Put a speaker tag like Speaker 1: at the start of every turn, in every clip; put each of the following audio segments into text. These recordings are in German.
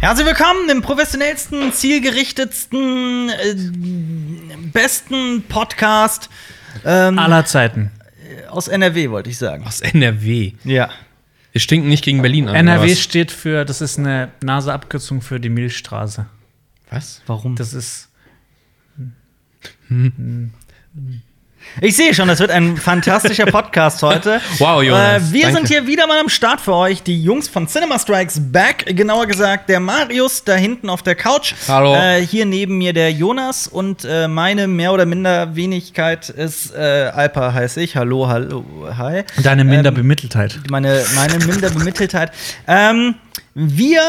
Speaker 1: Herzlich willkommen im professionellsten, zielgerichtetsten, äh, besten Podcast ähm,
Speaker 2: Aller Zeiten.
Speaker 1: aus NRW, wollte ich sagen.
Speaker 3: Aus NRW.
Speaker 1: Ja.
Speaker 3: Wir stinken nicht gegen Berlin an.
Speaker 2: NRW
Speaker 3: oder was?
Speaker 2: steht für, das ist eine Naseabkürzung für die Milchstraße.
Speaker 3: Was?
Speaker 1: Warum?
Speaker 2: Das ist.
Speaker 1: Ich sehe schon, das wird ein fantastischer Podcast heute. Äh,
Speaker 3: Wow, Jonas,
Speaker 1: wir
Speaker 3: danke.
Speaker 1: sind hier wieder mal am Start für euch, die Jungs von Cinema Strikes Back. Genauer gesagt, der Marius da hinten auf der Couch.
Speaker 3: Hallo.
Speaker 1: Äh, hier neben mir der Jonas und äh, meine mehr oder minder Wenigkeit ist äh, Alpa, heiße ich. Hallo, hallo, hi.
Speaker 2: Deine
Speaker 1: Ähm,
Speaker 2: Minderbemitteltheit.
Speaker 1: meine, meine Minderbemitteltheit. Ähm, wir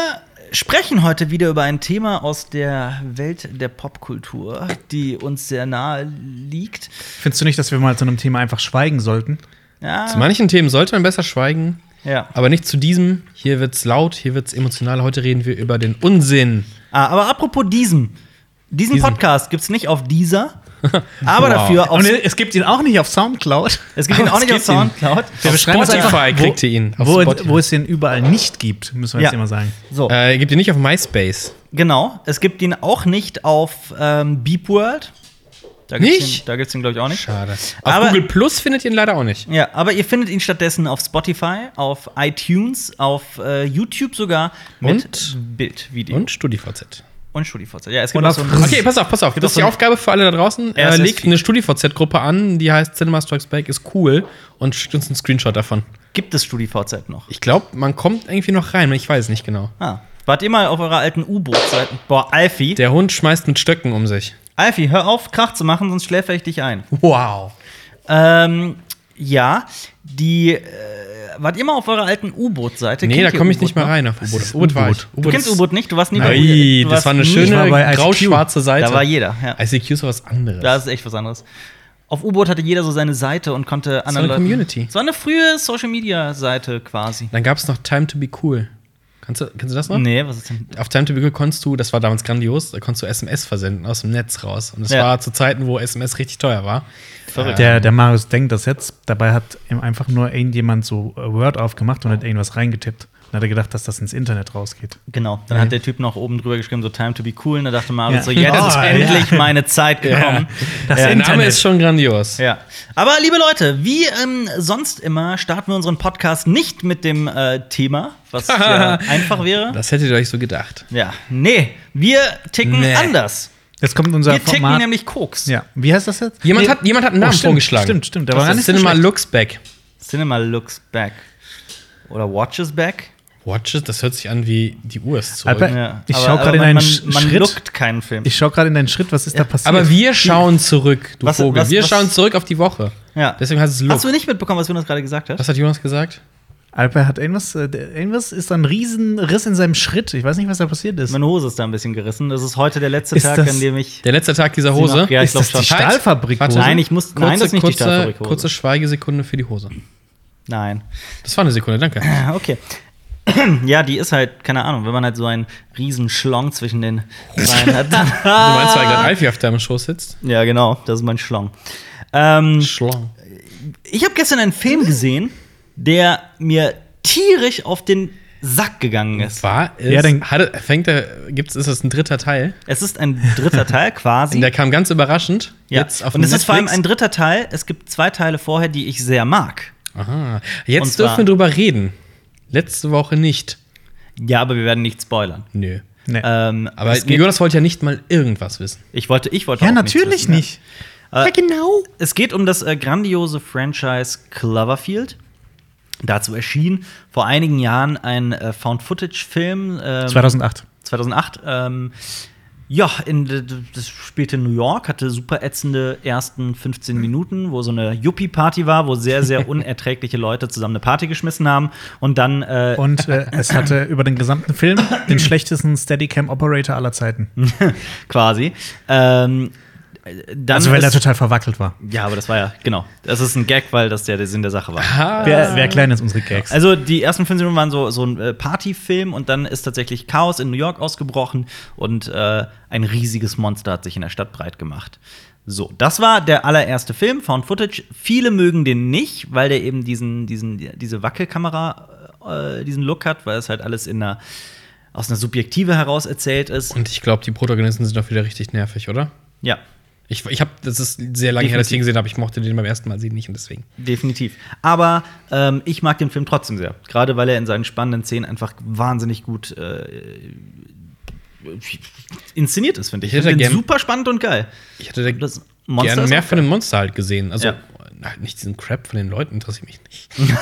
Speaker 1: sprechen heute wieder über ein Thema aus der Welt der Popkultur, die uns sehr nahe liegt.
Speaker 2: Findest du nicht, dass wir mal zu einem Thema einfach schweigen sollten?
Speaker 3: Zu
Speaker 1: Ja,
Speaker 3: manchen Themen sollte man besser schweigen,
Speaker 1: ja.
Speaker 3: aber nicht zu diesem. Hier wird's laut, hier wird's emotional. Heute reden wir über den Unsinn.
Speaker 1: Ah, aber apropos diesem. Diesen
Speaker 3: Diesen.
Speaker 1: Podcast gibt's nicht auf dieser, aber
Speaker 3: Wow.
Speaker 1: dafür auf.
Speaker 2: Und es gibt ihn auch nicht auf Soundcloud.
Speaker 1: Es gibt ihn auch nicht auf
Speaker 3: Es gibt ihn.
Speaker 1: Soundcloud.
Speaker 2: Wir beschreiben es
Speaker 3: Spotify
Speaker 2: einfach, wo-
Speaker 3: kriegt ihr ihn. Auf
Speaker 2: Wo,
Speaker 3: Spotify.
Speaker 2: wo es ihn überall nicht gibt, müssen wir jetzt
Speaker 1: Ja.
Speaker 2: immer sagen.
Speaker 1: So,
Speaker 3: Äh, gebt ihr nicht auf MySpace.
Speaker 1: genau. Es gibt ihn auch nicht auf ähm, Beep World. Da gibt's
Speaker 3: Nicht?
Speaker 1: Ihn, da gibt's ihn, glaube ich, auch nicht.
Speaker 3: Schade. Auf
Speaker 1: Aber-
Speaker 3: Google Plus findet ihr ihn leider auch nicht.
Speaker 1: Ja, aber ihr findet ihn stattdessen auf Spotify, auf iTunes, auf äh, YouTube sogar mit
Speaker 3: Und?
Speaker 1: Bild, Video
Speaker 3: Und StudiVZ.
Speaker 1: und StudiVZ. Ja, es gibt
Speaker 2: Und
Speaker 1: auch
Speaker 2: auf
Speaker 1: so
Speaker 2: Rizz.
Speaker 1: ein
Speaker 3: Okay, pass auf, pass auf. Das ist die Aufgabe für alle da draußen. Äh,
Speaker 1: RSS
Speaker 3: legt
Speaker 1: Feed.
Speaker 3: eine StudiVZ-Gruppe an, die heißt Cinema Strikes Back ist cool und schickt uns einen Screenshot davon.
Speaker 1: gibt es StudiVZ noch.
Speaker 3: Ich glaube, man kommt irgendwie noch rein, ich weiß nicht genau.
Speaker 1: Ah, wart ihr mal auf eurer alten U-Boot-Seite. Boah, Alfie,
Speaker 3: Der Hund schmeißt mit Stöcken um sich.
Speaker 1: Alfie, hör auf, Krach zu machen, sonst schläfe ich dich ein.
Speaker 3: Uh. Wow.
Speaker 1: Ähm, ja, die äh, wart ihr mal auf eurer alten U-Boot-Seite?
Speaker 3: Nee,
Speaker 1: Kennt ne?
Speaker 3: da
Speaker 1: ihr
Speaker 3: komme ich
Speaker 1: U-Boot
Speaker 3: nicht mehr
Speaker 1: noch?
Speaker 3: rein auf
Speaker 2: ist
Speaker 3: U-Boot. U-Boot war ich.
Speaker 2: U-Boot?
Speaker 1: Du kennst ne? U-Boot nicht, du warst nie bei
Speaker 3: Nein,
Speaker 1: du
Speaker 3: das
Speaker 1: warst
Speaker 3: war eine
Speaker 1: nie-
Speaker 2: Ich war
Speaker 3: schöne
Speaker 2: bei ICQ.
Speaker 3: grau-schwarze Seite.
Speaker 1: Da war jeder, ja.
Speaker 3: ICQ ist was anderes.
Speaker 1: Da ist echt was anderes. Auf U-Boot hatte jeder so seine Seite und konnte anderen
Speaker 3: eine
Speaker 1: Leuten.
Speaker 3: Community.
Speaker 1: So eine frühe Social Media Seite quasi.
Speaker 3: Dann gab es noch Time to be cool. Kannst du, kennst du das noch?
Speaker 1: Nee, was ist denn?
Speaker 3: Auf Time to be cool konntest du, das war damals grandios, da konntest du SMS versenden aus dem Netz raus. Und das
Speaker 1: Ja.
Speaker 3: war zu Zeiten, wo SMS richtig teuer war.
Speaker 1: Verrückt.
Speaker 2: Der, der Marius denkt das jetzt. Dabei hat ihm einfach nur irgendjemand so äh, Word aufgemacht und hat irgendwas reingetippt. Und hat er gedacht, dass das ins Internet rausgeht.
Speaker 1: Genau. Dann hat der Typ noch oben drüber geschrieben, so Time to be cool. Und da dachte Mario,
Speaker 2: Ja.
Speaker 1: so jetzt
Speaker 2: Oh,
Speaker 1: ist
Speaker 2: ja.
Speaker 1: endlich meine Zeit gekommen.
Speaker 2: Das
Speaker 3: Der Name
Speaker 2: Internet.
Speaker 3: ist schon grandios.
Speaker 1: Ja. Aber liebe Leute, wie ähm, sonst immer starten wir unseren Podcast nicht mit dem äh, Thema, was ja einfach wäre.
Speaker 3: Das hättet ihr euch so gedacht.
Speaker 1: ja, nee, wir ticken
Speaker 3: Nee.
Speaker 1: anders.
Speaker 2: Jetzt kommt unser
Speaker 1: Wir ticken
Speaker 2: Format.
Speaker 1: nämlich Koks.
Speaker 2: Ja, wie heißt das jetzt?
Speaker 3: Jemand, hat, jemand hat einen
Speaker 2: Oh,
Speaker 3: Namen
Speaker 2: stimmt,
Speaker 3: vorgeschlagen.
Speaker 2: stimmt, stimmt, der
Speaker 3: Das
Speaker 2: war gar
Speaker 3: ist
Speaker 2: nicht so
Speaker 3: Cinema
Speaker 2: schlecht.
Speaker 3: Looks Back.
Speaker 1: Cinema looks back. Oder watches back.
Speaker 3: Watches, das hört sich an wie die Uhr ist zurück.
Speaker 2: Alper,
Speaker 3: Aber,
Speaker 1: Ja,
Speaker 2: Äh, ich
Speaker 1: aber-
Speaker 2: schaue
Speaker 1: aber
Speaker 2: gerade in
Speaker 1: man-
Speaker 2: einen
Speaker 1: Man, man
Speaker 2: Schritt.
Speaker 1: lookt keinen Film.
Speaker 2: Ich schaue gerade in deinen Schritt, was ist da passiert?
Speaker 3: wir schauen zurück, du
Speaker 1: Was-
Speaker 3: Vogel.
Speaker 1: was-
Speaker 3: wir
Speaker 1: was-
Speaker 3: schauen zurück auf die Woche.
Speaker 1: ja.
Speaker 3: Deswegen heißt es Look.
Speaker 1: Hast du nicht mitbekommen, was Jonas gerade gesagt hat?
Speaker 3: Was hat Jonas gesagt?
Speaker 2: Alper hat irgendwas, äh, der- irgendwas ist da ein riesen Riss in seinem Schritt. Ich weiß nicht, was da passiert ist.
Speaker 1: Meine Hose ist da ein bisschen gerissen. Das ist heute der letzte
Speaker 2: Ist
Speaker 1: Tag,
Speaker 2: das-
Speaker 1: an dem ich.
Speaker 3: Der letzte Tag dieser Hose.
Speaker 1: macht- ja, ich
Speaker 2: ist das
Speaker 1: glaub
Speaker 2: die
Speaker 3: schon.
Speaker 2: Stahlfabrik?
Speaker 3: Warte,
Speaker 2: wo-
Speaker 1: Nein, ich muss. nein, das ist nicht die
Speaker 3: kurze,
Speaker 1: Stahlfabrikhose.
Speaker 3: kurze Schweigesekunde für die Hose.
Speaker 1: Nein.
Speaker 3: Das war eine Sekunde, danke.
Speaker 1: Ah, Okay. Ja, die ist halt, keine Ahnung, wenn man halt so einen riesen Schlong zwischen den Beinen hat. Dann
Speaker 3: Du meinst, weil
Speaker 1: Ah.
Speaker 3: gerade Alfie auf deinem Schoß sitzt?
Speaker 1: ja, genau, das ist mein Schlong. Ähm,
Speaker 3: Schlong.
Speaker 1: ich habe gestern einen Film gesehen, der mir tierisch auf den Sack gegangen ist.
Speaker 3: War es,
Speaker 2: Ja, dann-
Speaker 3: hatte, fängt der, gibt's, ist das ein dritter Teil?
Speaker 1: Es ist ein dritter Teil quasi.
Speaker 3: Und der kam ganz überraschend.
Speaker 1: Ja.
Speaker 3: Jetzt auf
Speaker 1: und es ist vor allem ein
Speaker 3: Netflix.
Speaker 1: dritter Teil. Es gibt zwei Teile vorher, die ich sehr mag.
Speaker 3: Aha.
Speaker 1: Und
Speaker 3: Jetzt
Speaker 1: zwar-
Speaker 3: dürfen wir drüber reden. Letzte Woche nicht.
Speaker 1: Ja, aber wir werden nicht spoilern.
Speaker 3: Nö.
Speaker 2: Nee.
Speaker 1: Ähm,
Speaker 3: Aber
Speaker 1: es geht,
Speaker 3: Jonas wollte ja nicht mal irgendwas wissen.
Speaker 1: ich wollte, ich wollte
Speaker 2: ja,
Speaker 1: auch nichts
Speaker 2: natürlich
Speaker 1: wissen, ja.
Speaker 2: nicht.
Speaker 1: Ja,
Speaker 3: genau.
Speaker 1: Es geht um das äh, grandiose Franchise Cloverfield. Dazu erschien vor einigen Jahren ein äh, Found-Footage-Film. ähm,
Speaker 2: 2008.
Speaker 1: 2008. Ähm, ja, in, d- d- das spielte in New York, hatte super ätzende ersten 15 Minuten, wo so eine Yuppie-Party war, wo sehr, sehr unerträgliche Leute zusammen eine Party geschmissen haben. Und dann äh,
Speaker 2: Und äh, es hatte über den gesamten Film den schlechtesten Steadicam-Operator aller Zeiten.
Speaker 1: Mhm. quasi. Ähm, dann
Speaker 2: Also, weil er
Speaker 1: ist,
Speaker 2: total verwackelt war.
Speaker 1: ja, aber das war ja, genau. Das ist ein Gag, weil das ja der Sinn der Sache war.
Speaker 2: Wer, wer klein ist, unsere Gags.
Speaker 1: Also die ersten fünf Minuten waren so, so ein äh, Partyfilm und dann ist tatsächlich Chaos in New York ausgebrochen und äh, ein riesiges Monster hat sich in der Stadt breit gemacht. So, das war der allererste Film, Found Footage. Viele mögen den nicht, weil der eben diesen, diesen, diese Wackelkamera, äh, diesen Look hat, weil es halt alles in einer aus einer Subjektive heraus erzählt ist.
Speaker 3: Und ich glaube, die Protagonisten sind doch wieder richtig nervig, oder?
Speaker 1: Ja,
Speaker 3: Ich, ich habe, das ist sehr lange her, dass ich den gesehen habe. Ich mochte den beim ersten Mal sehen nicht und deswegen.
Speaker 1: definitiv. Aber ähm, ich mag den Film trotzdem sehr. Gerade weil er in seinen spannenden Szenen einfach wahnsinnig gut äh, inszeniert ist, finde ich.
Speaker 3: Ich hätte
Speaker 1: find den
Speaker 3: gern-
Speaker 1: super spannend und geil.
Speaker 3: Ich hätte da
Speaker 1: Das Monster
Speaker 3: gerne
Speaker 1: ist
Speaker 3: mehr
Speaker 1: auch
Speaker 3: von dem Monster halt gesehen. Also,
Speaker 1: Ja.
Speaker 3: halt nicht diesen Crap von den Leuten, interessiert mich nicht.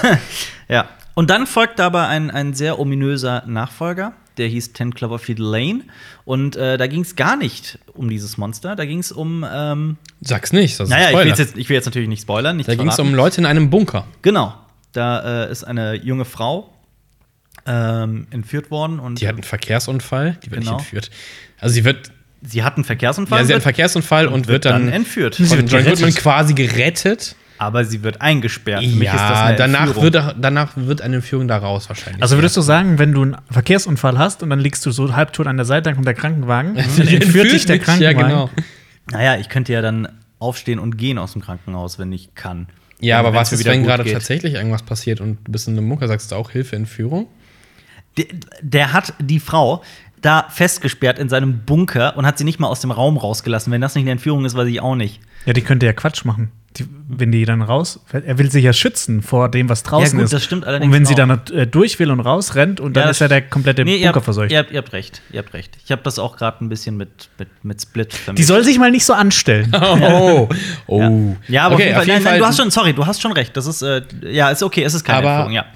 Speaker 1: Ja. Und dann folgt aber ein, ein sehr ominöser Nachfolger, der hieß Ten Cloverfield Lane. Und äh, da ging es gar nicht um dieses Monster, da ging es um. Ähm,
Speaker 3: Sag's nicht, das ist ein
Speaker 1: naja, ich will,
Speaker 3: Spoiler.
Speaker 1: jetzt, ich will jetzt natürlich nicht spoilern. Nicht
Speaker 3: Da ging es
Speaker 1: verraten.
Speaker 3: um Leute in einem Bunker.
Speaker 1: Genau. Da äh, ist eine junge Frau ähm, entführt worden und
Speaker 3: Die hat einen Verkehrsunfall, die wird
Speaker 1: Genau.
Speaker 3: nicht entführt. Also sie wird,
Speaker 1: sie hat einen Verkehrsunfall.
Speaker 3: ja, sie hat einen
Speaker 1: wird-
Speaker 3: Verkehrsunfall und, wird dann,
Speaker 1: dann entführt.
Speaker 3: von
Speaker 2: wird
Speaker 3: John
Speaker 2: gerettet.
Speaker 3: Goodman quasi gerettet.
Speaker 1: aber sie wird eingesperrt. Für mich ist das
Speaker 3: Ja,
Speaker 1: eine
Speaker 3: danach
Speaker 1: Entführung.
Speaker 3: wird, er- danach wird eine Entführung da raus wahrscheinlich.
Speaker 2: Also würdest du sagen, wenn du einen Verkehrsunfall hast und dann liegst du so halbtot an der Seite, dann kommt der Krankenwagen, dann entführt dich der
Speaker 3: mich, Ja,
Speaker 2: Krankenwagen.
Speaker 3: genau.
Speaker 1: Naja, ich könnte ja dann aufstehen und gehen aus dem Krankenhaus, wenn ich kann.
Speaker 3: Ja,
Speaker 1: Wenn-
Speaker 3: aber
Speaker 1: wenn's
Speaker 3: was
Speaker 1: mir
Speaker 3: ist,
Speaker 1: wieder
Speaker 3: wenn
Speaker 1: gut
Speaker 3: gerade
Speaker 1: geht.
Speaker 3: tatsächlich irgendwas passiert und du bist in einem Bunker, sagst du auch Hilfe, Entführung?
Speaker 1: Der, der hat die Frau da festgesperrt in seinem Bunker und hat sie nicht mal aus dem Raum rausgelassen. Wenn das nicht eine Entführung ist, weiß ich auch nicht.
Speaker 2: Ja, die könnte ja Quatsch machen. Die, wenn die dann raus, er will sich ja schützen vor dem, was draußen
Speaker 1: gut,
Speaker 2: ist.
Speaker 1: das stimmt
Speaker 2: Und
Speaker 1: allerdings
Speaker 2: wenn sie
Speaker 1: auch.
Speaker 2: dann äh, durch will und rausrennt und dann
Speaker 1: Ja, das
Speaker 2: ist ja der komplette
Speaker 1: Nee, ihr
Speaker 2: Bunker
Speaker 1: habt,
Speaker 2: verseucht.
Speaker 1: Ihr habt, ihr habt recht, ihr habt recht. Ich habe das auch gerade ein bisschen mit, mit, mit Split vermischt.
Speaker 2: die soll sich mal nicht so anstellen.
Speaker 3: Oh, oh.
Speaker 1: Ja, aber
Speaker 3: okay,
Speaker 1: auf jeden Fall, nein, nein,
Speaker 3: Fall
Speaker 1: du hast schon, sorry, du hast schon recht. Das ist, äh, ja, ist okay, es ist keine
Speaker 3: aber
Speaker 1: Entführung, ja.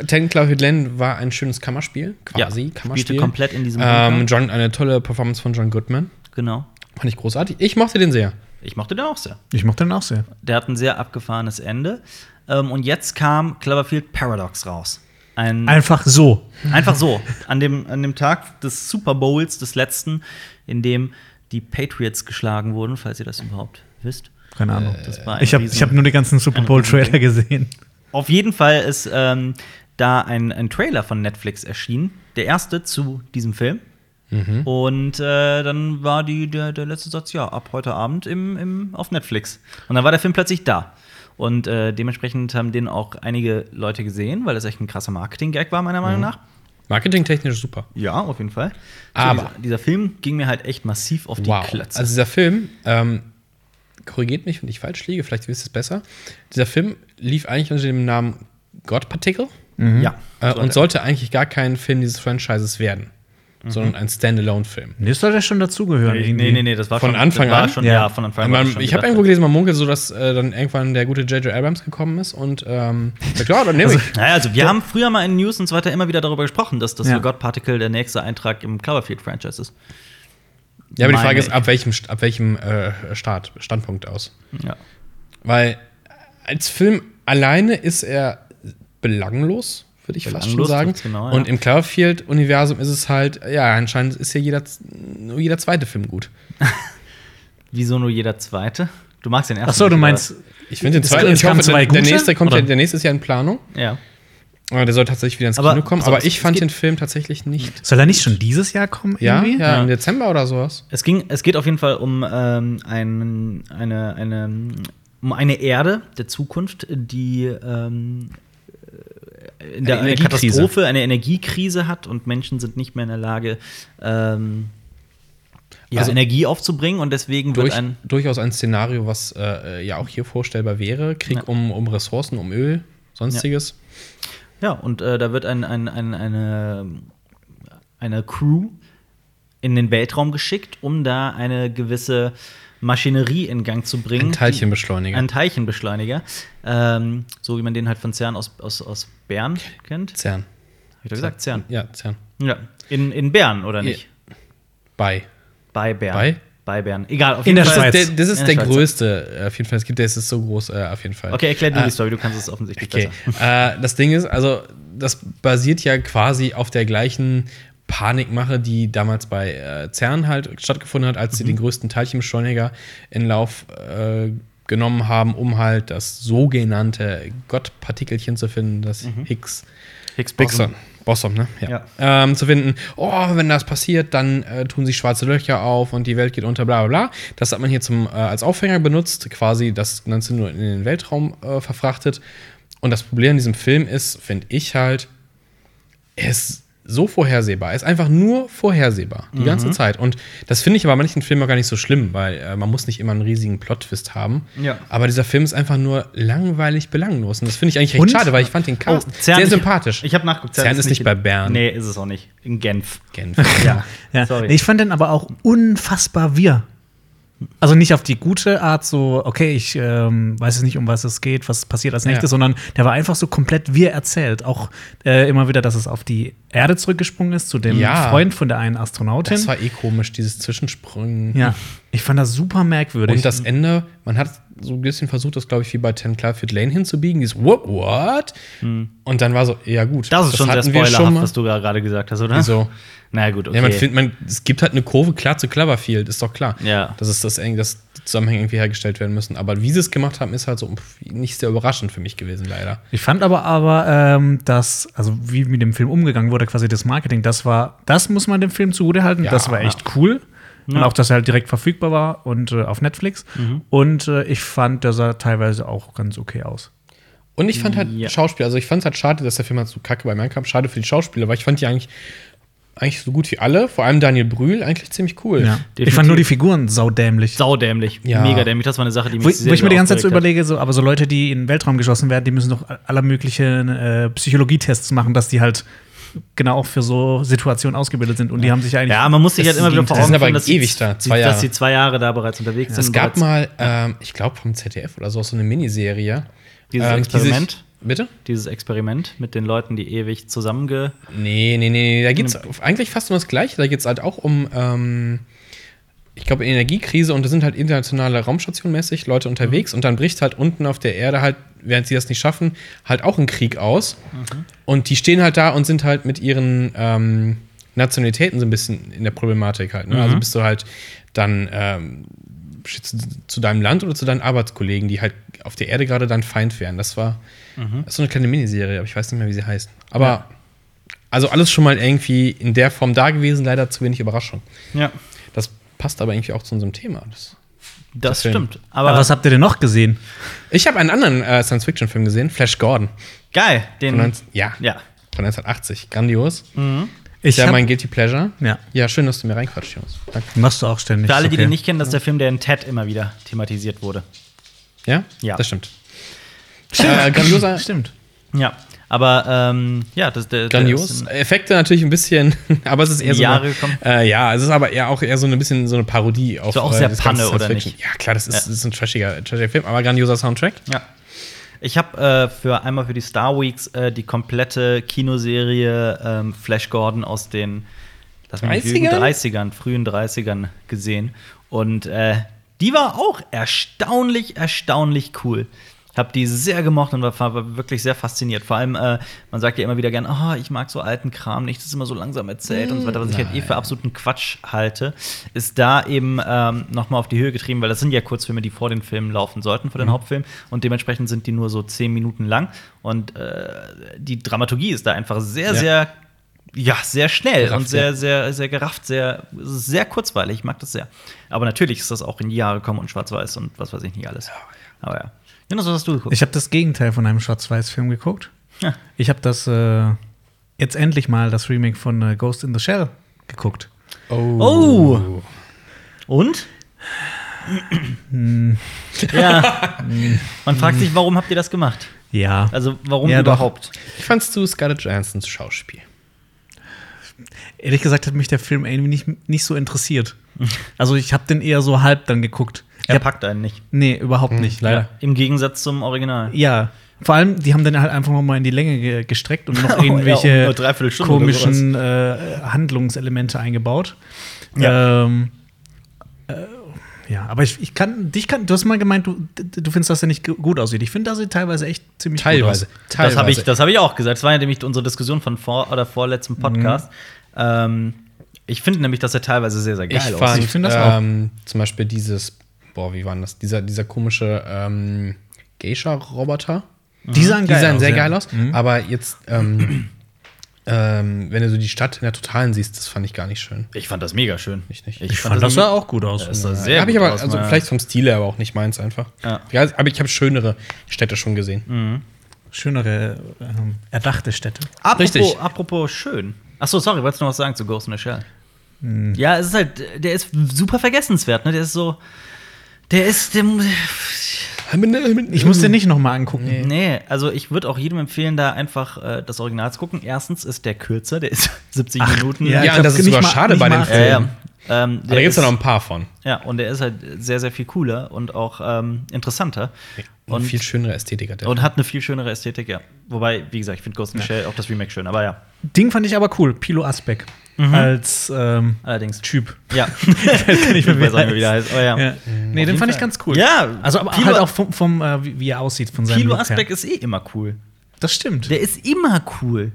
Speaker 3: äh, Ten Cloud Land war ein schönes Kammerspiel, quasi
Speaker 1: Ja,
Speaker 3: Kammerspiel.
Speaker 1: spielte komplett in diesem
Speaker 3: ähm,
Speaker 1: Bunker.
Speaker 3: John, eine tolle Performance von John Goodman.
Speaker 1: Genau.
Speaker 3: Fand ich großartig. Ich mochte den sehr.
Speaker 1: Ich mochte den auch sehr.
Speaker 2: Ich mochte den auch sehr.
Speaker 1: Der hat ein sehr abgefahrenes Ende. Ähm, und jetzt kam Cloverfield Paradox raus. Ein,
Speaker 2: Einfach so.
Speaker 1: einfach so. An dem, an dem Tag des Super Bowls, des letzten, in dem die Patriots geschlagen wurden, falls ihr das überhaupt wisst.
Speaker 2: Keine Ahnung.
Speaker 1: Äh, Das war ein
Speaker 2: ich habe
Speaker 1: Riesen-
Speaker 2: hab nur die ganzen Super
Speaker 1: ein
Speaker 2: Bowl-Trailer
Speaker 1: Riesending.
Speaker 2: gesehen.
Speaker 1: Auf jeden Fall ist ähm, da ein, ein Trailer von Netflix erschienen, der erste zu diesem Film.
Speaker 3: Mhm.
Speaker 1: Und äh, dann war die, der, der letzte Satz, ja, ab heute Abend im, im, auf Netflix. Und dann war der Film plötzlich da. Und äh, dementsprechend haben den auch einige Leute gesehen, weil das echt ein krasser Marketing-Gag war, meiner Meinung
Speaker 3: Mhm.
Speaker 1: nach.
Speaker 3: Marketingtechnisch super.
Speaker 1: Ja, auf jeden Fall. So,
Speaker 3: Aber-
Speaker 1: dieser, dieser Film ging mir halt echt massiv auf die
Speaker 3: Wow.
Speaker 1: Klötze.
Speaker 3: Also dieser Film, ähm, korrigiert mich, wenn ich falsch liege, vielleicht wisst ihr es besser. Dieser Film lief eigentlich unter dem Namen Gottpartikel
Speaker 1: ja. Mhm.
Speaker 3: äh,
Speaker 1: So
Speaker 3: und
Speaker 1: hat
Speaker 3: sollte eigentlich gar kein Film dieses Franchises werden, sondern ein Standalone-Film.
Speaker 2: Nee, soll der schon
Speaker 1: er-
Speaker 2: dazugehören.
Speaker 1: nee,
Speaker 2: irgendwie.
Speaker 1: nee, nee, nee, das war
Speaker 3: Von
Speaker 1: schon,
Speaker 3: Anfang
Speaker 1: das war
Speaker 3: an?
Speaker 1: Schon,
Speaker 2: Ja.
Speaker 1: ja. von Anfang an. war
Speaker 3: Man-
Speaker 1: das schon
Speaker 3: ich habe
Speaker 1: gedacht.
Speaker 3: irgendwo gelesen, man munkelt so, dass äh, dann irgendwann der gute J.J. Abrams gekommen ist und ähm, sagt, ja, dann nehme ich.
Speaker 1: Naja, also wir haben früher mal in News und so weiter immer wieder darüber gesprochen, dass das
Speaker 2: Ja.
Speaker 1: The God Particle der nächste Eintrag im Cloverfield-Franchise ist.
Speaker 3: Ja, aber die
Speaker 1: meine
Speaker 3: Frage ist,
Speaker 1: ich.
Speaker 3: ab welchem, St- ab welchem äh, Start, Standpunkt aus?
Speaker 1: Ja.
Speaker 3: Weil äh, als Film alleine ist er belanglos, würde ich fast schon
Speaker 1: Belanglos
Speaker 3: sagen.
Speaker 1: trifft's genau, ja.
Speaker 3: Und im Cloverfield-Universum ist es halt, ja, anscheinend ist ja jeder, z- nur jeder zweite Film gut.
Speaker 1: Wieso nur jeder zweite? Du magst den ersten.
Speaker 2: Ach so, du
Speaker 1: nicht,
Speaker 2: meinst.
Speaker 3: Ich finde den
Speaker 2: Es-
Speaker 3: zweiten,
Speaker 2: es
Speaker 3: ich hoffe,
Speaker 2: kamen zwei
Speaker 3: der, der
Speaker 2: gute,
Speaker 3: nächste kommt ja,
Speaker 2: oder?
Speaker 3: der nächste ist ja in Planung.
Speaker 1: Aber, ja.
Speaker 3: Aber der soll tatsächlich wieder ins
Speaker 1: Aber-
Speaker 3: Kino kommen.
Speaker 1: also,
Speaker 3: Aber
Speaker 1: es-
Speaker 3: ich
Speaker 1: es
Speaker 3: fand
Speaker 1: geht-
Speaker 3: den Film tatsächlich nicht.
Speaker 2: Soll er nicht schon dieses Jahr kommen?
Speaker 3: Ja,
Speaker 2: irgendwie?
Speaker 3: ja,
Speaker 1: Ja.
Speaker 3: im Dezember oder sowas.
Speaker 1: Es, ging, es geht auf jeden Fall um, ähm, einen, eine, eine, um eine Erde der Zukunft, die ähm, äh, in der
Speaker 3: Eine
Speaker 1: eine
Speaker 3: Energiekrise.
Speaker 1: Katastrophe eine Energiekrise hat und Menschen sind nicht mehr in der Lage, ähm, ja,
Speaker 3: Also-
Speaker 1: Energie aufzubringen und deswegen
Speaker 3: Durch,
Speaker 1: wird ein.
Speaker 3: durchaus ein Szenario, was äh, äh, ja auch hier vorstellbar wäre. Krieg
Speaker 1: Ja.
Speaker 3: um, um Ressourcen, um Öl, sonstiges.
Speaker 1: Ja, und äh, da wird ein, ein, ein, eine, eine Crew in den Weltraum geschickt, um da eine gewisse Maschinerie in Gang zu bringen.
Speaker 3: Ein Teilchenbeschleuniger.
Speaker 1: Ein Teilchenbeschleuniger. Ähm, so wie man den halt von CERN aus, aus, aus Bern kennt. Hab
Speaker 3: CERN.
Speaker 1: ich doch gesagt, CERN.
Speaker 3: Ja, CERN.
Speaker 1: Ja. In, in Bern, oder nicht?
Speaker 3: Bei.
Speaker 1: Bei Bern.
Speaker 3: Bei?
Speaker 1: Bei Bern. Egal, auf
Speaker 2: In der
Speaker 1: Fall.
Speaker 2: Schweiz.
Speaker 3: Der, das ist
Speaker 1: Ja,
Speaker 3: der
Speaker 1: Schweizer.
Speaker 3: größte, äh, auf jeden Fall. Es gibt, der ist so groß, äh, auf jeden Fall.
Speaker 1: Okay, erklär du
Speaker 3: Äh,
Speaker 1: die Story, du kannst es offensichtlich
Speaker 3: Okay.
Speaker 1: besser.
Speaker 3: Äh, das Ding ist, also, das basiert ja quasi auf der gleichen Panikmache, die damals bei äh, CERN halt stattgefunden hat, als sie den größten Teilchenbeschleuniger in Lauf äh, genommen haben, um halt das sogenannte Gottpartikelchen zu finden, das Higgs.
Speaker 1: Higgs
Speaker 3: Boson. Boson, ne? Ja.
Speaker 1: Ja.
Speaker 3: Ähm, zu finden, oh, wenn das passiert, dann äh, tun sich schwarze Löcher auf und die Welt geht unter, bla bla bla. Das hat man hier zum, äh, als Aufhänger benutzt, quasi das Ganze nur in den Weltraum äh, verfrachtet. Und das Problem an diesem Film ist, finde ich halt, er ist so vorhersehbar. Er ist einfach nur vorhersehbar, die ganze Zeit. Und das finde ich aber bei manchen Filmen auch gar nicht so schlimm, weil äh, man muss nicht immer einen riesigen Plot-Twist haben.
Speaker 1: Ja.
Speaker 3: Aber dieser Film ist einfach nur langweilig belanglos. Und das finde ich eigentlich recht
Speaker 2: Und-
Speaker 3: schade, weil ich fand den Cast Oh, sehr sympathisch.
Speaker 1: Oh, Ich, ich habe nachgeguckt.
Speaker 3: CERN ist nicht bei Bern.
Speaker 1: Nee, ist es auch nicht. In Genf.
Speaker 3: Genf.
Speaker 1: Ja,
Speaker 2: Ja.
Speaker 1: sorry.
Speaker 2: Nee, Ich fand den aber auch unfassbar wir. Also nicht auf die gute Art, so, okay, ich ähm, weiß jetzt nicht, um was es geht, was passiert als nächstes,
Speaker 3: Ja.
Speaker 2: sondern der war einfach so komplett wir erzählt. Auch äh, immer wieder, dass es auf die Erde zurückgesprungen ist, zu dem
Speaker 3: Ja.
Speaker 2: Freund von der einen Astronautin.
Speaker 3: Das war eh komisch, dieses Zwischensprüngen.
Speaker 2: ja, ich fand das super merkwürdig.
Speaker 3: Und das Ende, man hat so ein bisschen versucht, das glaube ich wie bei 10 Clarfield Lane hinzubiegen. Dieses What? what? Und dann war so, ja gut.
Speaker 1: Hm. das ist schon sehr
Speaker 3: hatten wir
Speaker 1: spoilerhaft,
Speaker 3: mal.
Speaker 1: was du da gerade gesagt hast, oder?
Speaker 3: Wieso?
Speaker 1: Na ja, gut, okay.
Speaker 3: Ja, man findet, man, es gibt halt eine Kurve klar zu Cloverfield, ist doch klar.
Speaker 1: Ja.
Speaker 3: Dass, es das, eng- dass die Zusammenhänge irgendwie hergestellt werden müssen. Aber wie sie es gemacht haben, ist halt so pff, nicht sehr überraschend für mich gewesen, leider.
Speaker 2: Ich fand aber aber, ähm, dass, also wie mit dem Film umgegangen wurde, quasi das Marketing, das war, das muss man dem Film zugutehalten,
Speaker 3: Ja.
Speaker 2: das war echt cool. Und auch, dass er halt direkt verfügbar war und äh, auf Netflix.
Speaker 3: Mhm.
Speaker 2: Und äh, ich fand, der sah teilweise auch ganz okay aus.
Speaker 3: Und ich fand halt
Speaker 1: Ja.
Speaker 3: Schauspieler, also ich fand es halt schade, dass der Film halt so kacke bei mir kam. Schade für die Schauspieler, weil ich fand die eigentlich, eigentlich so gut wie alle, vor allem Daniel Brühl, eigentlich ziemlich cool.
Speaker 2: Ich fand nur die Figuren saudämlich.
Speaker 1: Saudämlich.
Speaker 3: Ja.
Speaker 1: Mega dämlich. Das war eine Sache, die mich
Speaker 2: Wo, ich- wo ich mir die ganze Zeit so
Speaker 1: aufgeregt
Speaker 2: überlege, so, aber so Leute, die in den Weltraum geschossen werden, die müssen doch aller möglichen äh, Psychologietests machen, dass die halt genau auch für so Situationen ausgebildet sind. Und die haben sich eigentlich.
Speaker 1: Ja, man muss sich halt
Speaker 2: das
Speaker 1: immer wieder vor
Speaker 2: Gegenteil.
Speaker 1: Augen
Speaker 3: Die sind aber
Speaker 1: dass sie-
Speaker 3: ewig da,
Speaker 1: sie-
Speaker 3: zwei Jahre.
Speaker 1: dass sie zwei Jahre da bereits unterwegs sind.
Speaker 3: Es gab
Speaker 1: bereits.
Speaker 3: mal, ähm, ich glaube vom ZDF oder so, so eine Miniserie.
Speaker 1: Dieses
Speaker 3: ähm, die sich-
Speaker 1: Experiment?
Speaker 3: Bitte?
Speaker 1: dieses Experiment mit den Leuten, die ewig zusammenge.
Speaker 3: Nee, nee, nee, nee. Da geht es eigentlich fast um das Gleiche. Da geht es halt auch um, ähm, ich glaube, Energiekrise und da sind halt internationale Raumstationmäßig Leute unterwegs und dann bricht halt unten auf der Erde halt, während sie das nicht schaffen, halt auch ein Krieg aus. Und die stehen halt da und sind halt mit ihren ähm, Nationalitäten so ein bisschen in der Problematik halt. Ne? Also bist du halt dann ähm, stehst du zu deinem Land oder zu deinen Arbeitskollegen, die halt auf der Erde gerade dann Feind wären. Das war das ist so eine kleine Miniserie, aber ich weiß nicht mehr, wie sie heißt. Aber also alles schon mal irgendwie in der Form da gewesen, leider zu wenig Überraschung.
Speaker 1: Ja,
Speaker 3: Das passt aber eigentlich auch zu unserem Thema. Das
Speaker 1: das
Speaker 3: Film.
Speaker 1: stimmt. Aber,
Speaker 2: Aber was habt ihr denn noch gesehen?
Speaker 3: ich habe einen anderen äh, Science-Fiction-Film gesehen, Flash Gordon.
Speaker 1: geil, den.
Speaker 3: Von 19, ja,
Speaker 1: Mhm. ja. Mhm.
Speaker 3: von 1980. Grandios.
Speaker 2: Ich
Speaker 3: Ist ja
Speaker 2: hab-
Speaker 3: mein Guilty Pleasure.
Speaker 2: Ja.
Speaker 3: Ja, schön, dass du mir reinquatscht, Jungs. Danke.
Speaker 2: Machst du auch ständig.
Speaker 1: Für alle, die
Speaker 2: okay.
Speaker 1: den nicht kennen, das ist der Film, der in Ted immer wieder thematisiert wurde.
Speaker 3: Ja?
Speaker 1: Ja.
Speaker 3: Das stimmt. Äh, grandioser,
Speaker 2: Stimmt.
Speaker 1: Ja, aber ähm, ja, das der, Der ist
Speaker 3: grandios.
Speaker 1: ein,
Speaker 3: Effekte natürlich ein bisschen, aber es ist eher so.
Speaker 1: Jahre
Speaker 3: eine,
Speaker 1: gekommen.
Speaker 3: äh, ja, es ist aber eher auch eher so ein bisschen so eine Parodie auf.
Speaker 1: Ist auch
Speaker 3: äh,
Speaker 1: sehr
Speaker 3: das ganze
Speaker 1: Panne, oder
Speaker 3: Science-Fiction.
Speaker 1: nicht?
Speaker 3: Ja, klar, das ist, das ist ein trashiger, trashiger Film, aber grandioser Soundtrack.
Speaker 1: ja. Ich habe äh, für einmal für die Star Weeks äh, die komplette Kinoserie ähm, Flash Gordon aus den lass mich nicht lügen,
Speaker 3: 30ern?
Speaker 1: 30ern, frühen 30ern gesehen. Und äh, die war auch erstaunlich, erstaunlich cool. Ich habe die sehr gemocht und war, war wirklich sehr fasziniert. Vor allem, äh, man sagt ja immer wieder gern, ah, ich mag so alten Kram nicht, das ist immer so langsam erzählt und so weiter, was ich halt
Speaker 3: Hm.
Speaker 1: eh für absoluten Quatsch halte, ist da eben ähm, nochmal auf die Höhe getrieben, weil das sind ja Kurzfilme, die vor den Filmen laufen sollten, vor
Speaker 3: Hm.
Speaker 1: den Hauptfilmen und dementsprechend sind die nur so zehn Minuten lang und äh, die Dramaturgie ist da einfach sehr,
Speaker 3: Ja.
Speaker 1: sehr, ja, sehr schnell
Speaker 3: Gerafft,
Speaker 1: und sehr,
Speaker 3: ja.
Speaker 1: sehr, sehr gerafft, sehr, sehr kurzweilig. Ich mag das sehr. Aber natürlich ist das auch in die Jahre kommen und schwarz-weiß und was weiß ich nicht alles. Aber ja. Jonas, was hast du geguckt?
Speaker 2: Ich habe das Gegenteil von einem Schwarz-Weiß-Film geguckt.
Speaker 1: Ja.
Speaker 2: Ich habe das äh, jetzt endlich mal das Remake von äh, Ghost in the Shell geguckt.
Speaker 1: Oh. Und? ja. Man fragt sich, warum habt ihr das gemacht?
Speaker 2: Ja.
Speaker 1: Also, warum
Speaker 2: Ja, doch.
Speaker 1: überhaupt?
Speaker 3: Wie fandst du Scarlett Johansons Schauspiel?
Speaker 2: Ehrlich gesagt hat mich der Film irgendwie nicht, nicht so interessiert. Also ich habe den eher so halb dann geguckt. Ich
Speaker 1: Er
Speaker 2: hab,
Speaker 1: packt einen nicht.
Speaker 2: nee, überhaupt nicht.
Speaker 3: leider.
Speaker 1: Im Gegensatz zum Original.
Speaker 2: Ja. Vor allem, die haben dann halt einfach noch mal in die Länge ge gestreckt und noch
Speaker 1: um
Speaker 2: irgendwelche
Speaker 1: nur dreiviertel Stunde oder
Speaker 2: komischen äh, Handlungselemente eingebaut.
Speaker 1: Ja.
Speaker 2: Ähm, äh, ja, aber ich, ich kann, dich kann, du hast mal gemeint, du, du findest, dass er nicht gu- gut aussieht. Ich finde, da sieht teilweise echt ziemlich
Speaker 3: Teilweise.
Speaker 2: gut aus.
Speaker 1: Das
Speaker 3: Teilweise.
Speaker 1: habe ich, das hab ich auch gesagt. Das war ja nämlich unsere Diskussion von vor oder vorletztem Podcast. Ähm, ich finde nämlich, dass er teilweise sehr, sehr geil
Speaker 3: ich
Speaker 1: aussieht.
Speaker 3: fand,
Speaker 2: Ich find das auch.
Speaker 3: Ähm, zum Beispiel dieses, boah, wie war denn das? Dieser, dieser komische ähm, Geisha-Roboter.
Speaker 2: Die sahen,
Speaker 3: Die
Speaker 2: geil
Speaker 3: sahen
Speaker 2: aus,
Speaker 3: sehr
Speaker 2: ja. Mhm.
Speaker 3: geil aus, aber jetzt, ähm, ähm, wenn du so die Stadt in der Totalen siehst, das fand ich gar nicht schön.
Speaker 1: Ich fand das mega schön.
Speaker 3: Ich nicht.
Speaker 2: Ich fand, Also das sah auch gut aus.
Speaker 1: das sah sehr
Speaker 3: Hab ich
Speaker 1: gut
Speaker 3: aber,
Speaker 1: aus,
Speaker 3: also
Speaker 1: Mann.
Speaker 3: vielleicht vom Stil her aber auch nicht meins einfach.
Speaker 1: Ja.
Speaker 3: Ja, aber ich habe schönere Städte schon
Speaker 2: Mhm.
Speaker 3: gesehen.
Speaker 2: Schönere, ähm, erdachte Städte.
Speaker 1: Apropos,
Speaker 3: Richtig.
Speaker 1: apropos schön. Achso, sorry, wolltest du noch was sagen zu Ghost in the Shell?
Speaker 3: Hm.
Speaker 1: Ja, es ist halt, der ist super vergessenswert, ne? Der ist so. Der ist. Der,
Speaker 2: Ich muss
Speaker 3: Mhm.
Speaker 2: den nicht nochmal angucken.
Speaker 1: Nee, also ich würde auch jedem empfehlen, da einfach äh, das Original zu gucken. Erstens ist der kürzer, der ist 70 Minuten.
Speaker 2: ja,
Speaker 3: Ja,
Speaker 2: ich
Speaker 3: und
Speaker 2: glaub,
Speaker 3: das ist
Speaker 2: nicht
Speaker 3: sogar
Speaker 2: mal-
Speaker 3: schade
Speaker 2: nicht
Speaker 3: bei
Speaker 2: mal- Ja,
Speaker 3: dem Film.
Speaker 1: Äh, ja. Ähm,
Speaker 3: Aber da
Speaker 1: der
Speaker 3: gibt
Speaker 1: ist-
Speaker 3: es ja noch ein paar von.
Speaker 1: Ja, und der ist halt sehr, sehr viel cooler und auch ähm, interessanter.
Speaker 3: Eine
Speaker 1: Und-
Speaker 3: viel schönere Ästhetik hat der.
Speaker 1: Und hat eine viel schönere Ästhetik, ja. Wobei, wie gesagt, ich finde Ghost in the Shell auch das Remake schön, aber ja.
Speaker 2: Ding fand ich aber cool. Pilo Asbeck. Als ähm,
Speaker 1: Allerdings.
Speaker 2: Typ.
Speaker 1: Ja.
Speaker 2: ich
Speaker 1: Ich weiß auch nicht, wie der heißt. Oh, ja.
Speaker 2: Ja. Nee, den fand ich ganz cool.
Speaker 1: Ja,
Speaker 2: Also aber
Speaker 1: Pilo-
Speaker 2: halt auch vom, vom äh, wie, wie er aussieht, von seinem
Speaker 1: Pilo
Speaker 2: Look her.
Speaker 1: Asbeck ist eh immer cool.
Speaker 2: Das stimmt.
Speaker 1: Der ist immer cool.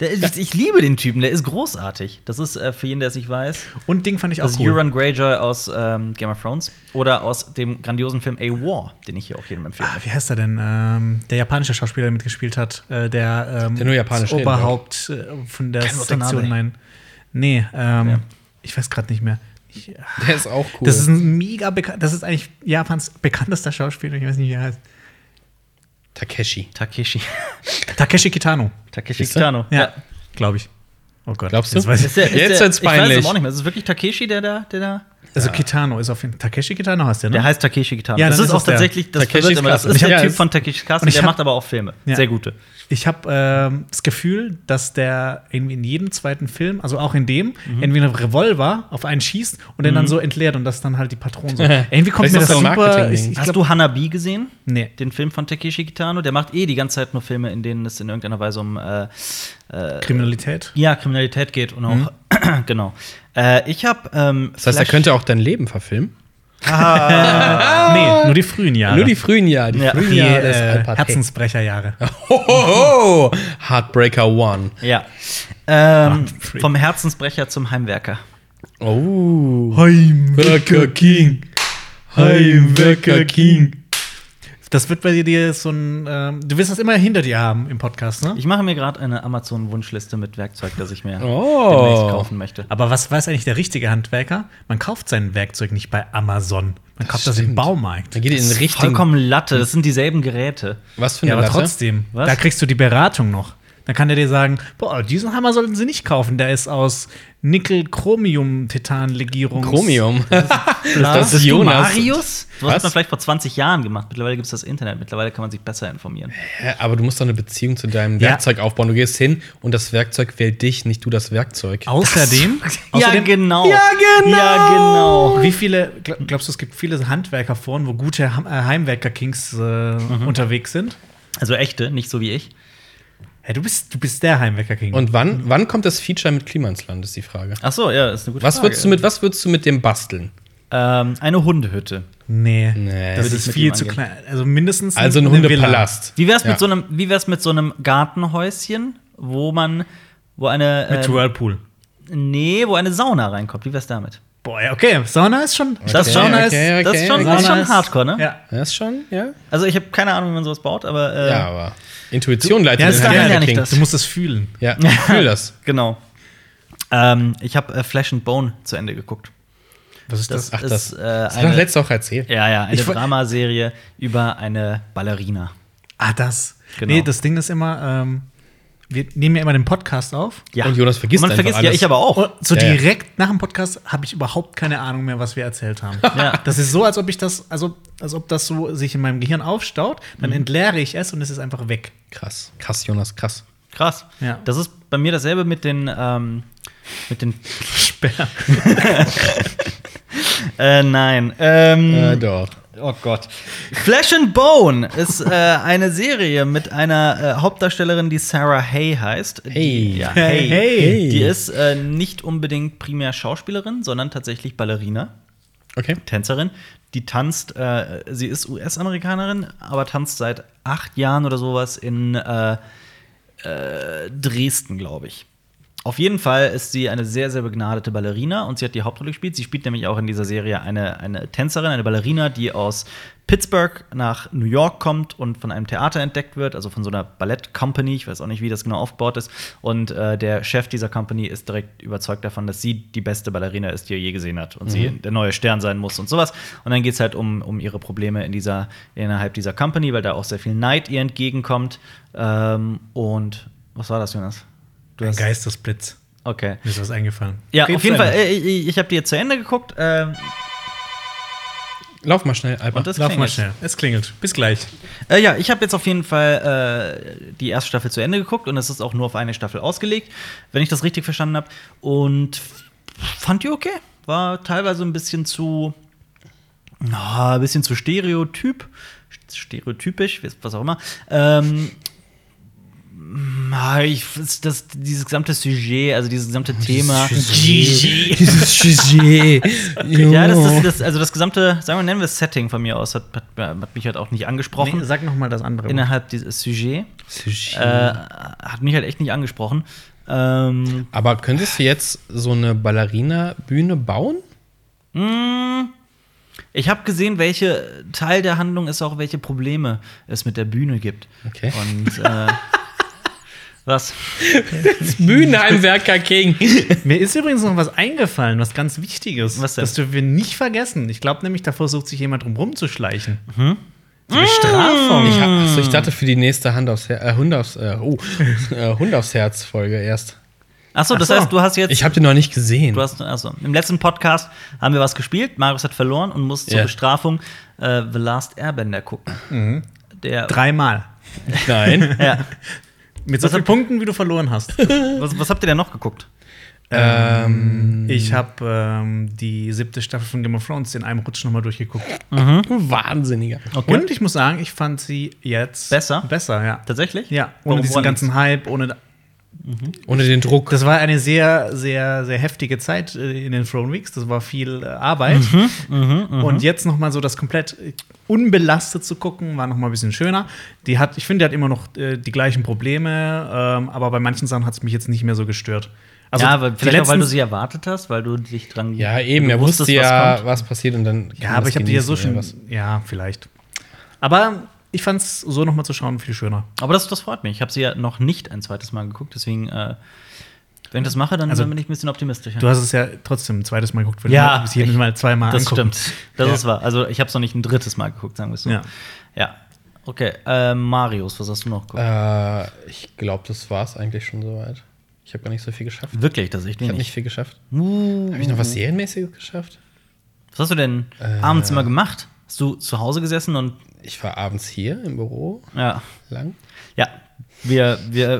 Speaker 1: Der ist, Ich liebe den Typen, der ist großartig. Das ist äh, für jeden, der es nicht weiß.
Speaker 2: Und Ding fand ich
Speaker 1: Das
Speaker 2: auch
Speaker 1: ist
Speaker 2: cool.
Speaker 1: Euron Greyjoy aus ähm, Game of Thrones oder aus dem grandiosen Film A War, den ich hier auch jedem empfehle.
Speaker 2: Ah, wie heißt er denn? Ähm, der japanische Schauspieler, der mitgespielt hat. Äh, der, ähm,
Speaker 3: Der nur japanisch
Speaker 2: das
Speaker 3: reden
Speaker 2: Oberhaupt äh, von der
Speaker 1: Ken Watanabe.
Speaker 2: Sektion. Nein. Nee, ähm,
Speaker 1: Ja.
Speaker 2: ich weiß gerade nicht mehr. Ich,
Speaker 3: Der ist auch cool.
Speaker 2: Das ist ein mega bekannt. Das ist eigentlich Japans bekanntester Schauspieler. Ich weiß nicht, wie er heißt.
Speaker 3: Takeshi.
Speaker 1: Takeshi.
Speaker 2: Takeshi Kitano.
Speaker 1: Takeshi
Speaker 3: Siehst du?
Speaker 1: Kitano.
Speaker 2: Ja, glaube ich. Oh Gott.
Speaker 3: Glaubst du?
Speaker 2: Jetzt weiß ich.
Speaker 1: Ist der, ist
Speaker 3: Jetzt
Speaker 1: der,
Speaker 3: wird's
Speaker 1: Ich weiß
Speaker 3: peinlich.
Speaker 1: es auch nicht mehr. Ist es wirklich Takeshi, der da, der da?
Speaker 2: Also Kitano ist auf jeden Fall. Takeshi Kitano heißt der, ne?
Speaker 1: Der heißt Takeshi Kitano.
Speaker 2: Ja,
Speaker 1: das
Speaker 2: dann
Speaker 1: ist
Speaker 2: ist
Speaker 1: auch
Speaker 2: es der.
Speaker 1: tatsächlich, das
Speaker 3: Takeshis
Speaker 1: verwirrt immer. Das
Speaker 3: Castle.
Speaker 1: ist der
Speaker 3: Ja,
Speaker 1: Typ
Speaker 3: ist-
Speaker 1: von Takeshis Castle,
Speaker 2: Und ich
Speaker 1: der
Speaker 2: hab-
Speaker 1: macht aber auch Filme.
Speaker 2: Ja.
Speaker 1: Sehr gute.
Speaker 2: ich habe ähm, das Gefühl, dass der irgendwie in jedem zweiten Film, also auch in dem,
Speaker 3: Mhm.
Speaker 2: irgendwie einen Revolver auf einen schießt und den dann so entleert und das dann halt die Patronen so. irgendwie kommt
Speaker 3: Vielleicht
Speaker 2: mir
Speaker 3: ist
Speaker 2: das
Speaker 3: das so ein
Speaker 2: super.
Speaker 3: Marketing-Ding.
Speaker 1: Hast du Hanabi gesehen?
Speaker 2: Nee.
Speaker 1: Den Film von Takeshi Kitano? Der macht eh die ganze Zeit nur Filme, in denen es in irgendeiner Weise um äh,
Speaker 2: Kriminalität?
Speaker 3: äh,
Speaker 1: ja, Kriminalität geht und auch. genau. Äh, ich habe. Ähm,
Speaker 3: Mhm. Das heißt, er könnte auch dein Leben verfilmen.
Speaker 2: Nee, nur die frühen Jahre.
Speaker 3: Ah. Nur die frühen Jahre. Die
Speaker 1: Ja.
Speaker 3: frühen
Speaker 2: die
Speaker 3: Jahre des
Speaker 2: äh,
Speaker 3: Alpha Tech. Oh.
Speaker 2: Herzensbrecherjahre.
Speaker 3: Ho, ho, ho. Heartbreaker One.
Speaker 1: Ja.
Speaker 3: Ah,
Speaker 1: Ähm,
Speaker 2: freak.
Speaker 1: vom Herzensbrecher zum Heimwerker.
Speaker 3: Oh.
Speaker 2: Heimwerker
Speaker 3: King.
Speaker 2: Heimwerker King. Das wird bei dir so ein. Ähm, du wirst das immer hinter dir haben im Podcast, ne?
Speaker 1: Ich mache mir gerade eine Amazon-Wunschliste mit Werkzeug, das ich mir
Speaker 3: Oh.
Speaker 1: demnächst kaufen möchte.
Speaker 2: Aber was weiß eigentlich der richtige Handwerker? Man kauft sein Werkzeug nicht bei Amazon. Man kauft das im
Speaker 3: stimmt.
Speaker 2: Baumarkt.
Speaker 3: Da geht ihr in den richtigen.
Speaker 1: Vollkommen Latte, das sind dieselben Geräte.
Speaker 3: Was für eine
Speaker 2: Ja, aber
Speaker 3: Latte?
Speaker 2: trotzdem,
Speaker 1: Was?
Speaker 2: da kriegst du die Beratung noch. Dann kann der dir sagen, boah, diesen Hammer sollten sie nicht kaufen. Der ist aus Nickel, Chromium, Titan, Legierung.
Speaker 3: Chromium.
Speaker 2: Das
Speaker 3: ist Jonas.
Speaker 1: Marius? Das hat
Speaker 3: Was?
Speaker 1: man vielleicht vor 20 Jahren gemacht. Mittlerweile gibt es das Internet. Mittlerweile kann man sich besser informieren.
Speaker 3: Hä, aber du musst doch eine Beziehung zu deinem
Speaker 2: Ja.
Speaker 3: Werkzeug aufbauen. Du gehst hin und das Werkzeug wählt dich, nicht du das Werkzeug.
Speaker 2: Außerdem, außerdem
Speaker 1: genau. Ja, genau.
Speaker 3: genau.
Speaker 2: Wie viele, glaub, glaubst du, es gibt viele Handwerkerforen, wo gute Ham- äh, Heimwerker-Kings äh,
Speaker 3: Mhm.
Speaker 2: unterwegs sind?
Speaker 1: Also echte, nicht so wie ich.
Speaker 2: Hey, du, bist, du bist der Heimwerker-King.
Speaker 3: Und wann, wann kommt das Feature mit Klima ins Land, ist die Frage.
Speaker 1: Ach so, ja, ist eine gute
Speaker 3: Was
Speaker 1: Frage.
Speaker 3: würdest, du mit, was würdest du mit dem basteln?
Speaker 1: Ähm, eine Hundehütte.
Speaker 2: Nee,
Speaker 3: Nee.
Speaker 2: das
Speaker 3: Würde
Speaker 1: ich
Speaker 2: ist
Speaker 1: mit
Speaker 2: viel
Speaker 1: ihm
Speaker 2: zu
Speaker 1: angehen.
Speaker 2: klein. Also mindestens
Speaker 3: Also ein
Speaker 2: eine Villa.
Speaker 3: Hundepalast.
Speaker 1: Wie wär's,
Speaker 3: Ja.
Speaker 1: mit so einem, wie wär's mit so einem Gartenhäuschen, wo man, wo eine.
Speaker 2: Mit
Speaker 1: ähm,
Speaker 2: Whirlpool.
Speaker 1: nee, wo eine Sauna reinkommt. Wie wär's damit?
Speaker 2: Boah, ja, okay, Sauna ist schon.
Speaker 1: Das ist schon,
Speaker 3: okay,
Speaker 1: das ist- das ist schon,
Speaker 3: okay.
Speaker 1: das ist schon
Speaker 2: ist-
Speaker 1: hardcore, ne?
Speaker 2: Ja.
Speaker 3: Das schon, ja?
Speaker 1: Also ich habe keine Ahnung, wie man sowas baut, aber äh,
Speaker 3: Ja, aber Intuition leitet
Speaker 2: Ja, das
Speaker 3: den
Speaker 1: daran
Speaker 3: Herrn
Speaker 1: lerne ich
Speaker 3: King.
Speaker 1: das.
Speaker 2: Du musst es fühlen.
Speaker 3: Ja, ich fühl das.
Speaker 1: genau. Ähm, ich habe äh, Flash and Bone zu Ende geguckt.
Speaker 2: Was ist das?
Speaker 3: Ach, das,
Speaker 1: ist, äh,
Speaker 3: das hat
Speaker 1: eine-
Speaker 3: er letzte auch erzählt.
Speaker 1: Ja, ja, eine
Speaker 2: Ich woll-
Speaker 1: Dramaserie über eine Ballerina.
Speaker 2: Ah, das.
Speaker 1: Genau.
Speaker 2: Nee, das Ding ist immer, ähm, wir nehmen ja immer den Podcast auf.
Speaker 1: Ja.
Speaker 3: Und Jonas vergisst
Speaker 1: Man
Speaker 3: einfach
Speaker 1: vergisst, ja,
Speaker 3: alles.
Speaker 1: ich aber auch.
Speaker 2: Und so
Speaker 3: Ja, ja.
Speaker 2: direkt nach dem Podcast habe ich überhaupt keine Ahnung mehr, was wir erzählt haben.
Speaker 1: Ja.
Speaker 2: Das ist so, als ob ich das, also als ob das so sich in meinem Gehirn aufstaut, dann
Speaker 1: Mhm.
Speaker 2: entleere ich es und es ist einfach weg.
Speaker 3: Krass, krass, Jonas, krass.
Speaker 1: Krass.
Speaker 2: Ja.
Speaker 1: Das ist bei mir dasselbe mit den, ähm, mit den,
Speaker 2: Sperr.
Speaker 1: äh, nein, ähm,
Speaker 3: Äh, doch.
Speaker 1: Oh Gott. Flesh and Bone ist äh, eine Serie mit einer äh, Hauptdarstellerin, die Sarah Hay heißt.
Speaker 3: Hey.
Speaker 1: Die, ja,
Speaker 2: Hey,
Speaker 1: hey.
Speaker 2: hey.
Speaker 1: Die ist äh, nicht unbedingt primär Schauspielerin, sondern tatsächlich Ballerina,
Speaker 3: Okay.
Speaker 1: Tänzerin. Die tanzt, äh, sie ist US-Amerikanerin, aber tanzt seit acht Jahren oder sowas in äh, äh, Dresden, glaube ich. Auf jeden Fall ist sie eine sehr, sehr begnadete Ballerina und sie hat die Hauptrolle gespielt. Sie spielt nämlich auch in dieser Serie eine, eine Tänzerin, eine Ballerina, die aus Pittsburgh nach New York kommt und von einem Theater entdeckt wird, also von so einer Ballett-Company. Ich weiß auch nicht, wie das genau aufgebaut ist. Und äh, der Chef dieser Company ist direkt überzeugt davon, dass sie die beste Ballerina ist, die er je gesehen hat und sie der neue Stern sein muss und sowas. Und dann geht es halt um, um ihre Probleme in dieser, innerhalb dieser Company, weil da auch sehr viel Neid ihr entgegenkommt. Ähm, und was war das, Jonas?
Speaker 2: Du hast Geistesblitz.
Speaker 1: Okay.
Speaker 2: Mir ist was eingefallen.
Speaker 1: Ja,
Speaker 2: Red
Speaker 1: auf jeden
Speaker 2: zu
Speaker 1: Fall,
Speaker 2: Ende.
Speaker 1: äh, ich, ich habe die jetzt zu Ende geguckt. ähm,
Speaker 3: Lauf mal schnell, Alper.
Speaker 1: Und das-
Speaker 2: Lauf mal
Speaker 1: klingelt.
Speaker 2: schnell. Es klingelt. Bis gleich.
Speaker 1: Äh, ja, ich habe jetzt auf jeden Fall äh, die erste Staffel zu Ende geguckt und es ist auch nur auf eine Staffel ausgelegt, wenn ich das richtig verstanden habe. Und f- fand die okay. War teilweise ein bisschen zu. na, ein bisschen zu stereotyp. Stereotypisch, was auch immer. Ähm. na, Ich, das, das, dieses gesamte Sujet, also dieses gesamte Thema.
Speaker 3: Dieses Sujet.
Speaker 1: Ja, das,
Speaker 3: Oh.
Speaker 1: das, das, also das gesamte, sagen wir, nennen wir es Setting von mir aus, hat, hat, hat mich halt auch nicht angesprochen.
Speaker 2: sag noch mal das andere.
Speaker 1: innerhalb dieses Sujet. Äh,
Speaker 3: Sujet.
Speaker 1: hat mich halt echt nicht angesprochen. Ähm,
Speaker 3: Aber könntest du jetzt so eine Ballerina-Bühne bauen?
Speaker 1: ich habe gesehen, welche Teil der Handlung ist auch, welche Probleme es mit der Bühne gibt.
Speaker 3: Okay.
Speaker 1: Und äh, was?
Speaker 3: Bühnenheimwerker King.
Speaker 2: Mir ist übrigens noch was eingefallen, was ganz Wichtiges.
Speaker 1: Was denn?
Speaker 2: Das dürfen wir nicht vergessen. Ich glaube nämlich, da versucht sich jemand drum rumzuschleichen. Die Bestrafung.
Speaker 3: Ich, hab- achso, ich dachte für die nächste Hand aufs Her äh, Hund aufs, äh, oh, äh, Hund aufs Herz Folge erst.
Speaker 1: Achso, das
Speaker 2: Ach so.
Speaker 1: heißt, du hast jetzt.
Speaker 3: Ich habe den noch nicht gesehen.
Speaker 1: du hast, also, Im letzten Podcast haben wir was gespielt. Marius hat verloren und muss zur
Speaker 3: Ja.
Speaker 1: Bestrafung äh, The Last Airbender gucken. Der.
Speaker 2: Dreimal.
Speaker 3: Nein.
Speaker 1: Ja.
Speaker 2: Mit so vielen Punkten, wie du verloren hast.
Speaker 1: Was, was habt ihr denn noch geguckt? Hm.
Speaker 2: ähm, ich habe ähm, die siebte Staffel von Game of Thrones in einem Rutsch nochmal durchgeguckt.
Speaker 3: Wahnsinniger.
Speaker 2: Und ich muss sagen, ich fand sie jetzt
Speaker 1: Besser?
Speaker 2: Besser, ja.
Speaker 1: Tatsächlich?
Speaker 2: Ja, ohne
Speaker 1: Warum-
Speaker 2: diesen
Speaker 1: woran
Speaker 2: ganzen Hype, ohne
Speaker 3: Ohne den Druck.
Speaker 2: Das war eine sehr, sehr, sehr heftige Zeit äh, in den Throne Weeks. Das war viel äh, Arbeit.
Speaker 1: Mhm,
Speaker 2: Und jetzt noch mal so das komplett äh, unbelastet zu gucken, war noch mal ein bisschen schöner. Die hat, ich finde, die hat immer noch äh, die gleichen Probleme, ähm, aber bei manchen Sachen hat es mich jetzt nicht mehr so gestört. Also,
Speaker 1: ja, aber
Speaker 2: die
Speaker 1: vielleicht auch, weil
Speaker 2: letzten-
Speaker 1: du sie erwartet hast, weil du dich dran.
Speaker 3: Ja, eben.
Speaker 1: du
Speaker 3: Er
Speaker 1: wusstest,
Speaker 3: wusste ja,
Speaker 1: kommt.
Speaker 3: was, passiert und dann. kann
Speaker 2: Ja,
Speaker 3: man
Speaker 2: aber
Speaker 3: das
Speaker 2: ich habe die ja so
Speaker 3: genießen,
Speaker 2: schon.
Speaker 3: oder was?
Speaker 2: Ja, vielleicht. Aber ich fand es so noch mal zu schauen viel schöner.
Speaker 1: Aber das, das freut mich. Ich habe sie ja noch nicht ein zweites Mal geguckt, deswegen, äh, wenn ich das mache, dann
Speaker 2: Also,
Speaker 1: bin ich ein bisschen optimistischer.
Speaker 2: Du hast es ja trotzdem ein zweites Mal geguckt, wenn
Speaker 1: Ja,
Speaker 2: du es jedes
Speaker 1: ich-
Speaker 2: Mal zweimal
Speaker 1: das
Speaker 2: angucken.
Speaker 1: stimmt. Das
Speaker 2: Ja.
Speaker 1: ist wahr. Also, ich habe es noch nicht ein drittes Mal geguckt, sagen wir es so.
Speaker 2: Ja.
Speaker 1: ja. Okay, äh, Marius, was hast du noch geguckt?
Speaker 3: Äh, ich glaube, das war's eigentlich schon soweit. Ich habe gar nicht so viel geschafft.
Speaker 2: Äh,
Speaker 1: Wirklich, das ist echt
Speaker 3: Ich habe
Speaker 1: wenig.
Speaker 3: nicht Mhm. viel geschafft.
Speaker 1: Uh.
Speaker 3: Habe ich noch was Serienmäßiges geschafft?
Speaker 1: Was hast du denn
Speaker 2: Äh,
Speaker 1: abends immer gemacht? Hast du zu Hause gesessen und
Speaker 3: Ich war abends hier im Büro
Speaker 1: ja.
Speaker 3: lang.
Speaker 1: Ja, wir, wir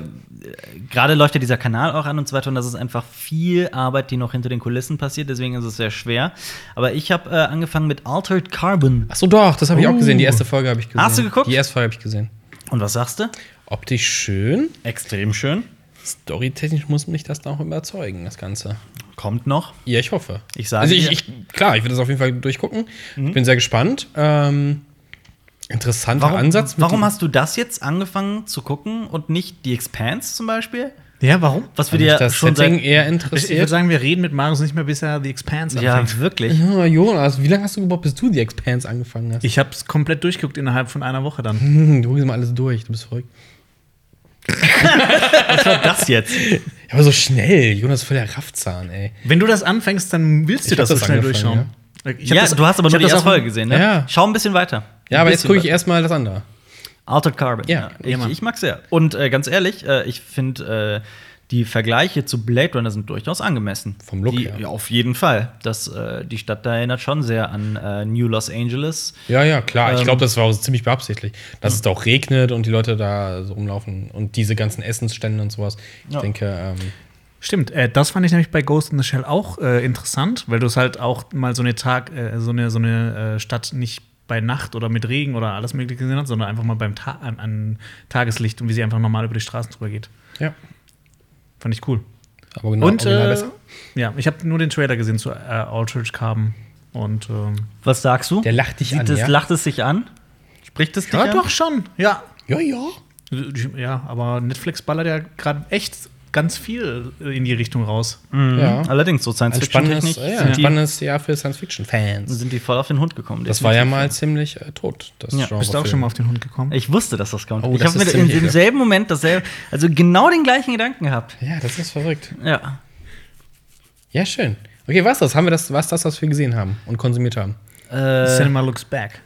Speaker 1: äh, gerade läuft ja dieser Kanal auch an und so weiter und das ist einfach viel Arbeit, die noch hinter den Kulissen passiert, deswegen ist es sehr schwer. Aber ich habe äh, angefangen mit Altered Carbon.
Speaker 3: Ach so, doch, das habe ich auch
Speaker 2: Oh.
Speaker 3: gesehen. Die erste Folge habe ich gesehen.
Speaker 1: Hast du geguckt?
Speaker 3: Die erste Folge habe ich gesehen.
Speaker 1: Und was sagst du?
Speaker 3: Optisch schön.
Speaker 1: Extrem schön.
Speaker 3: Storytechnisch muss mich das noch überzeugen, das Ganze.
Speaker 1: Kommt noch.
Speaker 3: Ja, ich hoffe.
Speaker 1: Ich sage
Speaker 3: also ich, Mhm.
Speaker 1: dir-
Speaker 3: ich, klar, ich werde das auf jeden Fall durchgucken. Ich bin sehr gespannt. Ähm, interessanter
Speaker 1: Warum,
Speaker 3: Ansatz. mit
Speaker 1: warum
Speaker 3: diesem-
Speaker 1: hast du das jetzt angefangen zu gucken und nicht die Expanse zum Beispiel?
Speaker 2: Ja, warum?
Speaker 1: Was wir
Speaker 3: Weil mich
Speaker 1: dir
Speaker 3: das
Speaker 1: schon
Speaker 3: Setting
Speaker 1: seit
Speaker 3: eher
Speaker 2: Ich, ich würde
Speaker 3: interessiert?
Speaker 2: sagen, wir reden mit Marius nicht mehr, bis er The Expanse
Speaker 1: ja
Speaker 2: anfängt.
Speaker 1: wirklich.
Speaker 3: Ah, Jonas, wie lange hast du gebraucht, bis du die Expanse angefangen hast?
Speaker 2: Ich habe es komplett durchgeguckt innerhalb von einer Woche dann.
Speaker 3: Hm, du holst mal alles durch, du bist verrückt.
Speaker 1: Was war das jetzt?
Speaker 3: Ja, Aber so schnell, Jonas, voll der Raffzahn, ey.
Speaker 2: Wenn du das anfängst, dann willst du
Speaker 3: Ich
Speaker 2: das so
Speaker 3: hab das
Speaker 2: schnell
Speaker 3: angefangen,
Speaker 2: durchschauen. Ich hab
Speaker 1: ja,
Speaker 2: das-
Speaker 1: du hast aber
Speaker 2: ich
Speaker 1: nur
Speaker 2: hab
Speaker 1: die
Speaker 2: das
Speaker 1: erste
Speaker 2: auch-
Speaker 1: Folge gesehen, ne?
Speaker 3: Ja.
Speaker 1: Schau ein bisschen weiter.
Speaker 3: Ja, aber
Speaker 1: Ein
Speaker 3: jetzt
Speaker 1: bisschen
Speaker 3: gucke ich
Speaker 1: weiter.
Speaker 3: erstmal das andere.
Speaker 1: Altered Carbon.
Speaker 3: Ja,
Speaker 1: ich,
Speaker 2: Mann.
Speaker 1: ich mag sehr. Und äh, ganz ehrlich, äh, ich finde, äh, die Vergleiche zu Blade Runner sind durchaus angemessen.
Speaker 3: Vom Look
Speaker 1: die,
Speaker 3: her.
Speaker 1: Ja, auf jeden Fall. Das, äh, die Stadt da erinnert schon sehr an äh, New Los Angeles.
Speaker 3: Ja, ja, klar. ich
Speaker 1: Ähm.
Speaker 3: glaube, das war auch ziemlich beabsichtigt. Dass es da auch regnet und die Leute da so rumlaufen und diese ganzen Essensstände und sowas. Ich
Speaker 1: Ja.
Speaker 3: denke, ähm,
Speaker 2: Stimmt, äh, das fand ich nämlich bei Ghost in the Shell auch äh, interessant, weil du es halt auch mal so eine Tag, äh, so eine, so eine äh, Stadt nicht bei Nacht oder mit Regen oder alles mögliche gesehen hast, sondern einfach mal beim Ta an, an Tageslicht und wie sie einfach normal über die Straßen drüber geht.
Speaker 3: ja.
Speaker 2: Fand ich cool.
Speaker 3: Aber genau,
Speaker 2: und
Speaker 3: original
Speaker 2: äh,
Speaker 3: besser.
Speaker 2: ja, ich habe nur den Trailer gesehen zu äh, Altered Carbon und ähm,
Speaker 1: Was sagst du?
Speaker 3: Der lacht dich
Speaker 1: Sieht
Speaker 3: an,
Speaker 1: Es,
Speaker 3: ja?
Speaker 1: Lacht es sich an? Spricht es dich
Speaker 2: ja
Speaker 1: an?
Speaker 2: doch schon, ja,
Speaker 3: Ja, ja.
Speaker 2: Ja, aber Netflix ballert ja gerade echt ganz viel in die Richtung raus.
Speaker 3: ja.
Speaker 1: Allerdings, so Mhm. Science
Speaker 3: Ein
Speaker 1: Fiction
Speaker 3: spannendes,
Speaker 1: Technik
Speaker 3: ja, ja, ein
Speaker 1: sind, die-
Speaker 3: spannendes Jahr für Science-Fiction-Fans.
Speaker 1: sind die voll auf den Hund gekommen.
Speaker 3: Das war ja mal ziemlich äh, tot, das
Speaker 1: Ja,
Speaker 3: Genre.
Speaker 2: Bist du auch
Speaker 3: für-
Speaker 2: schon mal auf den Hund gekommen?
Speaker 1: Ich wusste, dass das kommt.
Speaker 3: Oh,
Speaker 1: ich habe
Speaker 3: das ist
Speaker 1: mir in
Speaker 3: ziemlich ekelhaft.
Speaker 1: demselben Moment dasselbe, also genau den gleichen Gedanken gehabt.
Speaker 3: Ja, das ist verrückt.
Speaker 1: Ja.
Speaker 3: Ja, schön. Okay, was das? Haben wir das, was das, was wir gesehen haben und konsumiert haben?
Speaker 1: Äh,
Speaker 2: Cinema Looks Back.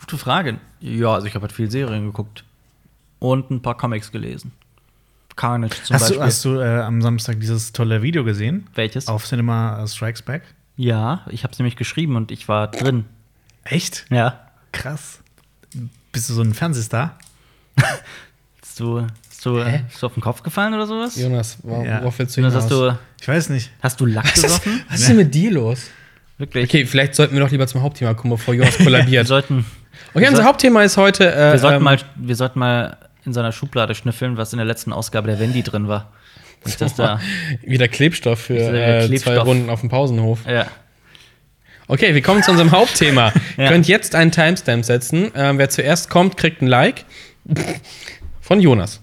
Speaker 1: Gute Frage. Ja, also ich habe halt viel Serien geguckt und ein paar Comics gelesen. Carnage zum
Speaker 2: Hast
Speaker 1: Beispiel.
Speaker 2: du, hast du äh, am Samstag dieses tolle Video gesehen?
Speaker 1: Welches?
Speaker 3: Oh.
Speaker 2: Auf Cinema Strikes Back?
Speaker 1: Ja, ich hab's nämlich geschrieben und ich war drin.
Speaker 2: Echt?
Speaker 1: Ja.
Speaker 2: Krass. Bist du so ein Fernsehstar?
Speaker 1: Bist du, bist du,
Speaker 3: Hä?
Speaker 1: bist du auf den Kopf gefallen oder sowas?
Speaker 3: Jonas, wor-
Speaker 2: Ja.
Speaker 3: worauf willst du
Speaker 1: Jonas,
Speaker 3: hinaus?
Speaker 1: hast, du,
Speaker 2: Ich weiß nicht.
Speaker 1: hast du Lack
Speaker 3: was, ist,
Speaker 1: gesoffen?
Speaker 3: was ist denn mit dir los?
Speaker 1: Wirklich.
Speaker 3: Okay, vielleicht sollten wir doch lieber zum Hauptthema kommen, bevor Jonas
Speaker 1: Wir
Speaker 3: kollabiert.
Speaker 1: sollten,
Speaker 3: Okay, unser Hauptthema ist heute. Äh,
Speaker 1: wir, sollten
Speaker 3: ähm,
Speaker 1: mal, wir sollten mal in seiner Schublade schnüffeln, was in der letzten Ausgabe der Wendy drin war. Nicht, dass da,
Speaker 3: wieder Klebstoff für
Speaker 1: Wieder
Speaker 3: äh, zwei
Speaker 1: Klebstoff.
Speaker 3: Runden auf dem Pausenhof.
Speaker 1: ja.
Speaker 3: Okay, wir kommen zu unserem Hauptthema.
Speaker 1: Ja.
Speaker 3: Ihr könnt jetzt einen Timestamp setzen. Ähm, wer zuerst kommt, kriegt ein Like von Jonas.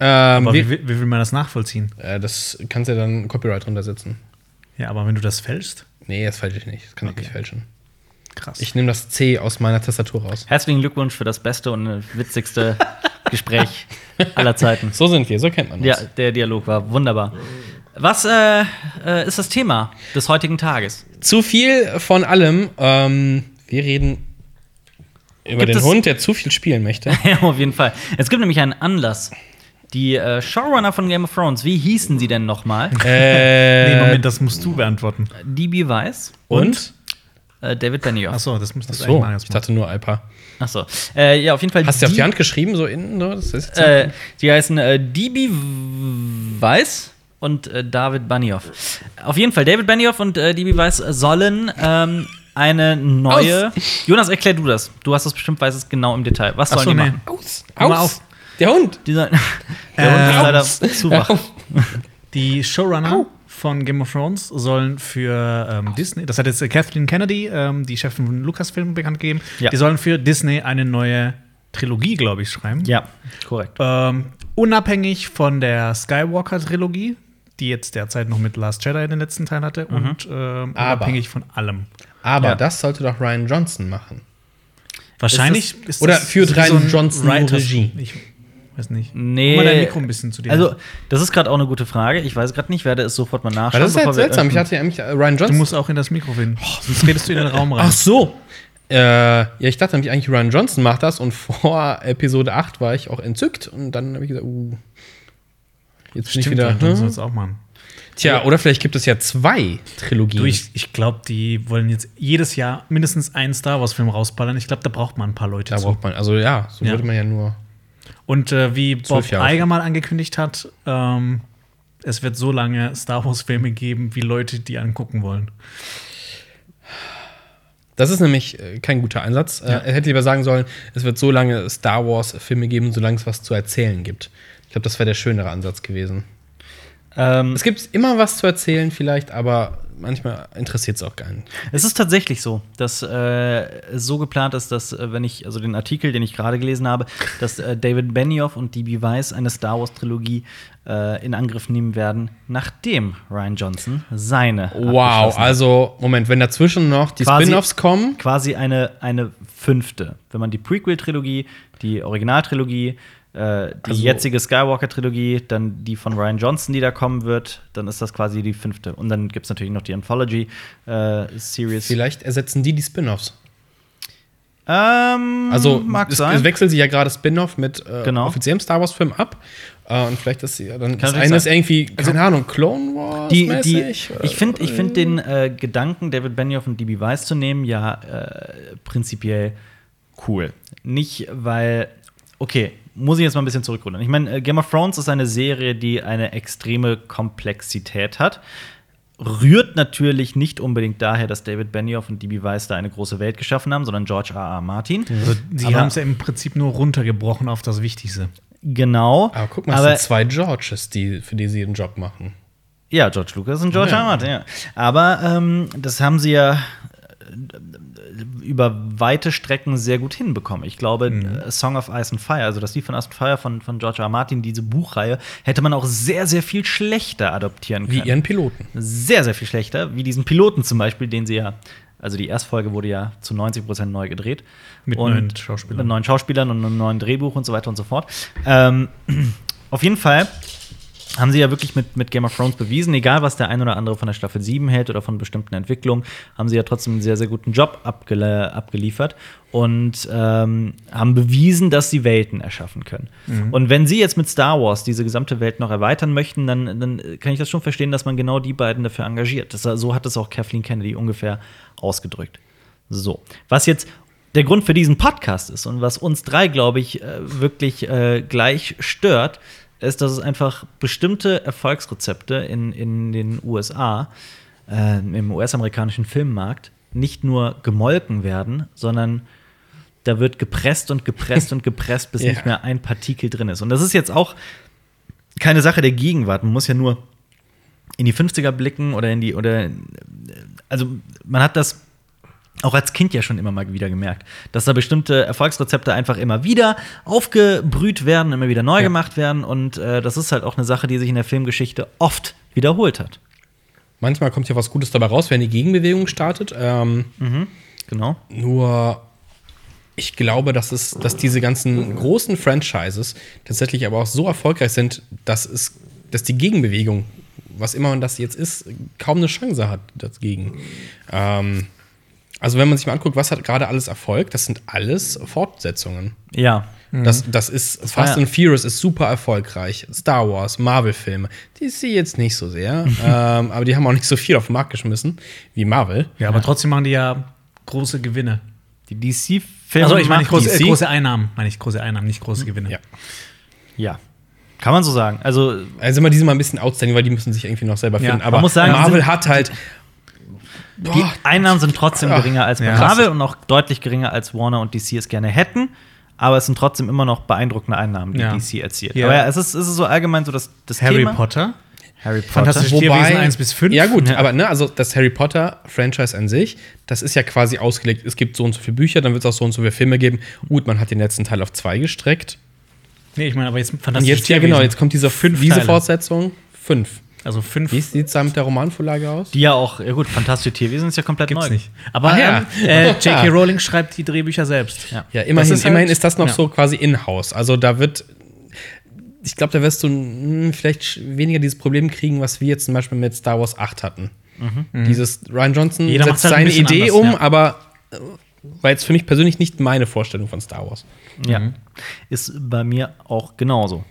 Speaker 3: Ähm,
Speaker 2: Aber
Speaker 3: wir,
Speaker 2: wie, wie will man das nachvollziehen?
Speaker 3: äh, das kannst du ja dann Copyright runtersetzen.
Speaker 2: Ja, aber wenn du das fälschst,
Speaker 3: Nee, das fälsche ich nicht. Das kann ich nicht fälschen.
Speaker 2: krass.
Speaker 3: Ich nehme das C aus meiner Tastatur raus.
Speaker 1: Herzlichen Glückwunsch für das beste und äh, witzigste Gespräch aller Zeiten.
Speaker 3: So sind wir, so kennt man uns.
Speaker 1: Ja, der Dialog war wunderbar. Was äh, äh, ist das Thema des heutigen Tages?
Speaker 3: Zu viel von allem. Ähm, wir reden über
Speaker 1: Gibt
Speaker 3: den
Speaker 1: es-
Speaker 3: Hund, der zu viel spielen möchte.
Speaker 1: Ja, auf jeden Fall. Es gibt nämlich einen Anlass. Die äh, Showrunner von Game of Thrones, wie hießen sie denn nochmal?
Speaker 3: äh,
Speaker 2: nee, Moment, das musst du beantworten.
Speaker 1: DB Weiss,
Speaker 3: und?
Speaker 1: äh, David Benioff.
Speaker 2: Achso, das musst du eigentlich
Speaker 3: So,
Speaker 2: mal
Speaker 3: ich dachte nur Alpa.
Speaker 1: Achso. Äh, ja, auf jeden Fall.
Speaker 3: Hast du auf die Hand geschrieben, so innen? So? Das ist jetzt
Speaker 1: Äh, die heißen äh, DB Weiss und äh, David Benioff. Auf jeden Fall, David Benioff und äh, DB Weiss sollen ähm, eine neue. Jonas, erklär du das. Du hast das bestimmt, weißt es genau im Detail. Was sollen
Speaker 2: Achso,
Speaker 1: die
Speaker 2: nee.
Speaker 1: machen?
Speaker 3: Aus!
Speaker 2: Hör mal
Speaker 3: Aus! Der Hund!
Speaker 1: Die sollen,
Speaker 3: Ähm.
Speaker 1: der Hund ist Äh, leider zu wach.
Speaker 2: Die Showrunner von Game of Thrones sollen für ähm, Disney, das hat jetzt äh, Kathleen Kennedy, ähm, die Chefin von Lucasfilm, bekannt gegeben,
Speaker 1: Ja.
Speaker 2: die sollen für Disney eine neue Trilogie, glaube ich, schreiben.
Speaker 1: Ja, korrekt.
Speaker 2: Ähm, unabhängig von der Skywalker-Trilogie, die jetzt derzeit noch mit Last Jedi den letzten Teil hatte, und ähm,
Speaker 3: Aber.
Speaker 2: unabhängig von allem.
Speaker 3: Aber
Speaker 1: Ja.
Speaker 3: das sollte doch Ryan Johnson machen.
Speaker 2: Wahrscheinlich ist
Speaker 3: oder führt
Speaker 2: wie
Speaker 3: Ryan
Speaker 2: ein
Speaker 3: Johnson nur
Speaker 2: Writers-
Speaker 3: Regie?
Speaker 2: Ich weiß nicht.
Speaker 1: Nee.
Speaker 2: Mach Mal dein Mikro ein bisschen zu dir.
Speaker 1: Also, das ist gerade auch eine gute Frage. Ich weiß gerade nicht, werde es sofort mal nachschauen.
Speaker 3: Weil das ist halt
Speaker 1: bevor wir
Speaker 3: seltsam. Ich
Speaker 1: öffnen.
Speaker 3: hatte ja eigentlich äh, Ryan
Speaker 2: du
Speaker 3: Johnson.
Speaker 2: musst auch in das Mikro finden. Sonst redest du in den Raum rein.
Speaker 3: Ach so! Äh, ja, ich dachte nämlich eigentlich, Ryan Johnson macht das und vor Episode 8 war ich auch entzückt und dann habe ich gesagt, uh, jetzt bin ich wieder.
Speaker 2: dann
Speaker 3: Hm?
Speaker 2: soll's auch machen.
Speaker 3: Tja, oder vielleicht gibt es ja zwei Trilogien.
Speaker 2: Du, ich, ich glaube, die wollen jetzt jedes Jahr mindestens einen Star Wars-Film rausballern. Ich glaube, da braucht man ein paar Leute
Speaker 3: da
Speaker 2: zu.
Speaker 3: braucht man, also ja, so
Speaker 2: Ja.
Speaker 3: würde man ja nur.
Speaker 2: Und äh, wie Bob
Speaker 3: Zwölf Jahre.
Speaker 2: Eiger mal angekündigt hat, ähm, es wird so lange Star Wars-Filme geben, wie Leute die angucken wollen.
Speaker 3: Das ist nämlich äh, kein guter Einsatz. Äh, er hätte lieber sagen sollen, es wird so lange Star Wars-Filme geben, solange es was zu erzählen gibt. Ich glaube, das wäre der schönere Ansatz gewesen.
Speaker 1: Ähm,
Speaker 3: Es gibt immer was zu erzählen, vielleicht, aber manchmal interessiert es auch keinen.
Speaker 1: es ist tatsächlich so, dass äh, es so geplant ist, dass, äh, wenn ich, also den Artikel, den ich gerade gelesen habe, dass äh, David Benioff und DB Weiss eine Star Wars-Trilogie äh, in Angriff nehmen werden, nachdem Ryan Johnson seine.
Speaker 3: Wow,
Speaker 1: abgeschlossen hat.
Speaker 3: also, Moment, wenn dazwischen noch die
Speaker 1: Quasi-
Speaker 3: Spin-Offs kommen,
Speaker 1: Quasi eine, eine fünfte. Wenn man die Prequel-Trilogie, die Originaltrilogie, äh, die
Speaker 3: Also-
Speaker 1: jetzige Skywalker-Trilogie, dann die von Ryan Johnson, die da kommen wird, dann ist das quasi die fünfte. Und dann gibt es natürlich noch die äh, Anthology-Series.
Speaker 3: vielleicht ersetzen die die Spin-Offs.
Speaker 1: ähm,
Speaker 3: Also,
Speaker 1: mag
Speaker 3: es,
Speaker 1: sein.
Speaker 3: es wechseln sie ja gerade Spin-Off mit äh,
Speaker 1: Genau.
Speaker 3: offiziellem Star Wars-Film ab. Äh, und vielleicht ist sie ja dann
Speaker 1: Kann
Speaker 3: das
Speaker 1: natürlich
Speaker 3: eine ist
Speaker 1: sein.
Speaker 3: irgendwie, keine Ahnung, Clone Wars.
Speaker 1: die, die, ich finde ich find den äh, Gedanken, David Benioff und DB Weiss zu nehmen, ja äh, prinzipiell cool. Nicht, weil, okay, muss ich jetzt mal ein bisschen zurückrudern. Ich meine, äh, Game of Thrones ist eine Serie, die eine extreme Komplexität hat. Rührt natürlich nicht unbedingt daher, dass David Benioff und D.B. Weiss da eine große Welt geschaffen haben, sondern George R.R. Martin.
Speaker 3: Mhm.
Speaker 2: Also, sie
Speaker 1: Aber-
Speaker 2: haben es ja im Prinzip nur runtergebrochen auf das Wichtigste.
Speaker 1: Genau.
Speaker 3: aber Ah, guck mal, es sind zwei Georges, die, für die sie ihren Job machen.
Speaker 1: Ja, George Lucas und George
Speaker 3: Ja.
Speaker 1: R. R. Martin, ja. Aber ähm, das haben sie ja äh, über weite Strecken sehr gut hinbekommen. Ich glaube,
Speaker 2: Mhm.
Speaker 1: äh, Song of Ice and Fire, also das Lied von Ice and Fire von, von George R. R. Martin, diese Buchreihe, hätte man auch sehr, sehr viel schlechter adoptieren
Speaker 3: Wie
Speaker 1: können.
Speaker 3: ihren Piloten.
Speaker 1: sehr, sehr viel schlechter, wie diesen Piloten zum Beispiel, den sie ja, also die Erstfolge wurde ja zu 90% neu gedreht.
Speaker 2: Mit
Speaker 1: Und-
Speaker 2: neuen Schauspielern.
Speaker 1: Mit neuen Schauspielern und einem neuen Drehbuch und so weiter und so fort. Ähm, auf jeden Fall haben sie ja wirklich mit, mit Game of Thrones bewiesen, egal was der ein oder andere von der Staffel 7 hält oder von bestimmten Entwicklungen, haben sie ja trotzdem einen sehr, sehr guten Job abgele abgeliefert und ähm, haben bewiesen, dass sie Welten erschaffen können. Und wenn sie jetzt mit Star Wars diese gesamte Welt noch erweitern möchten, dann, dann kann ich das schon verstehen, dass man genau die beiden dafür engagiert. Das, so hat es auch Kathleen Kennedy ungefähr ausgedrückt. So, was jetzt der Grund für diesen Podcast ist und was uns drei, glaube ich, äh, wirklich äh, gleich stört, ist, dass es einfach bestimmte Erfolgsrezepte in, in den USA, äh, im US-amerikanischen Filmmarkt, nicht nur gemolken werden, sondern da wird gepresst und gepresst und gepresst, bis
Speaker 3: Ja.
Speaker 1: nicht mehr ein Partikel drin ist. Und das ist jetzt auch keine Sache der Gegenwart. Man muss ja nur in die 50er blicken oder in die, oder, äh, also man hat das auch als Kind ja schon immer mal wieder gemerkt, dass da bestimmte Erfolgsrezepte einfach immer wieder aufgebrüht werden, immer wieder neu
Speaker 3: Ja.
Speaker 1: gemacht werden. Und äh, das ist halt auch eine Sache, die sich in der Filmgeschichte oft wiederholt hat.
Speaker 3: Manchmal kommt ja was Gutes dabei raus, wenn die Gegenbewegung startet. Ähm,
Speaker 1: Genau.
Speaker 3: Nur ich glaube, dass, es, dass diese ganzen großen Franchises tatsächlich aber auch so erfolgreich sind, dass, es, dass die Gegenbewegung, was immer man das jetzt ist, kaum eine Chance hat dagegen. Ähm, also wenn man sich mal anguckt, was hat gerade alles Erfolg, das sind alles Fortsetzungen.
Speaker 1: Ja.
Speaker 3: Das, das ist
Speaker 1: Mhm. war
Speaker 3: Fast
Speaker 1: ja-
Speaker 3: and Furious ist super erfolgreich. Star Wars, Marvel-Filme, die sehe jetzt nicht so sehr, ähm, aber die haben auch nicht so viel auf den Markt geschmissen wie Marvel.
Speaker 2: Ja, aber trotzdem machen die ja große Gewinne.
Speaker 1: Die DC-Filme.
Speaker 2: Also ich meine nicht große,
Speaker 1: macht
Speaker 2: äh,
Speaker 1: DC.
Speaker 2: große Einnahmen, meine ich große Einnahmen, nicht große Gewinne.
Speaker 3: Mhm. Ja.
Speaker 1: Ja. Kann man so sagen. Also
Speaker 3: Also immer diesmal ein bisschen outstanding, weil die müssen sich irgendwie noch selber
Speaker 2: Ja,
Speaker 3: finden.
Speaker 2: man
Speaker 3: aber
Speaker 1: muss sagen,
Speaker 3: Marvel
Speaker 1: sind-
Speaker 3: hat halt.
Speaker 1: die
Speaker 3: Boah,
Speaker 1: Einnahmen sind trotzdem
Speaker 3: Ach,
Speaker 1: geringer als bei
Speaker 2: ja.
Speaker 1: Marvel und auch deutlich geringer als Warner und DC es gerne hätten. Aber es sind trotzdem immer noch beeindruckende Einnahmen, die
Speaker 2: Ja.
Speaker 1: DC erzielt.
Speaker 2: Ja.
Speaker 1: Aber ja, es ist, es ist so allgemein so, dass das
Speaker 2: Harry
Speaker 1: Thema.
Speaker 2: Potter?
Speaker 1: Harry Potter.
Speaker 2: Fantastisch. Tierwesen
Speaker 3: wobei,
Speaker 2: 1 bis 5.
Speaker 3: Ja, gut,
Speaker 1: Ja.
Speaker 3: aber ne, also das Harry Potter-Franchise an sich, das ist ja quasi ausgelegt, es gibt so und so viele Bücher, dann wird es auch so und so viele Filme geben. Gut, man hat den letzten Teil auf zwei gestreckt.
Speaker 2: Nee, ich meine, aber jetzt
Speaker 3: Und
Speaker 2: fantastisch.
Speaker 3: jetzt, ja genau, jetzt kommt diese,
Speaker 2: Fünf
Speaker 3: diese
Speaker 2: Teile.
Speaker 3: Fortsetzung. Fünf.
Speaker 2: also fünf
Speaker 3: Wie sieht es da mit der Romanvorlage aus?
Speaker 1: Die ja auch, ja gut, fantastische Tierwesen ist ja komplett
Speaker 2: gibt's
Speaker 1: neu.
Speaker 2: nicht. Aber
Speaker 3: Ah, ja.
Speaker 2: ähm, äh, J.K. Rowling schreibt die Drehbücher selbst.
Speaker 1: Ja.
Speaker 3: Ja, immerhin
Speaker 2: Das
Speaker 3: ist,
Speaker 2: ist halt-
Speaker 3: immerhin ist das noch
Speaker 2: ja.
Speaker 3: so quasi in-house. Also da wird, ich glaube, da wirst du mh, vielleicht sch- weniger dieses Problem kriegen, was wir jetzt zum Beispiel mit Star Wars 8 hatten. Dieses Ryan Johnson
Speaker 2: Mhm. Jeder macht's
Speaker 3: setzt
Speaker 2: halt ein bisschen
Speaker 3: seine Idee
Speaker 2: anders,
Speaker 3: um,
Speaker 2: ja.
Speaker 3: aber äh, war jetzt für mich persönlich nicht meine Vorstellung von Star Wars.
Speaker 1: Ja.
Speaker 2: Mhm.
Speaker 1: Ist bei mir auch genauso.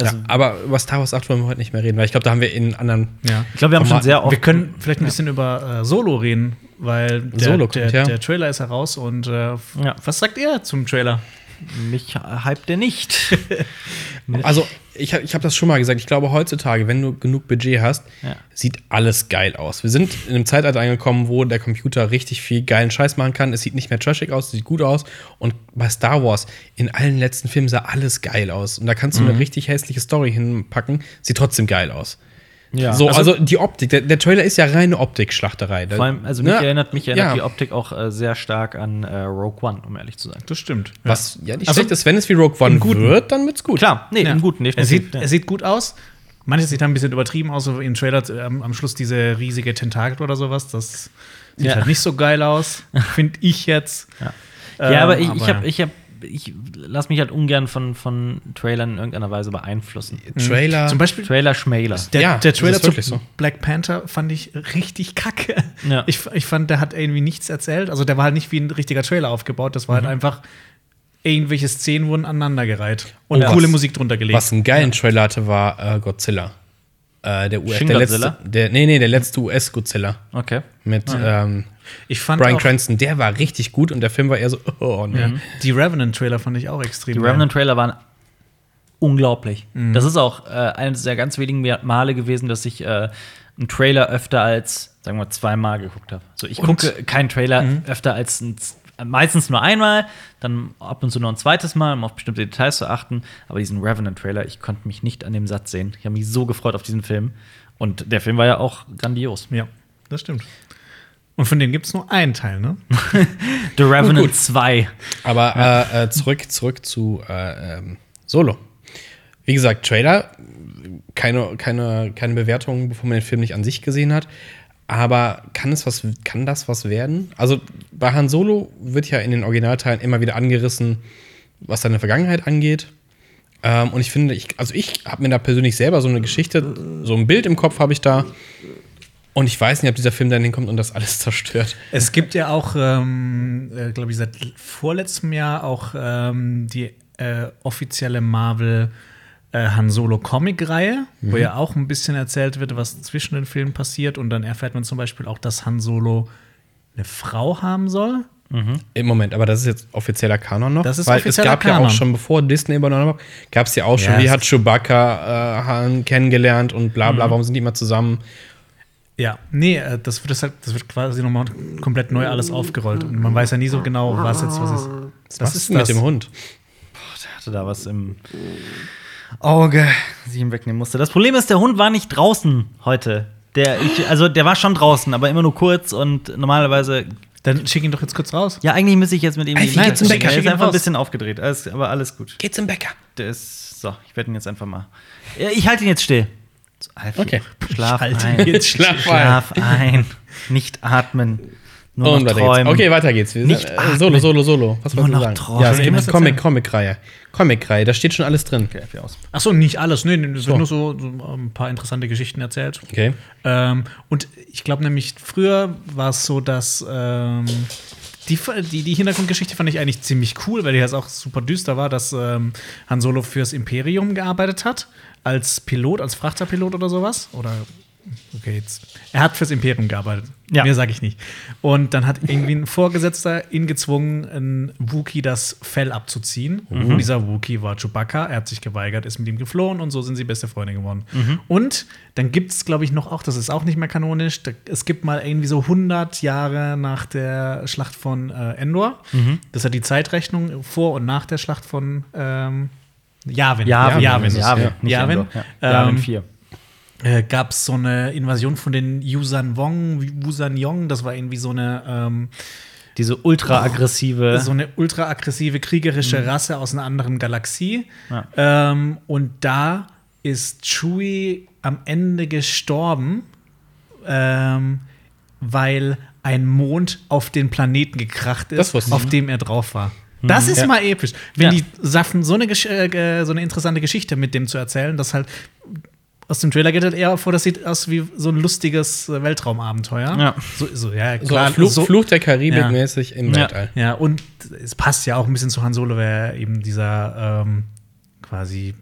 Speaker 1: Also-
Speaker 3: ja, aber über Star Wars 8 wollen wir heute nicht mehr reden, weil ich glaube, da haben wir in anderen.
Speaker 2: Ja.
Speaker 1: Ich glaube, wir haben schon
Speaker 3: Formaten.
Speaker 1: sehr oft.
Speaker 2: Wir können vielleicht ein bisschen über äh, Solo reden, weil der,
Speaker 3: Solo kommt,
Speaker 2: der,
Speaker 3: ja.
Speaker 2: der Trailer ist heraus und äh, f-
Speaker 1: Ja.
Speaker 2: was sagt ihr zum Trailer?
Speaker 1: Mich hypt der nicht.
Speaker 3: Also ich habe ich hab das schon mal gesagt. Ich glaube, heutzutage, wenn du genug Budget hast,
Speaker 1: Ja.
Speaker 3: sieht alles geil aus. Wir sind in einem Zeitalter angekommen, wo der Computer richtig viel geilen Scheiß machen kann. Es sieht nicht mehr trashig aus, es sieht gut aus. Und bei Star Wars, in allen letzten Filmen sah alles geil aus. Und da kannst
Speaker 1: Mhm.
Speaker 3: du eine richtig hässliche Story hinpacken, sieht trotzdem geil aus.
Speaker 1: ja.
Speaker 3: So,
Speaker 1: also,
Speaker 3: also, die Optik, der, der Trailer ist ja reine Optik-Schlachterei.
Speaker 1: vor allem, also mich
Speaker 3: Ne?
Speaker 1: erinnert, mich erinnert
Speaker 3: ja.
Speaker 1: die Optik auch äh, sehr stark an äh, Rogue One, um ehrlich zu sein.
Speaker 2: Das stimmt.
Speaker 3: Was ja nicht
Speaker 2: Also,
Speaker 3: schlecht ist, wenn es wie Rogue One
Speaker 2: Guten.
Speaker 3: wird, dann wird's gut.
Speaker 1: Klar, nee,
Speaker 2: Ja.
Speaker 1: im Guten,
Speaker 2: er
Speaker 1: definitiv.
Speaker 2: sieht, er sieht gut aus. Manches sieht dann ein bisschen übertrieben aus, so im Trailer ähm, am Schluss diese riesige Tentakel oder sowas. Das sieht
Speaker 1: Ja.
Speaker 2: halt nicht so geil aus, finde ich jetzt.
Speaker 1: ja.
Speaker 2: Ähm,
Speaker 1: ja, aber ich, ich
Speaker 2: aber-
Speaker 1: habe, ich habe, ich lasse mich halt ungern von, von Trailern in irgendeiner Weise beeinflussen.
Speaker 2: Mhm.
Speaker 3: Trailer.
Speaker 2: Zum Beispiel
Speaker 1: Trailer-Schmäler.
Speaker 2: Der,
Speaker 3: Ja,
Speaker 2: der
Speaker 3: das
Speaker 2: Trailer
Speaker 3: ist
Speaker 2: zu
Speaker 3: wirklich so.
Speaker 2: Black Panther fand ich richtig kacke.
Speaker 1: Ja.
Speaker 2: Ich, ich fand, der hat irgendwie nichts erzählt. Also der war halt nicht wie ein richtiger Trailer aufgebaut. Das war
Speaker 3: Mhm.
Speaker 2: halt einfach, irgendwelche Szenen wurden aneinandergereiht und
Speaker 3: Oh,
Speaker 2: coole
Speaker 3: was-
Speaker 2: Musik drunter gelegt.
Speaker 3: Was einen geilen Trailer hatte, war äh, Godzilla. Äh, der US,
Speaker 1: Shin
Speaker 3: der
Speaker 1: Godzilla?
Speaker 3: letzte, der, nee, nee, der letzte US-Godzilla
Speaker 1: Okay.
Speaker 3: mit ähm,
Speaker 2: Ich Ah. fand
Speaker 3: Brian
Speaker 2: auch, Mhm.
Speaker 3: Cranston. Der war richtig gut und der Film war eher so, oh nee.
Speaker 2: ja, die Revenant-Trailer fand ich auch extrem
Speaker 1: Die
Speaker 2: geil.
Speaker 1: Revenant-Trailer waren unglaublich. Das ist auch äh, eines der ganz wenigen Male gewesen, dass ich äh, einen Trailer öfter als, sagen wir, zweimal geguckt habe. So, ich
Speaker 2: Und-
Speaker 1: gucke keinen Trailer öfter als ein, z- meistens nur einmal, dann ab und zu noch ein zweites Mal, um auf bestimmte Details zu achten. Aber diesen Revenant-Trailer, ich konnte mich nicht an dem Satz sehen. Ich habe mich so gefreut auf diesen Film. Und der Film war ja auch grandios.
Speaker 2: Ja, das stimmt. Und von dem gibt es nur einen Teil, ne?
Speaker 1: The Revenant 2.
Speaker 3: Aber äh, äh, zurück, zurück zu äh, ähm, Solo. Wie gesagt, Trailer, keine, keine, keine Bewertung, bevor man den Film nicht an sich gesehen hat. Aber kann, es was, kann das was werden? Also bei Han Solo wird ja in den Originalteilen immer wieder angerissen, was seine Vergangenheit angeht. Ähm, und ich finde, ich, also ich habe mir da persönlich selber so eine Geschichte, so ein Bild im Kopf habe ich da. Und ich weiß nicht, ob dieser Film dann hinkommt und das alles zerstört.
Speaker 2: Es gibt ja auch, ähm, glaube ich, seit vorletztem Jahr auch ähm, die äh, offizielle Marvel äh, Han Solo Comic-Reihe,
Speaker 3: Mhm.
Speaker 2: wo ja auch ein bisschen erzählt wird, was zwischen den Filmen passiert. Und dann erfährt man zum Beispiel auch, dass Han Solo eine Frau haben soll.
Speaker 3: Im Moment, aber das ist jetzt offizieller Kanon noch.
Speaker 2: Das ist
Speaker 3: weil
Speaker 2: offizieller
Speaker 3: es gab ja
Speaker 2: Kanon.
Speaker 3: auch schon, bevor Disney übernommen hat, gab es ja auch schon,
Speaker 2: Ja,
Speaker 3: wie
Speaker 2: es-
Speaker 3: hat Chewbacca äh, Han kennengelernt und bla
Speaker 1: Mhm.
Speaker 3: bla, warum sind die immer zusammen?
Speaker 2: Ja, nee, äh, das wird, das, halt, das wird quasi nochmal komplett neu alles aufgerollt. Und man weiß ja nie so genau, was jetzt was ist.
Speaker 3: Was ist denn mit dem Hund?
Speaker 1: Ich hatte da was im Auge, das ich ihm wegnehmen musste. Das Problem ist, der Hund war nicht draußen heute. Der, ich, also der war schon draußen, aber immer nur kurz und normalerweise.
Speaker 2: Dann schick ihn doch jetzt kurz raus.
Speaker 1: Ja, eigentlich müsste ich jetzt mit ihm
Speaker 3: Alfie, geh zum Bäcker,
Speaker 1: Er
Speaker 3: schick
Speaker 1: ist
Speaker 3: ihn
Speaker 1: einfach ein
Speaker 3: raus.
Speaker 1: bisschen aufgedreht, alles, aber alles gut.
Speaker 3: Geht zum Bäcker.
Speaker 1: Der ist. So, ich werde ihn jetzt einfach mal. Ja, Ich halte ihn jetzt still. So, Alfie,
Speaker 3: Okay.
Speaker 1: Schlaf
Speaker 2: Ich halte ihn
Speaker 1: ein.
Speaker 3: Jetzt schlaf ein.
Speaker 1: Schlaf ein. Nicht atmen. Nur
Speaker 3: Und
Speaker 1: noch
Speaker 3: weiter geht's.
Speaker 1: träumen.
Speaker 3: Okay, weiter geht's. Wir
Speaker 1: Nicht
Speaker 3: sind,
Speaker 1: atmen.
Speaker 3: äh, solo, solo, solo. Was
Speaker 1: Nur
Speaker 3: wolltest du
Speaker 1: noch
Speaker 3: sagen?
Speaker 1: träumen.
Speaker 3: Ja, es
Speaker 2: Soll ich
Speaker 3: gibt eine
Speaker 2: was
Speaker 3: Comic, Comic-Reihe. Comic-Reihe, da steht schon alles drin.
Speaker 1: Okay, Alfie, aus.
Speaker 2: Achso, nicht alles. Nee, nee, es wird nur so, so ein paar interessante Geschichten erzählt.
Speaker 3: Okay.
Speaker 2: Ähm, und ich glaube nämlich, früher war es so, dass ähm, die, die, die Hintergrundgeschichte fand ich eigentlich ziemlich cool, weil die jetzt auch super düster war, dass ähm, Han Solo fürs Imperium gearbeitet hat. Als Pilot, als Frachterpilot oder sowas. Oder, okay, jetzt. Er hat fürs Imperium gearbeitet.
Speaker 1: Ja.
Speaker 2: Mehr sage ich nicht. Und dann hat irgendwie ein Vorgesetzter ihn gezwungen, einen Wookie das Fell abzuziehen. Und dieser Wookie war Chewbacca. Er hat sich geweigert, ist mit ihm geflohen und so sind sie beste Freunde geworden. Und dann gibt es, glaube ich, noch auch, das ist auch nicht mehr kanonisch, da, es gibt mal irgendwie so 100 Jahre nach der Schlacht von äh, Endor. Das ist ja die Zeitrechnung vor und nach der Schlacht von ähm, Yavin.
Speaker 1: Javin.
Speaker 2: Yavin.
Speaker 3: ist es,
Speaker 1: Javin.
Speaker 3: ja.
Speaker 1: Nicht
Speaker 2: Javin.
Speaker 1: Endor. Ja.
Speaker 2: Ähm,
Speaker 1: Javin 4.
Speaker 2: äh, gab es so eine Invasion von den Yusan Wong, Yusan Yong. Das war irgendwie so eine, ähm,
Speaker 1: Diese ultra-aggressive.
Speaker 2: so eine ultra-aggressive
Speaker 3: Mhm.
Speaker 2: kriegerische Rasse aus einer anderen Galaxie.
Speaker 1: Ja.
Speaker 2: Ähm, und da ist Chewie am Ende gestorben, ähm, weil ein Mond auf den Planeten gekracht
Speaker 3: Das
Speaker 2: ist,
Speaker 3: wusste ich. Mhm.
Speaker 2: auf dem er drauf war. Das ist
Speaker 3: Ja.
Speaker 2: mal episch. Wenn
Speaker 1: Ja.
Speaker 2: die schaffen, so eine, Gesch äh, äh, so eine interessante Geschichte mit dem zu erzählen, dass halt aus dem Trailer geht halt eher vor, das sieht aus wie so ein lustiges äh, Weltraumabenteuer.
Speaker 1: Ja.
Speaker 2: So, so, ja,
Speaker 3: So,
Speaker 2: klar,
Speaker 3: Fluch,
Speaker 2: so-
Speaker 3: Fluch der Karibik
Speaker 2: Ja.
Speaker 3: mäßig im
Speaker 1: Ja.
Speaker 3: Weltall.
Speaker 2: ja, und es passt ja auch ein bisschen zu Han Solo, wer eben dieser ähm, quasi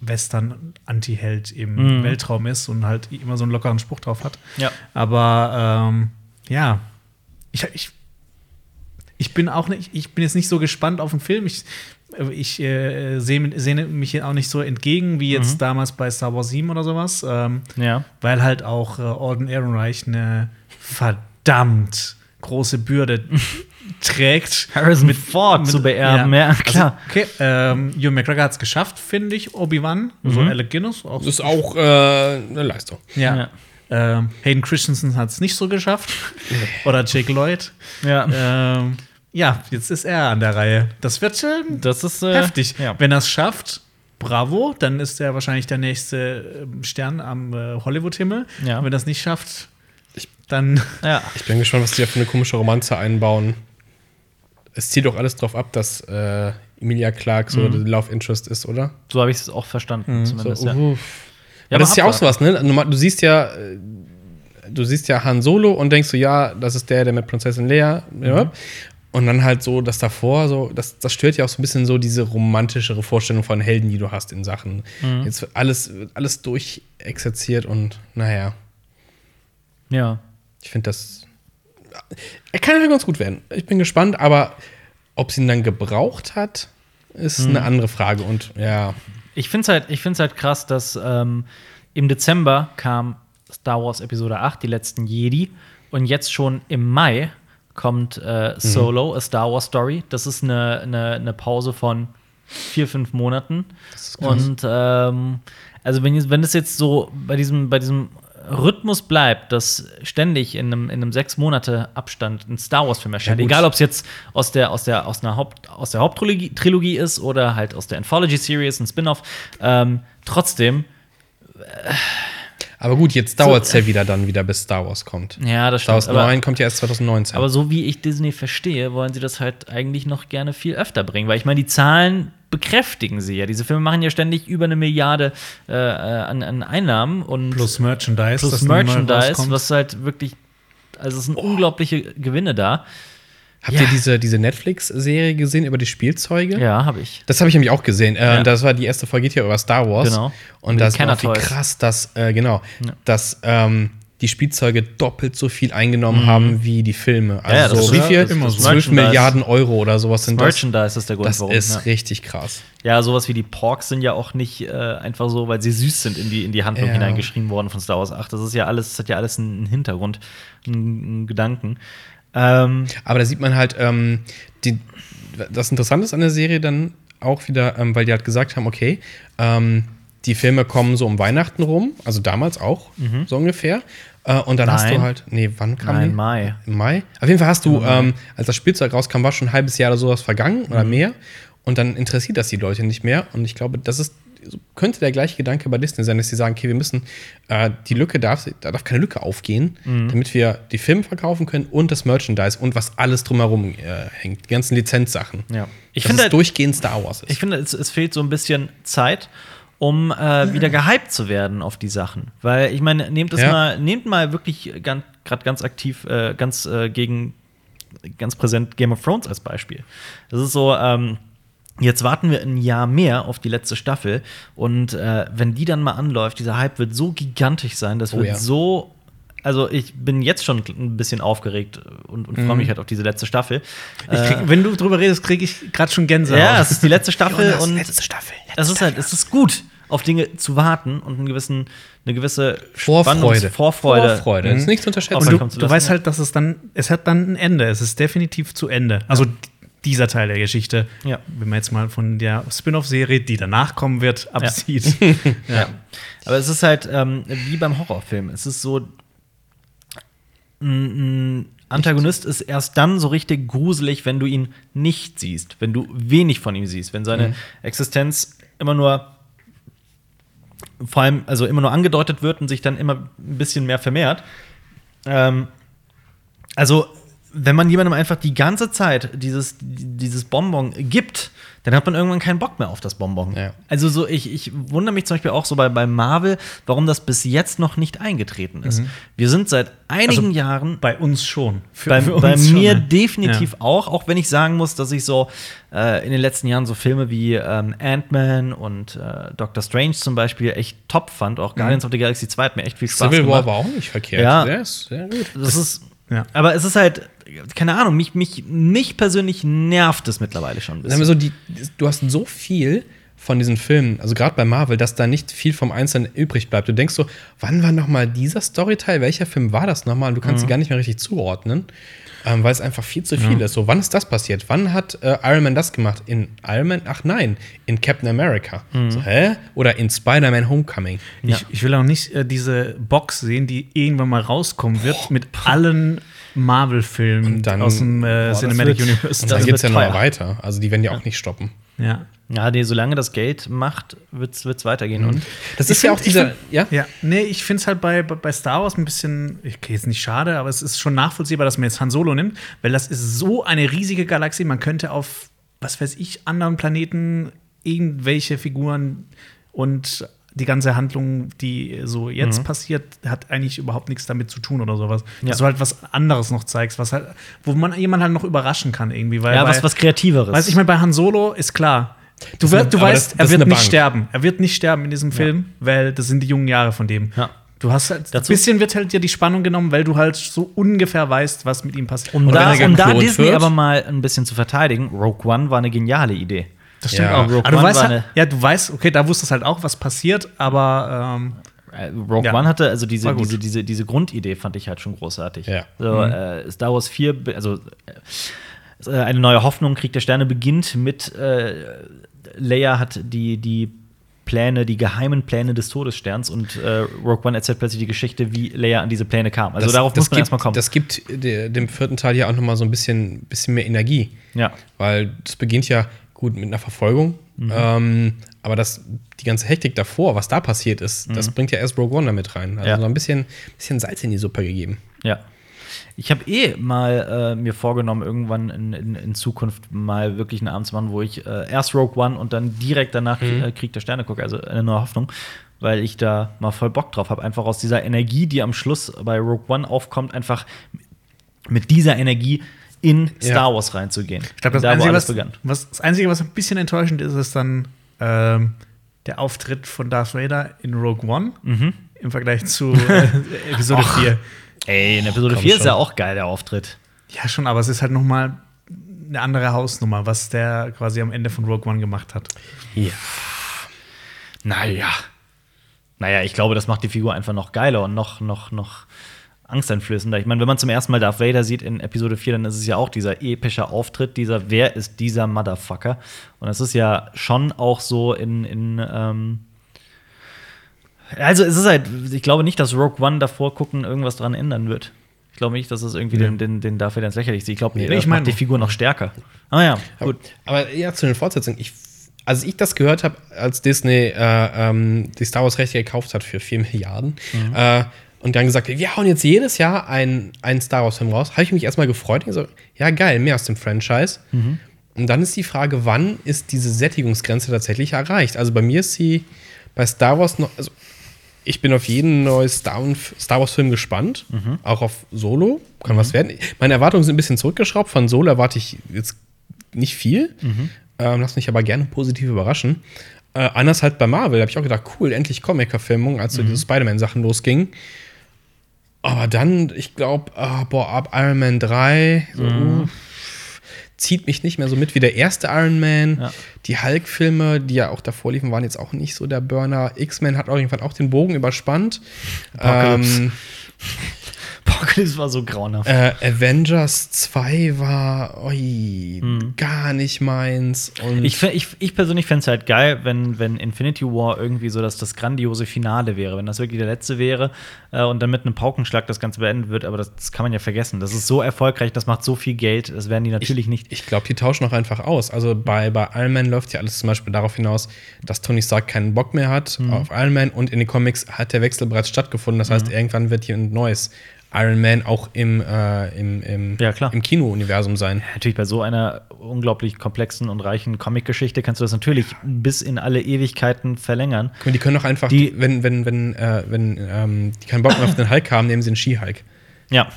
Speaker 2: Western-Anti-Held im Weltraum ist und halt immer so einen lockeren Spruch drauf hat.
Speaker 1: Ja.
Speaker 2: Aber ähm, ja, ich, ich, ich bin auch nicht, ich bin jetzt nicht so gespannt auf den Film. Ich, ich äh, sehne sehne mich auch nicht so entgegen wie jetzt damals bei Star Wars 7 oder sowas. Ähm,
Speaker 1: ja.
Speaker 2: weil halt auch äh, Orden Ehrenreich eine verdammt große Bürde trägt.
Speaker 1: Harrison mit, Ford zu beerben, ja, klar.
Speaker 2: Also, okay, ähm, Ewan McGregor hat es geschafft, finde ich. Obi-Wan, so
Speaker 1: Mhm.
Speaker 2: Alec Guinness auch.
Speaker 3: Das ist auch äh, eine Leistung.
Speaker 2: ja.
Speaker 1: Ja.
Speaker 2: Ähm, Hayden Christensen hat es nicht so geschafft. Oder Jake Lloyd.
Speaker 1: ja.
Speaker 2: Ähm, ja, jetzt ist er an der Reihe. Das wird ähm,
Speaker 1: das ist äh,
Speaker 2: heftig.
Speaker 1: Ja.
Speaker 2: Wenn er es schafft, bravo, dann ist er wahrscheinlich der nächste ähm, Stern am äh, Hollywood-Himmel.
Speaker 1: Ja.
Speaker 2: Und Wenn er es nicht schafft,
Speaker 3: Ich-
Speaker 2: dann
Speaker 1: ja.
Speaker 3: Ich bin gespannt, was die da für eine komische Romanze einbauen. Es zieht doch alles drauf ab, dass äh, Emilia Clarke
Speaker 1: Mhm.
Speaker 3: so die Love Interest ist, oder?
Speaker 1: So habe ich es auch verstanden,
Speaker 3: So, uh,
Speaker 1: zumindest. ja.
Speaker 3: uff.
Speaker 1: Ja,
Speaker 3: Aber das
Speaker 1: aber
Speaker 3: ist ja auch
Speaker 1: abwarten.
Speaker 3: sowas, ne? Normal- Du siehst ja, äh, du siehst ja Han Solo und denkst so, ja, das ist der, der mit Prinzessin Leia.
Speaker 1: Mhm.
Speaker 3: Ja. Und dann halt so, das davor, so, das, das stört ja auch so ein bisschen so diese romantischere Vorstellung von Helden, die du hast in Sachen.
Speaker 1: Mhm.
Speaker 3: Jetzt wird alles, wird alles durchexerziert und naja,
Speaker 1: Ja.
Speaker 3: ich finde das. Er kann ja ganz gut werden. Ich bin gespannt, aber ob sie ihn dann gebraucht hat, ist
Speaker 1: Hm.
Speaker 3: eine andere Frage. Und ja,
Speaker 1: Ich finde es halt, ich find's halt krass, dass ähm, im Dezember kam Star Wars Episode 8, die letzten Jedi. Und jetzt schon im Mai kommt
Speaker 3: Mhm.
Speaker 1: äh, Solo, A Star Wars Story. Das ist eine, eine, eine Pause von vier, fünf Monaten.
Speaker 3: ist krass.
Speaker 1: Und ähm, also wenn, jetzt- wenn es jetzt so bei diesem, bei diesem Rhythmus bleibt, dass ständig in einem, in einem sechs Monate Abstand ein Star Wars Film erscheint,
Speaker 3: gut.
Speaker 1: egal ob es jetzt aus der, aus der, aus einer Haupt, aus der Haupttrilogie Trilogie ist oder halt aus der Anthology Series, ein Spin-off, ähm, trotzdem,
Speaker 3: aber gut, jetzt dauert es ja wieder dann wieder, bis Star Wars kommt.
Speaker 1: ja, das
Speaker 3: Star
Speaker 1: stimmt.
Speaker 3: Wars
Speaker 1: äh, Aber,
Speaker 3: 9 kommt ja erst 2019.
Speaker 1: aber so wie ich Disney verstehe, wollen sie das halt eigentlich noch gerne viel öfter bringen, weil ich meine, die Zahlen bekräftigen sie ja. Diese Filme machen ja ständig über eine Milliarde äh, an, an Einnahmen und
Speaker 2: Plus Merchandise.
Speaker 1: plus
Speaker 2: das nun mal
Speaker 1: Merchandise,
Speaker 2: rauskommt.
Speaker 1: was halt wirklich, also es sind unglaubliche Gewinne da.
Speaker 3: Habt ihr diese, diese Netflix-Serie gesehen über die Spielzeuge?
Speaker 1: Ja, habe ich.
Speaker 3: Das habe ich nämlich auch gesehen. Äh,
Speaker 1: Ja.
Speaker 3: Das war die erste Folge geht hier über Star Wars.
Speaker 1: Genau.
Speaker 3: Und
Speaker 1: Mit
Speaker 3: das
Speaker 1: den
Speaker 3: war auch wie
Speaker 1: Kenner-Toys.
Speaker 3: krass, dass, äh, genau, dass ähm, die Spielzeuge doppelt so viel eingenommen haben wie die Filme.
Speaker 1: Mhm.
Speaker 3: Also
Speaker 1: Ja, ja, das
Speaker 3: so,
Speaker 1: ist-
Speaker 3: wie viel?
Speaker 1: das ist immer so.
Speaker 3: 12
Speaker 1: Merchandise.
Speaker 3: Milliarden Euro oder sowas sind das.
Speaker 1: Merchandise ist der Grund,
Speaker 3: Das
Speaker 1: warum.
Speaker 3: ist
Speaker 1: ja.
Speaker 3: richtig krass.
Speaker 1: Ja, sowas wie die Porks sind ja auch nicht äh, einfach so, weil sie süß sind, in die, in die Handlung
Speaker 3: Ja.
Speaker 1: hineingeschrieben worden von Star Wars 8. Das ist ja alles, das hat ja alles einen Hintergrund, einen, einen Gedanken. Ähm,
Speaker 3: Aber da sieht man halt, ähm, die, das Interessante ist an der Serie dann auch wieder, ähm, weil die halt gesagt haben, okay, ähm, die Filme kommen so um Weihnachten rum, also damals auch, so ungefähr. Äh, und dann hast du
Speaker 1: Mhm. Nein.
Speaker 3: halt, nee, wann kam
Speaker 1: Nein,
Speaker 3: die?
Speaker 1: Mai.
Speaker 3: Im Mai. Auf jeden Fall hast du, ähm, als das Spielzeug rauskam, war schon ein halbes Jahr oder sowas vergangen oder
Speaker 1: Mhm.
Speaker 3: mehr. Und dann interessiert das die Leute nicht mehr. Und ich glaube, das ist könnte der gleiche Gedanke bei Disney sein, dass sie sagen, okay, wir müssen äh, die Lücke darf, da darf keine Lücke aufgehen,
Speaker 1: Mhm.
Speaker 3: damit wir die Filme verkaufen können und das Merchandise und was alles drumherum äh, hängt, die ganzen Lizenzsachen.
Speaker 1: ja. Ich
Speaker 3: Ich dass
Speaker 1: finde,
Speaker 3: es durchgehend Star Wars ist.
Speaker 1: Ich finde, es, es fehlt so ein bisschen Zeit, um äh, wieder gehypt zu werden auf die Sachen. Weil ich meine, nehmt es
Speaker 3: Ja.
Speaker 1: mal, nehmt mal wirklich gerade ganz aktiv, äh, ganz äh, gegen, ganz präsent Game of Thrones als Beispiel. Das ist so, ähm, jetzt warten wir ein Jahr mehr auf die letzte Staffel und äh, wenn die dann mal anläuft, dieser Hype wird so gigantisch sein, das
Speaker 3: Oh
Speaker 1: wird
Speaker 3: ja.
Speaker 1: so. Also ich bin jetzt schon ein bisschen aufgeregt und, und freue mich halt auf diese letzte Staffel.
Speaker 2: Ich
Speaker 1: Äh,
Speaker 2: krieg, wenn du drüber redest, kriege ich gerade schon Gänsehaut.
Speaker 1: ja, es ist die letzte Staffel
Speaker 3: Jonas,
Speaker 1: und
Speaker 3: letzte Staffel, letzte
Speaker 1: es ist halt, es ist gut, auf Dinge zu warten und einen gewissen, eine gewisse
Speaker 3: Vorfreude.
Speaker 1: Spannungs- Vorfreude. Mhm.
Speaker 3: Vorfreude. Das ist nicht zu unterschätzen.
Speaker 1: Auf-
Speaker 2: Und du,
Speaker 1: kommen zu
Speaker 2: du
Speaker 1: lassen,
Speaker 2: weißt
Speaker 1: ja.
Speaker 2: halt, dass es dann, es hat dann ein Ende. Es ist definitiv zu Ende. Also d- dieser Teil der Geschichte.
Speaker 1: Ja.
Speaker 2: Wenn man jetzt mal von der Spin-off-Serie, die danach kommen wird, absieht.
Speaker 1: Ja. Aber es ist halt ähm, wie beim Horrorfilm. Es ist so, ein, ein Antagonist ist erst dann so richtig gruselig, wenn du ihn nicht siehst, wenn du wenig von ihm siehst, wenn seine Existenz immer nur vor allem, also immer nur angedeutet wird und sich dann immer ein bisschen mehr vermehrt. Ähm, also, wenn man jemandem einfach die ganze Zeit dieses, dieses Bonbon gibt, dann hat man irgendwann keinen Bock mehr auf das Bonbon.
Speaker 3: Ja.
Speaker 1: Also, so, ich, ich wundere mich zum Beispiel auch so bei, bei Marvel, warum das bis jetzt noch nicht eingetreten ist. Wir sind seit einigen
Speaker 2: Mhm. Also,
Speaker 1: Jahren.
Speaker 2: Bei uns schon. Für,
Speaker 1: Bei,
Speaker 2: für
Speaker 1: bei
Speaker 2: uns schon, ne?
Speaker 1: mir
Speaker 2: ja.
Speaker 1: definitiv
Speaker 2: Ja.
Speaker 1: auch, auch wenn ich sagen muss, dass ich so äh, in den letzten Jahren so Filme wie ähm, Ant-Man und äh, Doctor Strange zum Beispiel echt top fand.
Speaker 2: Mhm.
Speaker 1: Auch Guardians of the Galaxy 2 hat mir echt viel Spaß
Speaker 3: Civil War
Speaker 1: gemacht.
Speaker 3: war auch nicht verkehrt.
Speaker 1: Ja.
Speaker 3: Der ist sehr gut.
Speaker 1: Das ist,
Speaker 2: Ja.
Speaker 1: Aber es ist halt, keine Ahnung, mich, mich, mich persönlich nervt es mittlerweile schon ein
Speaker 3: Sagen
Speaker 1: bisschen.
Speaker 3: wir so, die, du hast so viel von diesen Filmen, also gerade bei Marvel, dass da nicht viel vom Einzelnen übrig bleibt. Du denkst so, wann war nochmal dieser Storyteil? Welcher Film war das nochmal? Und du
Speaker 1: Mhm.
Speaker 3: kannst sie gar nicht mehr richtig zuordnen, ähm, weil es einfach viel zu viel ist. So, wann ist das passiert? Wann hat äh, Iron Man das gemacht? In Iron Man? Ach nein, in Captain America.
Speaker 1: Mhm.
Speaker 3: So, hä? Oder in Spider-Man Homecoming.
Speaker 2: Ich, ich will auch nicht äh, diese Box sehen, die irgendwann mal rauskommen wird mit allen Marvel-Filmen
Speaker 3: Oh. Und dann-
Speaker 2: aus dem äh,
Speaker 1: das
Speaker 2: Cinematic
Speaker 1: wird-
Speaker 2: Universe.
Speaker 3: Und
Speaker 1: Das
Speaker 3: dann
Speaker 1: wird
Speaker 3: geht es ja nochmal
Speaker 1: teuer.
Speaker 3: weiter. Also die werden ja auch nicht stoppen.
Speaker 2: ja.
Speaker 1: Ja, nee, solange das Geld macht, wird es weitergehen.
Speaker 2: Mhm.
Speaker 1: Und
Speaker 3: Das
Speaker 2: Ich
Speaker 3: ist ja
Speaker 2: find-
Speaker 3: auch
Speaker 2: ich
Speaker 3: Also dieser.
Speaker 2: find- Ja, nee, ich finde es halt bei, bei- bei Star Wars ein bisschen, okay, jetzt nicht schade, aber es ist schon nachvollziehbar, dass man jetzt Han Solo nimmt, weil das ist so eine riesige Galaxie, man könnte auf, was weiß ich, anderen Planeten irgendwelche Figuren und die ganze Handlung, die so jetzt passiert, hat eigentlich überhaupt nichts damit zu tun oder sowas.
Speaker 1: Ja.
Speaker 2: Dass du halt was anderes noch zeigst, was halt, wo man jemanden halt noch überraschen kann irgendwie. Weil
Speaker 1: ja,
Speaker 2: bei-
Speaker 1: was, was Kreativeres.
Speaker 2: Weißt du, ich meine, bei Han Solo ist klar. Du, wir,
Speaker 3: ist eine-
Speaker 2: du
Speaker 3: aber
Speaker 2: weißt,
Speaker 3: das- das
Speaker 2: er
Speaker 3: ist
Speaker 2: wird
Speaker 3: eine
Speaker 2: nicht
Speaker 3: Bank.
Speaker 2: sterben. Er wird nicht sterben in diesem Film, weil das sind die jungen Jahre von dem.
Speaker 1: Ja.
Speaker 2: Du hast halt, ein
Speaker 1: Dazu-
Speaker 2: bisschen wird halt dir die Spannung genommen, weil du halt so ungefähr weißt, was mit ihm passiert.
Speaker 1: um
Speaker 2: Und
Speaker 1: da,
Speaker 3: wenn er
Speaker 1: um da
Speaker 3: geklont
Speaker 1: Disney
Speaker 3: wird?
Speaker 1: aber mal ein bisschen zu verteidigen, Rogue One war eine geniale Idee.
Speaker 2: das stimmt
Speaker 3: Ja.
Speaker 2: auch.
Speaker 1: Rogue
Speaker 2: Aber du
Speaker 1: One
Speaker 2: weißt
Speaker 1: war
Speaker 2: halt,
Speaker 1: eine-
Speaker 2: ja, du weißt, okay, da wusstest halt auch, was passiert, aber ähm,
Speaker 1: Äh, Rogue
Speaker 2: Ja.
Speaker 1: One hatte, also diese,
Speaker 2: War gut. Mhm.
Speaker 1: diese, diese, diese Grundidee fand ich halt schon großartig.
Speaker 3: Ja.
Speaker 1: So, äh, Star Wars 4, be- also äh, eine neue Hoffnung, Krieg der Sterne beginnt mit äh, Leia hat die, die Pläne, die geheimen Pläne des Todessterns und äh, Rogue One erzählt plötzlich die Geschichte, wie Leia an diese Pläne kam. Also darauf muss man
Speaker 3: gibt-
Speaker 1: erstmal kommen.
Speaker 3: Das gibt äh, der, dem vierten Teil ja auch nochmal so ein bisschen, bisschen mehr Energie.
Speaker 1: ja.
Speaker 3: Weil es beginnt ja gut mit einer Verfolgung. Ähm, aber das, die ganze Hektik davor, was da passiert ist, das bringt ja erst Rogue One damit rein. Also
Speaker 1: Ja.
Speaker 3: so ein bisschen, bisschen Salz in die Suppe gegeben.
Speaker 1: Ja. Ich habe eh mal äh, mir vorgenommen, irgendwann in, in, in Zukunft mal wirklich einen Abend zu machen, wo ich äh, erst Rogue One und dann direkt danach
Speaker 2: Mhm.
Speaker 1: äh, Krieg der Sterne gucke, also eine neue Hoffnung, weil ich da mal voll Bock drauf habe. Einfach aus dieser Energie, die am Schluss bei Rogue One aufkommt, einfach mit dieser Energie in
Speaker 3: Ja.
Speaker 1: Star Wars reinzugehen.
Speaker 2: Ich glaube, das,
Speaker 1: da, wo
Speaker 2: Einzige,
Speaker 1: alles
Speaker 2: was,
Speaker 1: begann.
Speaker 2: was, das Einzige, was ein bisschen enttäuschend ist, ist dann ähm, der Auftritt von Darth Vader in Rogue One
Speaker 3: Mhm.
Speaker 2: im Vergleich zu äh, Episode 4.
Speaker 1: Ey, in Episode
Speaker 3: komm
Speaker 1: 4 ist
Speaker 3: schon.
Speaker 1: ja auch geil, der Auftritt.
Speaker 2: Ja, schon, aber es ist halt noch mal eine andere Hausnummer, was der quasi am Ende von Rogue One gemacht hat.
Speaker 3: Ja.
Speaker 1: Naja. Naja, ich glaube, das macht die Figur einfach noch geiler und noch, noch, noch angsteinflößender. Ich meine, wenn man zum ersten Mal Darth Vader sieht in Episode 4, dann ist es ja auch dieser epische Auftritt, dieser Wer ist dieser Motherfucker? Und das ist ja schon auch so in. in ähm also, es ist halt, ich glaube nicht, dass Rogue One davor gucken irgendwas dran ändern wird. Ich glaube nicht, dass es irgendwie den, den, den Darth Vader ins Lächerlich zieht. Ich glaube,
Speaker 2: ich
Speaker 1: das
Speaker 2: mein-
Speaker 1: macht die Figur noch stärker. Ah ja,
Speaker 3: Gut. Aber ja, zu den Fortsetzungen. Ich, als ich das gehört habe, als Disney äh, ähm, die Star Wars-Rechte gekauft hat für 4 Milliarden äh, und dann gesagt hat, wir hauen jetzt jedes Jahr einen, einen Star Wars-Film raus, habe ich mich erstmal gefreut. Und gesagt, ja, geil, mehr aus dem Franchise. Und dann ist die Frage, wann ist diese Sättigungsgrenze tatsächlich erreicht? Also bei mir ist sie bei Star Wars noch. Also ich bin auf jeden neuen Star, Star Wars-Film gespannt. Auch auf Solo. Kann was werden. Meine Erwartungen sind ein bisschen zurückgeschraubt. Von Solo erwarte ich jetzt nicht viel. Ähm, lass mich aber gerne positiv überraschen. Äh, anders halt bei Marvel. habe ich auch gedacht, cool, endlich Comic-Verfilmung, als so diese Spider-Man-Sachen losgingen. Aber dann, ich glaube, boah, ab Iron Man 3 so,
Speaker 1: Mhm.
Speaker 3: uh, zieht mich nicht mehr so mit wie der erste Iron Man.
Speaker 1: Ja.
Speaker 3: Die Hulk-Filme, die ja auch davor liefen, waren jetzt auch nicht so der Burner. X-Men hat auch irgendwann auch den Bogen überspannt.
Speaker 2: Apocalypse.
Speaker 3: Ähm,
Speaker 1: Apocalypse war so grauenhaft.
Speaker 3: äh, Avengers 2 war oi, gar nicht meins. Und
Speaker 1: Mhm. Ich, fä- ich, ich persönlich fände es halt geil, wenn, wenn Infinity War irgendwie so das, das grandiose Finale wäre, wenn das wirklich der letzte wäre äh, und dann mit einem Paukenschlag das Ganze beendet wird, aber das, das kann man ja vergessen. Das ist so erfolgreich, das macht so viel Geld, das werden die natürlich nicht.
Speaker 3: Ich glaube, die tauschen auch einfach aus. Also bei, bei Iron Man läuft ja alles zum Beispiel darauf hinaus, dass Tony Stark keinen Bock mehr hat
Speaker 1: Mhm.
Speaker 3: auf Iron Man und in den Comics hat der Wechsel bereits stattgefunden. Das heißt, irgendwann wird hier ein neues Iron Man auch im, äh, im, im,
Speaker 1: Ja, klar.
Speaker 3: im Kino-Universum sein.
Speaker 1: Natürlich bei so einer unglaublich komplexen und reichen Comicgeschichte kannst du das natürlich bis in alle Ewigkeiten verlängern.
Speaker 3: Und die können doch einfach,
Speaker 1: Die-
Speaker 3: wenn, wenn, wenn, äh, wenn ähm, die keinen Bock mehr auf den Hulk haben, nehmen sie den She-Hulk.
Speaker 1: Ja,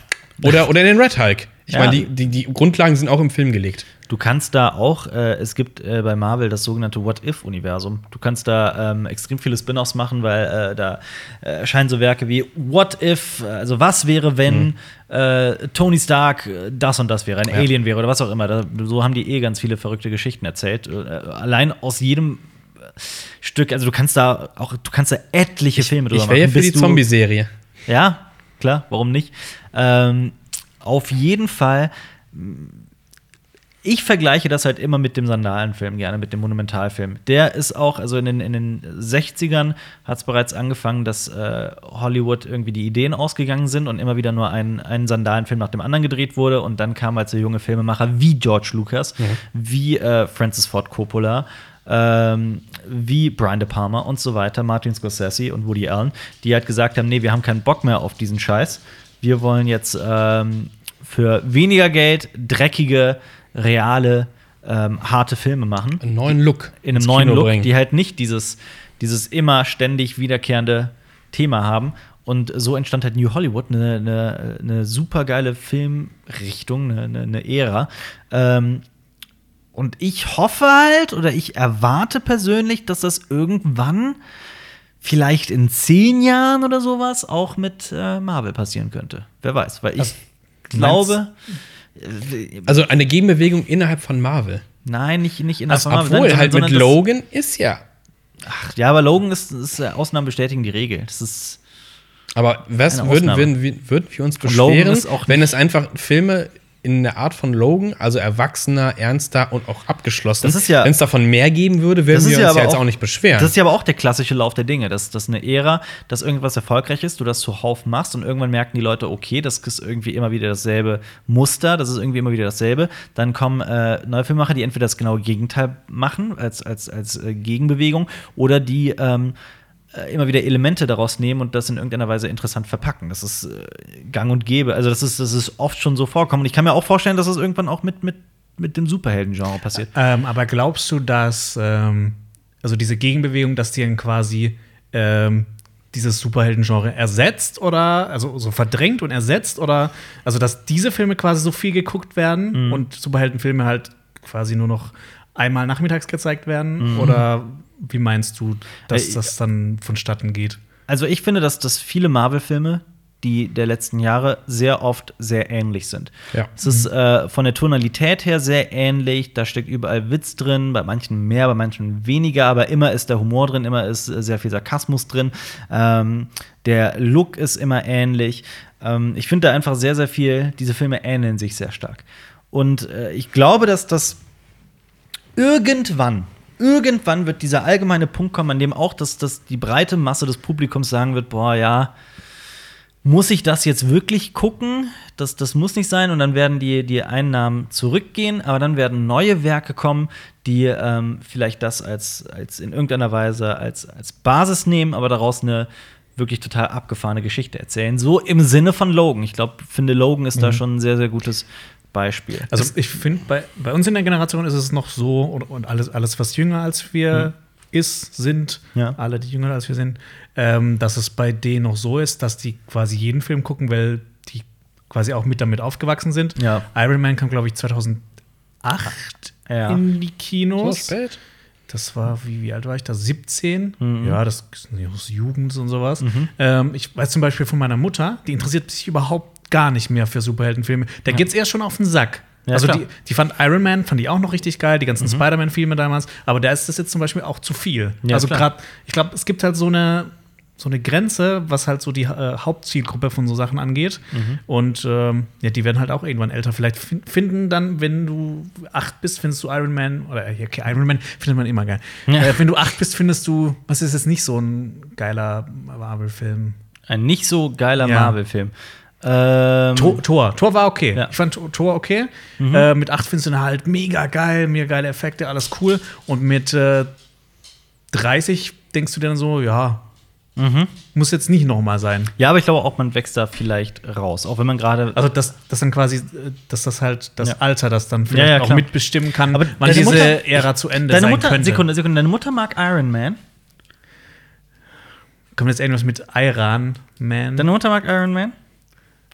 Speaker 3: Oder, oder den Red Hulk. Ich
Speaker 1: Ja.
Speaker 3: meine, die, die, die Grundlagen sind auch im Film gelegt.
Speaker 1: Du kannst da auch, äh, es gibt äh, bei Marvel das sogenannte What-If-Universum. Du kannst da ähm, extrem viele Spin-offs machen, weil äh, da äh, erscheinen so Werke wie What If, also was wäre, wenn äh, Tony Stark äh, das und das wäre, ein
Speaker 3: Mhm. Ja.
Speaker 1: Alien wäre oder was auch immer. Da, so haben die eh ganz viele verrückte Geschichten erzählt. Äh, allein aus jedem äh, Stück, also du kannst da auch, du kannst da etliche Filme drüber
Speaker 3: Ich
Speaker 1: machen.
Speaker 3: wäre ja für
Speaker 1: bis
Speaker 3: die
Speaker 1: du-
Speaker 3: Zombie-Serie.
Speaker 1: ja, klar, warum nicht? Ähm, auf jeden Fall, mh, ich vergleiche das halt immer mit dem Sandalenfilm gerne, mit dem Monumentalfilm. Der ist auch, also in den, in den 60ern hat es bereits angefangen, dass äh, Hollywood irgendwie die Ideen ausgegangen sind und immer wieder nur ein, ein Sandalenfilm nach dem anderen gedreht wurde. Und dann kamen halt so junge Filmemacher wie George Lucas, wie äh, Francis Ford Coppola, ähm, wie Brian De Palma und so weiter, Martin Scorsese und Woody Allen, die halt gesagt haben, nee, wir haben keinen Bock mehr auf diesen Scheiß. Wir wollen jetzt ähm, für weniger Geld dreckige, reale, ähm, harte Filme machen.
Speaker 3: Einen neuen Look.
Speaker 1: In einem
Speaker 3: ins
Speaker 1: neuen
Speaker 3: Kino
Speaker 1: Look,
Speaker 3: bringen.
Speaker 1: die halt nicht dieses, dieses immer ständig wiederkehrende Thema haben. Und so entstand halt New Hollywood, eine, eine, eine super geile Filmrichtung, eine, eine, eine Ära. Ähm, und ich hoffe halt oder ich erwarte persönlich, dass das irgendwann, vielleicht in zehn Jahren oder sowas, auch mit äh, Marvel passieren könnte. Wer weiß, weil ich glaube. äh,
Speaker 3: Also eine Gegenbewegung innerhalb von Marvel.
Speaker 1: Nein, nicht, nicht in
Speaker 3: Also, obwohl, halt mit Logan ist ja.
Speaker 1: Ach, ja, aber Logan ist, ist äh, Ausnahmen bestätigen die Regel. Das ist
Speaker 3: Aber was
Speaker 1: Eine
Speaker 3: würden,
Speaker 1: Ausnahme.
Speaker 3: würden, wir- würden wir uns
Speaker 1: Und Logan
Speaker 3: beschweren,
Speaker 1: ist auch
Speaker 3: wenn es einfach Filme in der Art von Logan, also erwachsener, ernster und auch abgeschlossen,
Speaker 1: Das ist ja-
Speaker 3: wenn es davon mehr geben würde, würden
Speaker 1: Das ist
Speaker 3: wir
Speaker 1: ja
Speaker 3: uns ja
Speaker 1: aber
Speaker 3: jetzt
Speaker 1: auch-
Speaker 3: auch nicht beschweren.
Speaker 1: das ist ja aber auch der klassische Lauf der Dinge, dass das eine Ära, dass irgendwas erfolgreich ist, du das zuhauf machst und irgendwann merken die Leute, okay, das ist irgendwie immer wieder dasselbe Muster, das ist irgendwie immer wieder dasselbe. Dann kommen äh, neue Filmemacher, die entweder das genaue Gegenteil machen als als als äh, Gegenbewegung oder die ähm, äh, immer wieder Elemente daraus nehmen und das in irgendeiner Weise interessant verpacken. Das ist äh, gang und gäbe. Also, das ist, das ist oft schon so vorkommen. Und ich kann mir auch vorstellen, dass das irgendwann auch mit, mit, mit dem Superhelden-Genre passiert.
Speaker 2: Ähm, aber glaubst du, dass ähm, also diese Gegenbewegung, dass die dann quasi ähm, dieses Superhelden-Genre ersetzt oder also so verdrängt und ersetzt oder also dass diese Filme quasi so viel geguckt werden und Superheldenfilme halt quasi nur noch einmal nachmittags gezeigt werden oder wie meinst du, dass
Speaker 1: Äh,
Speaker 2: das dann vonstatten geht?
Speaker 1: Also ich finde, dass, dass viele Marvel-Filme, die der letzten Jahre, sehr oft sehr ähnlich sind.
Speaker 3: Ja.
Speaker 1: Es ist äh, von der Tonalität her sehr ähnlich, da steckt überall Witz drin, bei manchen mehr, bei manchen weniger, aber immer ist der Humor drin, immer ist äh, sehr viel Sarkasmus drin, ähm, der Look ist immer ähnlich. Ähm, ich finde da einfach sehr, sehr viel, diese Filme ähneln sich sehr stark. Und äh, ich glaube, dass das irgendwann, irgendwann wird dieser allgemeine Punkt kommen, an dem auch das, das die breite Masse des Publikums sagen wird, boah, ja, muss ich das jetzt wirklich gucken? Das, das muss nicht sein. Und dann werden die, die Einnahmen zurückgehen, aber dann werden neue Werke kommen, die ähm, vielleicht das als, als in irgendeiner Weise als, als Basis nehmen, aber daraus eine wirklich total abgefahrene Geschichte erzählen. So im Sinne von Logan. Ich glaube, finde, Logan ist da schon ein sehr, sehr gutes Beispiel.
Speaker 2: Mhm. Also ich finde, bei, bei uns in der Generation ist es noch so, und, und alles, alles, was jünger als wir ist, sind,
Speaker 1: Mhm. Ja.
Speaker 2: alle, die jünger als wir sind, ähm, dass es bei denen noch so ist, dass die quasi jeden Film gucken, weil die quasi auch mit damit aufgewachsen sind.
Speaker 1: Ja.
Speaker 2: Iron Man kam, glaube ich, 2008
Speaker 1: Ja.
Speaker 2: in die Kinos.
Speaker 3: spät.
Speaker 2: Das war, wie, wie alt war ich da? 17?
Speaker 1: Mhm.
Speaker 2: Ja, das ist ja aus Jugend und sowas. Ähm, ich weiß zum Beispiel von meiner Mutter, die interessiert sich überhaupt gar nicht mehr für Superheldenfilme. Da geht's eher schon auf den Sack.
Speaker 1: Ja,
Speaker 2: also
Speaker 1: klar. Mhm.
Speaker 2: die, die fand Iron Man, fand die auch noch richtig geil, die ganzen Spider-Man-Filme damals, aber da ist das jetzt zum Beispiel auch zu viel.
Speaker 1: Ja,
Speaker 2: also
Speaker 1: klar.
Speaker 2: gerade, ich glaube, es gibt halt so eine, so eine Grenze, was halt so die äh, Hauptzielgruppe von so Sachen angeht.
Speaker 1: Mhm.
Speaker 2: Und ähm, ja, die werden halt auch irgendwann älter. Vielleicht fin finden dann, wenn du acht bist, findest du Iron Man oder äh, okay, Iron Man findet man immer geil.
Speaker 1: Ja.
Speaker 2: Äh, wenn du acht bist, findest du, was ist jetzt nicht so ein geiler Marvel-Film?
Speaker 1: Ein nicht so geiler
Speaker 2: Ja.
Speaker 1: Marvel-Film. Ähm,
Speaker 2: Tor, Tor. Tor war okay.
Speaker 1: Ja. Mhm.
Speaker 2: Ich fand Tor- Tor okay. Äh, mit 8 findest du ihn halt mega geil, mega geile Effekte, alles cool. Und mit äh, 30 denkst du dir dann so, ja,
Speaker 1: Mhm.
Speaker 2: muss jetzt nicht nochmal sein.
Speaker 1: ja, aber ich glaube auch, man wächst da vielleicht raus. Auch wenn man gerade.
Speaker 2: Also, dass, dass dann quasi, äh, dass das halt das
Speaker 1: Ja.
Speaker 2: Alter das dann vielleicht
Speaker 1: Ja, ja,
Speaker 2: auch
Speaker 1: klar.
Speaker 2: mitbestimmen kann,
Speaker 1: Aber
Speaker 2: wann
Speaker 1: deine
Speaker 2: diese
Speaker 1: Mutter-
Speaker 2: Ära zu Ende
Speaker 1: deine
Speaker 2: sein
Speaker 1: Mutter,
Speaker 2: könnte.
Speaker 1: Sekunde, Sekunde, deine Mutter mag Iron Man.
Speaker 2: Kommt jetzt irgendwas mit Iran Man?
Speaker 1: Deine Mutter mag Iron Man?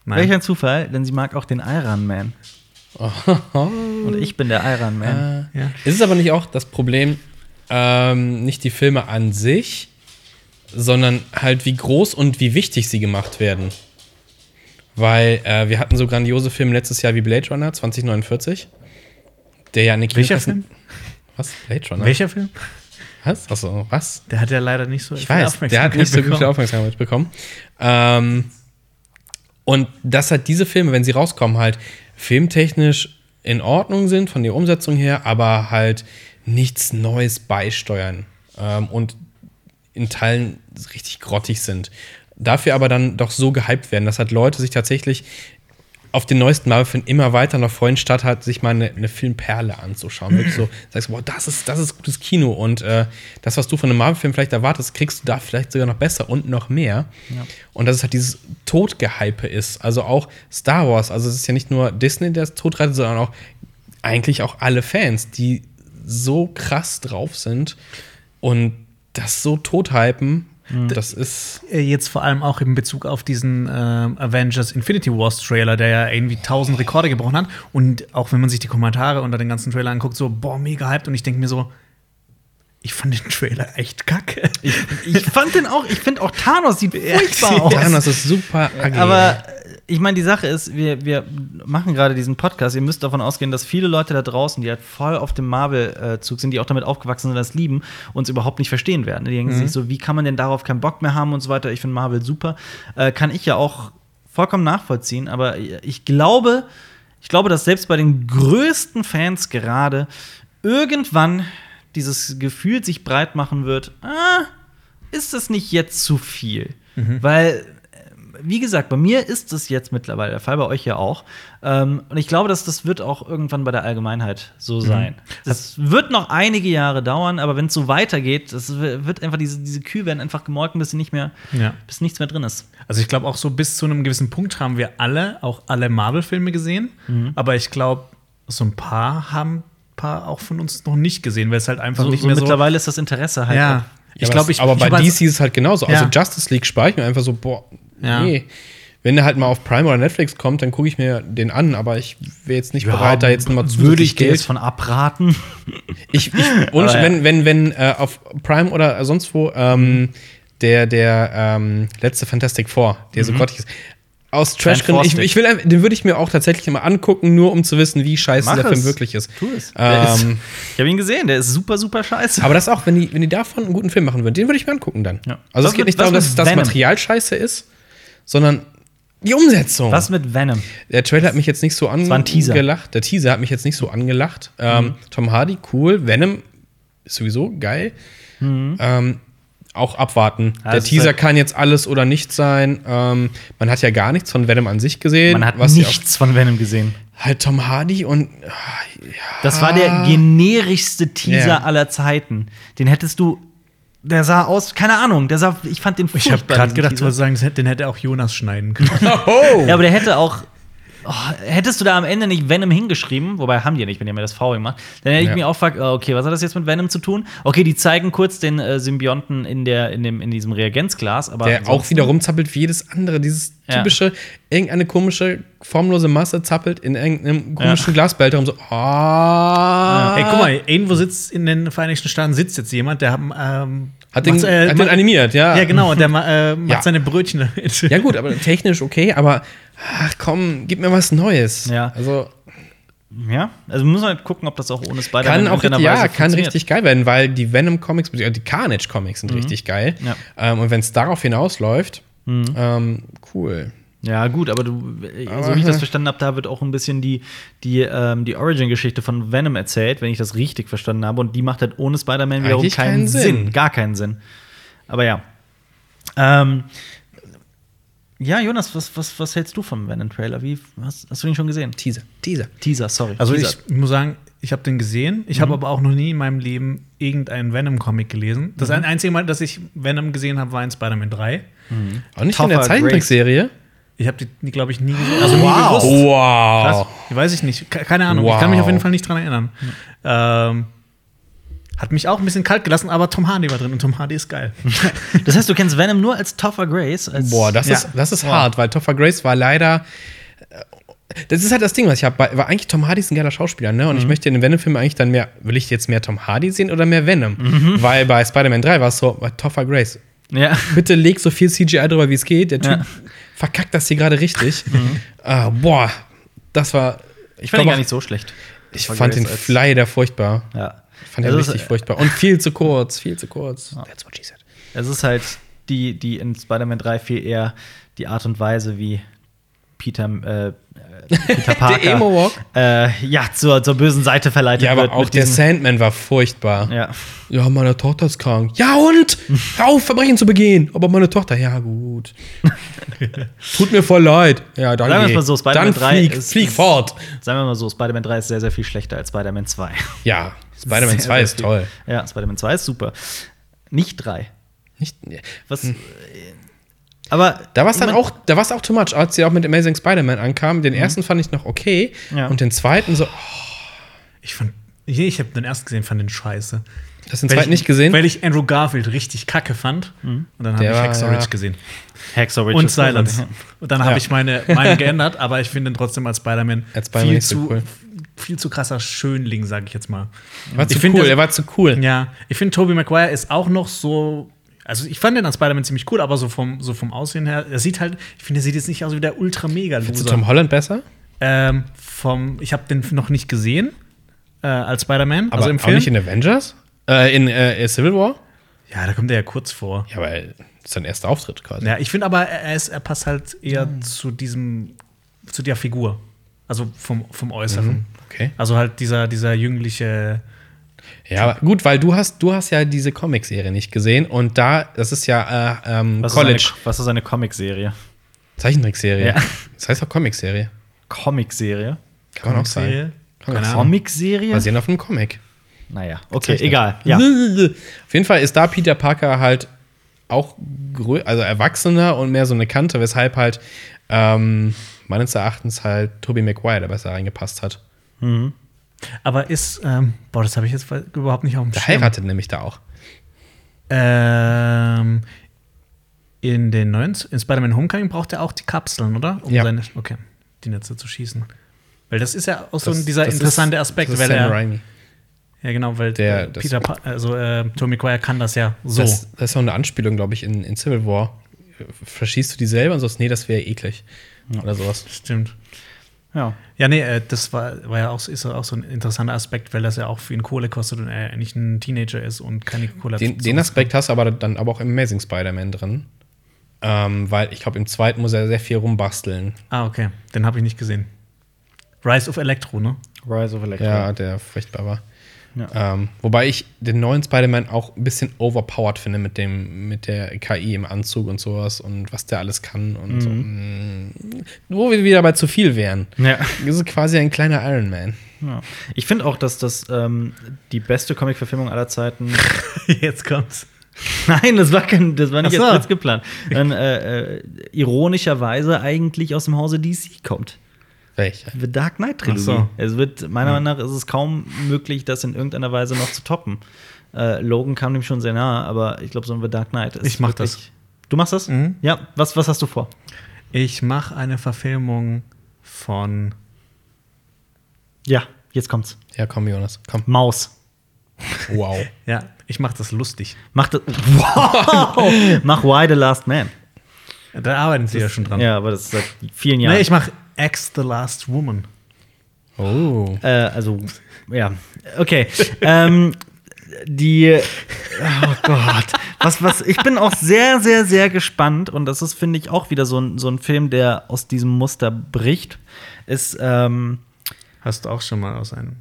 Speaker 2: Nein.
Speaker 1: Welch ein Zufall, denn sie mag auch den Iron Man. Und ich bin der Iron Man.
Speaker 2: Ja.
Speaker 3: Ist es aber nicht auch das Problem, ähm, nicht die Filme an sich, sondern halt wie groß und wie wichtig sie gemacht werden? Weil äh, wir hatten so grandiose Filme letztes Jahr wie Blade Runner 2049, der ja eine
Speaker 2: Welcher
Speaker 3: Kinokassen-
Speaker 2: Film?
Speaker 3: Was? Blade Runner?
Speaker 2: Welcher Film?
Speaker 3: Was? Achso, was?
Speaker 2: Der hat ja leider nicht so
Speaker 3: Ich weiß, der hat nicht so gute Aufmerksamkeit bekommen. Ähm, und dass halt diese Filme, wenn sie rauskommen, halt filmtechnisch in Ordnung sind, von der Umsetzung her, aber halt nichts Neues beisteuern ähm, und in Teilen richtig grottig sind. Dafür aber dann doch so gehypt werden, dass halt Leute sich tatsächlich auf den neuesten Marvel-Film immer weiter nach vorhin statt hat, sich mal eine, eine Filmperle anzuschauen. Wirklich so, sagst, wow, das ist, das ist gutes Kino und äh, das, was du von einem Marvel-Film vielleicht erwartest, kriegst du da vielleicht sogar noch besser und noch mehr. Und dass es halt dieses Todgehype ist. Also auch Star Wars, also es ist ja nicht nur Disney, der es totreitet, sondern auch eigentlich auch alle Fans, die so krass drauf sind und das so tothypen, das ist.
Speaker 2: Äh, Jetzt vor allem auch in Bezug auf diesen ähm, Avengers Infinity Wars Trailer, der ja irgendwie tausend Rekorde gebrochen hat. Und auch wenn man sich die Kommentare unter den ganzen Trailer anguckt, so, boah, mega hyped. Und ich denke mir so, ich fand den Trailer echt kacke.
Speaker 1: Ich fand den auch, ich finde auch Thanos sieht furchtbar aus.
Speaker 3: Thanos ist super agil.
Speaker 1: Ah, Aber äh, ich meine, die Sache ist, wir, wir machen gerade diesen Podcast. Ihr müsst davon ausgehen, dass viele Leute da draußen, die halt voll auf dem Marvel-Zug sind, die auch damit aufgewachsen sind, das lieben, uns überhaupt nicht verstehen werden. Die denken sich so, wie kann man denn darauf keinen Bock mehr haben und so weiter. Ich finde Marvel super. Äh, kann ich ja auch vollkommen nachvollziehen. Aber ich glaube, ich glaube, dass selbst bei den größten Fans gerade irgendwann dieses Gefühl sich
Speaker 3: Mhm.
Speaker 1: breit machen wird, ah, ist das nicht jetzt zu viel? Weil wie gesagt, bei mir ist es jetzt mittlerweile der Fall, bei euch ja auch. Ähm, und ich glaube, dass das wird auch irgendwann bei der Allgemeinheit
Speaker 3: Mhm.
Speaker 1: so sein. Es wird noch einige Jahre dauern, aber wenn es so weitergeht, es w- wird einfach diese, diese Kühe werden einfach gemolken, bis sie nicht mehr,
Speaker 2: Ja.
Speaker 1: bis nichts mehr drin ist.
Speaker 2: Also ich glaube auch so bis zu einem gewissen Punkt haben wir alle, auch alle Marvel-Filme gesehen.
Speaker 1: Mhm.
Speaker 2: Aber ich glaube, so ein paar haben ein paar auch von uns noch nicht gesehen, weil es halt einfach
Speaker 1: So,
Speaker 2: nicht
Speaker 1: so
Speaker 2: mehr so.
Speaker 1: mittlerweile ist das Interesse halt.
Speaker 2: ja,
Speaker 1: auch-
Speaker 2: ich glaube, ich
Speaker 3: aber
Speaker 2: ich
Speaker 3: bei
Speaker 2: hab als-
Speaker 3: DC ist es halt genauso.
Speaker 2: Ja.
Speaker 3: Also Justice League spare ich mir einfach so, boah,
Speaker 2: Ja.
Speaker 3: nee. Wenn der halt mal auf Prime oder Netflix kommt, dann gucke ich mir den an, aber ich wäre jetzt nicht bereit, da jetzt nochmal
Speaker 1: würde ich
Speaker 3: zusätzlich
Speaker 1: dir
Speaker 3: Geld.
Speaker 1: jetzt von abraten.
Speaker 3: Ich, ich, ohne,
Speaker 1: Aber ja.
Speaker 3: wenn, wenn, wenn äh, auf Prime oder sonst wo ähm, der, der ähm, letzte Fantastic Four, der
Speaker 2: Mhm.
Speaker 3: so grottig ist. Aus Trashgründen, ich,
Speaker 1: Fantastic.
Speaker 3: ich will, einfach- den würde ich mir auch tatsächlich mal angucken, nur um zu wissen, wie scheiße
Speaker 1: Mach
Speaker 3: der
Speaker 1: es.
Speaker 3: Film wirklich ist.
Speaker 1: Tu es. Der ist-
Speaker 3: Ähm,
Speaker 1: Ich habe ihn gesehen, der ist super, super scheiße.
Speaker 3: aber das auch, wenn die, wenn die davon einen guten Film machen würden, den würde ich mir angucken dann.
Speaker 1: Ja. Was
Speaker 3: Also es geht
Speaker 1: mit-
Speaker 3: nicht
Speaker 1: was
Speaker 3: darum,
Speaker 1: mit
Speaker 3: dass das
Speaker 1: Venom?
Speaker 3: Material scheiße ist, sondern die Umsetzung.
Speaker 1: Was mit Venom?
Speaker 3: Der Trailer hat mich jetzt nicht so
Speaker 1: war ein Teaser. Mhm.
Speaker 3: angelacht. Der Teaser hat mich jetzt nicht so angelacht. Ähm, Tom Hardy, cool. Venom ist sowieso geil. Ähm, auch abwarten.
Speaker 1: Mhm. Ja,
Speaker 3: der
Speaker 1: das ist
Speaker 3: Teaser
Speaker 1: halt-
Speaker 3: kann jetzt alles oder nichts sein. Ähm, man hat ja gar nichts von Venom an sich gesehen.
Speaker 1: Man hat
Speaker 3: was ja
Speaker 1: nichts von Venom gesehen.
Speaker 3: Auch, halt Tom Hardy und ah,
Speaker 1: Das war der generischste Teaser
Speaker 3: Ja.
Speaker 1: aller Zeiten. Den hättest du. Der sah aus, keine Ahnung, der sah, ich fand den
Speaker 2: Ich
Speaker 1: furchtbar.
Speaker 2: habe gerade
Speaker 1: diesen
Speaker 2: gedacht, du
Speaker 1: Teaser.
Speaker 2: wolltest sagen, das hätte- den hätte auch Jonas schneiden können.
Speaker 1: Ja, aber der hätte auch. Oh, hättest du da am Ende nicht Venom hingeschrieben, wobei haben die ja nicht, wenn die haben ja das V gemacht, dann hätte
Speaker 3: Ja.
Speaker 1: ich mir auch gefragt, oh, okay, was hat das jetzt mit Venom zu tun? Okay, die zeigen kurz den äh, Symbionten in, der, in, dem, in diesem Reagenzglas, aber.
Speaker 3: der auch
Speaker 1: ansonsten-
Speaker 3: wieder rumzappelt wie jedes andere. Dieses
Speaker 1: Ja.
Speaker 3: typische, irgendeine komische, formlose Masse zappelt in irgendeinem komischen Glasbehälter rum. So, ah.
Speaker 2: Ey, guck mal, irgendwo sitzt in den Vereinigten Staaten sitzt jetzt jemand, der haben, ähm,
Speaker 3: Hat den,
Speaker 2: macht, äh,
Speaker 3: hat den animiert, ja.
Speaker 2: Ja, genau, der ma- äh, macht
Speaker 3: Ja.
Speaker 2: seine Brötchen damit.
Speaker 3: Ja, gut, aber technisch okay, aber ach komm, gib mir was Neues.
Speaker 1: Ja.
Speaker 3: Also
Speaker 1: Ja, also muss man halt gucken, ob das auch ohne Spider-Man
Speaker 3: kann auch
Speaker 1: irgendeiner
Speaker 3: richtig, ja,
Speaker 1: Weise
Speaker 3: kann
Speaker 1: funktioniert.
Speaker 3: richtig geil werden, weil die Venom Comics, beziehungsweise die Carnage Comics sind richtig geil.
Speaker 1: Ja.
Speaker 3: Ähm, und wenn es darauf hinausläuft, ähm, cool.
Speaker 1: Ja, gut, aber du, äh, so wie ich das verstanden habe, da wird auch ein bisschen die, die, ähm, die Origin-Geschichte von Venom erzählt, wenn ich das richtig verstanden habe. Und die macht halt ohne Spider-Man wiederum
Speaker 3: Eigentlich
Speaker 1: keinen
Speaker 3: keinen
Speaker 1: Sinn.
Speaker 3: Sinn.
Speaker 1: Gar keinen Sinn. Aber ja. Ähm, ja, Jonas, was, was, was hältst du vom Venom-Trailer? Wie, hast, hast du ihn schon gesehen?
Speaker 3: Teaser, Teaser.
Speaker 1: Teaser, sorry.
Speaker 2: Also
Speaker 1: Teaser.
Speaker 2: ich muss sagen, ich habe den gesehen. Ich habe aber auch noch nie in meinem Leben irgendeinen Venom-Comic gelesen. Das ein einzige Mal, dass ich Venom gesehen habe, war in Spider-Man 3.
Speaker 3: Auch nicht in
Speaker 1: Tougher
Speaker 3: der Zeichentrickserie.
Speaker 2: Ich habe die, glaube ich, nie gesehen. Also nie
Speaker 1: Wow.
Speaker 2: bewusst.
Speaker 3: Oh, Wow.
Speaker 2: Was? Ich weiß ich nicht. Ke- Keine Ahnung. Ich kann
Speaker 3: Wow.
Speaker 2: mich auf jeden Fall nicht dran erinnern. Ähm, hat mich auch ein bisschen kalt gelassen, aber Tom Hardy war drin und Tom Hardy ist geil.
Speaker 1: Das heißt, du kennst Venom nur als Topher Grace? Als
Speaker 3: Boah, das
Speaker 2: Ja.
Speaker 3: ist, das ist hart, weil Topher Grace war leider. äh, Das ist halt das Ding, was ich habe. Weil eigentlich Tom Hardy ist ein geiler Schauspieler, ne? Und
Speaker 1: Mhm.
Speaker 3: ich möchte in den Venom-Film eigentlich dann mehr. Will ich jetzt mehr Tom Hardy sehen oder mehr Venom?
Speaker 1: Mhm.
Speaker 3: Weil bei Spider-Man 3 war es so, bei Topher Grace.
Speaker 1: ja.
Speaker 3: Bitte leg so viel CGI drüber, wie es geht. Der Typ
Speaker 1: Ja. Mhm.
Speaker 3: verkackt das hier gerade richtig. Ah, boah, das war.
Speaker 1: Ich fand ihn
Speaker 3: glaub
Speaker 1: gar
Speaker 3: auch-
Speaker 1: nicht so schlecht.
Speaker 3: Ich
Speaker 1: Topher
Speaker 3: fand den
Speaker 1: Grace als-
Speaker 3: leider furchtbar.
Speaker 1: Ja.
Speaker 3: Ich fand den
Speaker 1: Also es-
Speaker 3: richtig furchtbar. Und viel zu kurz, viel zu kurz. That's what she said.
Speaker 1: Es ist halt die, die in Spider-Man 3 viel eher die Art und Weise, wie Peter, äh, äh, Peter Parker
Speaker 3: Emo-Walk.
Speaker 1: Äh, ja, zur, zur bösen Seite verleitet
Speaker 3: Ja,
Speaker 1: wird.
Speaker 3: aber auch
Speaker 1: mit
Speaker 3: der
Speaker 1: diesen-
Speaker 3: Sandman war furchtbar.
Speaker 1: ja.
Speaker 3: Ja, meine Tochter ist krank. Ja, und? Hör auf, Verbrechen zu begehen. Aber meine Tochter, ja, gut. Tut mir voll leid. Ja, dann,
Speaker 1: Sagen wir es
Speaker 3: geh.
Speaker 1: mal so, Spider-Man
Speaker 3: dann
Speaker 1: 3
Speaker 3: flieg,
Speaker 1: ist-
Speaker 3: flieg
Speaker 1: ist-
Speaker 3: fort.
Speaker 1: Sagen wir mal so, Spider-Man 3 ist sehr, sehr viel schlechter als Spider-Man 2.
Speaker 3: Ja, Spider-Man
Speaker 1: Sehr,
Speaker 3: 2
Speaker 1: sehr
Speaker 3: ist
Speaker 1: viel.
Speaker 3: toll.
Speaker 1: Ja, Spider-Man 2 ist super. Nicht 3.
Speaker 3: Nicht,
Speaker 1: Was. äh, Aber
Speaker 3: Hm. da war es dann
Speaker 1: ich mein-
Speaker 3: auch, da war's auch too much, als sie auch mit Amazing Spider-Man ankam. Den ersten fand ich noch okay.
Speaker 1: Mhm. Ja.
Speaker 3: Und den zweiten so, oh,
Speaker 2: Ich fand. Ich, ich habe den ersten gesehen, fand den scheiße.
Speaker 3: hast du den
Speaker 2: Weil
Speaker 3: zweiten
Speaker 2: ich-
Speaker 3: nicht gesehen?
Speaker 2: Weil ich Andrew Garfield richtig kacke fand. Und dann habe
Speaker 3: Der
Speaker 2: ich
Speaker 3: war-
Speaker 2: Hacksaw
Speaker 3: ja.
Speaker 2: Ridge gesehen.
Speaker 1: Hacksaw Ridge
Speaker 2: Und
Speaker 1: ist großartig.
Speaker 2: Silence. Und dann habe
Speaker 3: Ja.
Speaker 2: ich meine Meinung geändert, aber ich finde ihn trotzdem als Spider-Man
Speaker 3: Als Spider-Man
Speaker 2: viel,
Speaker 3: nicht so
Speaker 2: zu-
Speaker 3: cool.
Speaker 2: viel zu krasser Schönling, sage ich jetzt mal.
Speaker 3: war zu
Speaker 2: ich find
Speaker 3: cool,
Speaker 2: das-
Speaker 3: er war zu cool.
Speaker 2: Ja, ich finde, Tobey Maguire ist auch noch so. Also, ich fand den als Spider-Man ziemlich cool, aber so vom, so vom Aussehen her, er sieht halt, ich finde, er sieht jetzt nicht aus wie der
Speaker 3: Findest du
Speaker 2: Ultra-Mega-Loser.
Speaker 3: Tom Holland besser?
Speaker 2: Ähm, vom, ich habe den noch nicht gesehen äh, als Spider-Man,
Speaker 3: Aber
Speaker 2: also im
Speaker 3: auch
Speaker 2: Film.
Speaker 3: nicht in Avengers? Äh, in äh, Civil War?
Speaker 2: ja, da kommt er ja kurz vor.
Speaker 3: Ja, weil das ist sein erster Auftritt quasi.
Speaker 2: Ja, ich finde aber, er, er ist, er passt halt eher
Speaker 3: Mhm.
Speaker 2: zu diesem, zu der Figur. Also vom, vom Äußeren.
Speaker 3: Mhm. Okay.
Speaker 2: Also halt dieser, dieser jüngliche.
Speaker 3: Ja, aber gut, weil du hast, du hast ja diese Comic-Serie nicht gesehen und da, das ist ja äh, ähm,
Speaker 1: Was
Speaker 3: College.
Speaker 1: Ist eine, was ist eine Comic-Serie?
Speaker 3: Zeichentrickserie.
Speaker 1: Ja.
Speaker 3: Das heißt auch Comicserie.
Speaker 1: Comicserie.
Speaker 3: Kann man auch sein.
Speaker 2: Serie.
Speaker 3: Kann man auch sein.
Speaker 1: Comicserie?
Speaker 3: Basierend auf einem Comic.
Speaker 1: Naja, okay,
Speaker 3: Zeichnet.
Speaker 1: egal. Ja.
Speaker 2: Hm?
Speaker 3: Auf jeden Fall ist da Peter Parker halt auch grö also erwachsener und mehr so eine Kante, weshalb halt ähm, meines Erachtens halt Tobey Maguire da besser reingepasst hat.
Speaker 2: Aber ist, ähm, boah, das habe ich jetzt überhaupt nicht auf dem
Speaker 3: Der
Speaker 2: Schirm.
Speaker 3: heiratet nämlich da auch.
Speaker 2: Ähm, in den neuen, in Spider-Man Homecoming braucht er auch die Kapseln, oder? Um
Speaker 3: Ja.
Speaker 2: seine, okay, die Netze zu schießen. Weil das ist ja auch so
Speaker 3: Das-
Speaker 2: dieser
Speaker 3: das ist-
Speaker 2: interessante Aspekt,
Speaker 3: das ist
Speaker 2: weil er,
Speaker 3: Sam Raimi.
Speaker 2: ja genau, weil
Speaker 3: Der-
Speaker 2: äh,
Speaker 3: das-
Speaker 2: Peter, pa also äh, Tom McGuire kann das ja so.
Speaker 3: Das, das ist auch eine Anspielung, glaube ich, in, in Civil War. Verschießt du die selber und sagst, nee, das wäre eklig. Oder sowas.
Speaker 2: Stimmt.
Speaker 1: ja.
Speaker 2: Ja, nee, äh, das war, war ja auch, so- ist ja auch so ein interessanter Aspekt, weil das ja auch für ihn Kohle kostet und er nicht ein Teenager ist und keine Kohle hat.
Speaker 3: Den, den Aspekt hast du aber dann aber auch im Amazing Spider-Man drin. Ähm, weil ich glaube, im zweiten muss er sehr viel rumbasteln.
Speaker 2: ah, okay, den habe ich nicht gesehen. Rise of Electro, ne?
Speaker 1: Rise of Electro.
Speaker 3: Ja, der furchtbar war.
Speaker 1: Ja.
Speaker 3: Ähm, wobei ich den neuen Spider-Man auch ein bisschen overpowered finde mit dem, mit der KI im Anzug und sowas und was der alles kann und so. Mm. Wo wir wieder bei zu viel wären.
Speaker 1: Ja.
Speaker 3: Das ist quasi ein kleiner Iron Man.
Speaker 1: Ja. Ich finde auch, dass das ähm, die beste Comic-Verfilmung aller Zeiten.
Speaker 2: Jetzt kommt's.
Speaker 1: Nein, das war, kein, das war nicht
Speaker 2: Ach so.
Speaker 1: als Witz geplant. Dann, äh, äh, ironischerweise eigentlich aus dem Hause DC kommt.
Speaker 3: Welcher?
Speaker 1: The Dark Knight Trilogie.
Speaker 2: Ach so.
Speaker 1: Es wird, meiner Meinung nach, ist es kaum möglich, das in irgendeiner Weise noch zu toppen. Äh, Logan kam dem schon sehr nahe, aber ich glaube, so ein The Dark Knight ist.
Speaker 2: Ich mach
Speaker 1: wirklich-
Speaker 2: das.
Speaker 1: Du machst das?
Speaker 2: Mhm.
Speaker 1: Ja, was, was hast du vor?
Speaker 2: Ich mache eine Verfilmung von.
Speaker 1: Ja, jetzt kommt's.
Speaker 3: Ja, komm, Jonas. Komm.
Speaker 1: Maus.
Speaker 3: Wow.
Speaker 2: Ja, ich mache das lustig.
Speaker 1: Mach das. Wow! Mach Why the Last Man.
Speaker 2: Da arbeiten sie ja schon dran.
Speaker 1: Ja, aber das ist seit vielen Jahren.
Speaker 2: Nee, ich mache Ex the Last Woman.
Speaker 3: Oh.
Speaker 1: äh, also, ja. Okay. ähm, die. Oh Gott. Was, was, ich bin auch sehr, sehr, sehr gespannt. Und das ist, finde ich, auch wieder so ein, so ein Film, der aus diesem Muster bricht. Ist ähm,
Speaker 2: Hast du auch schon mal aus einem.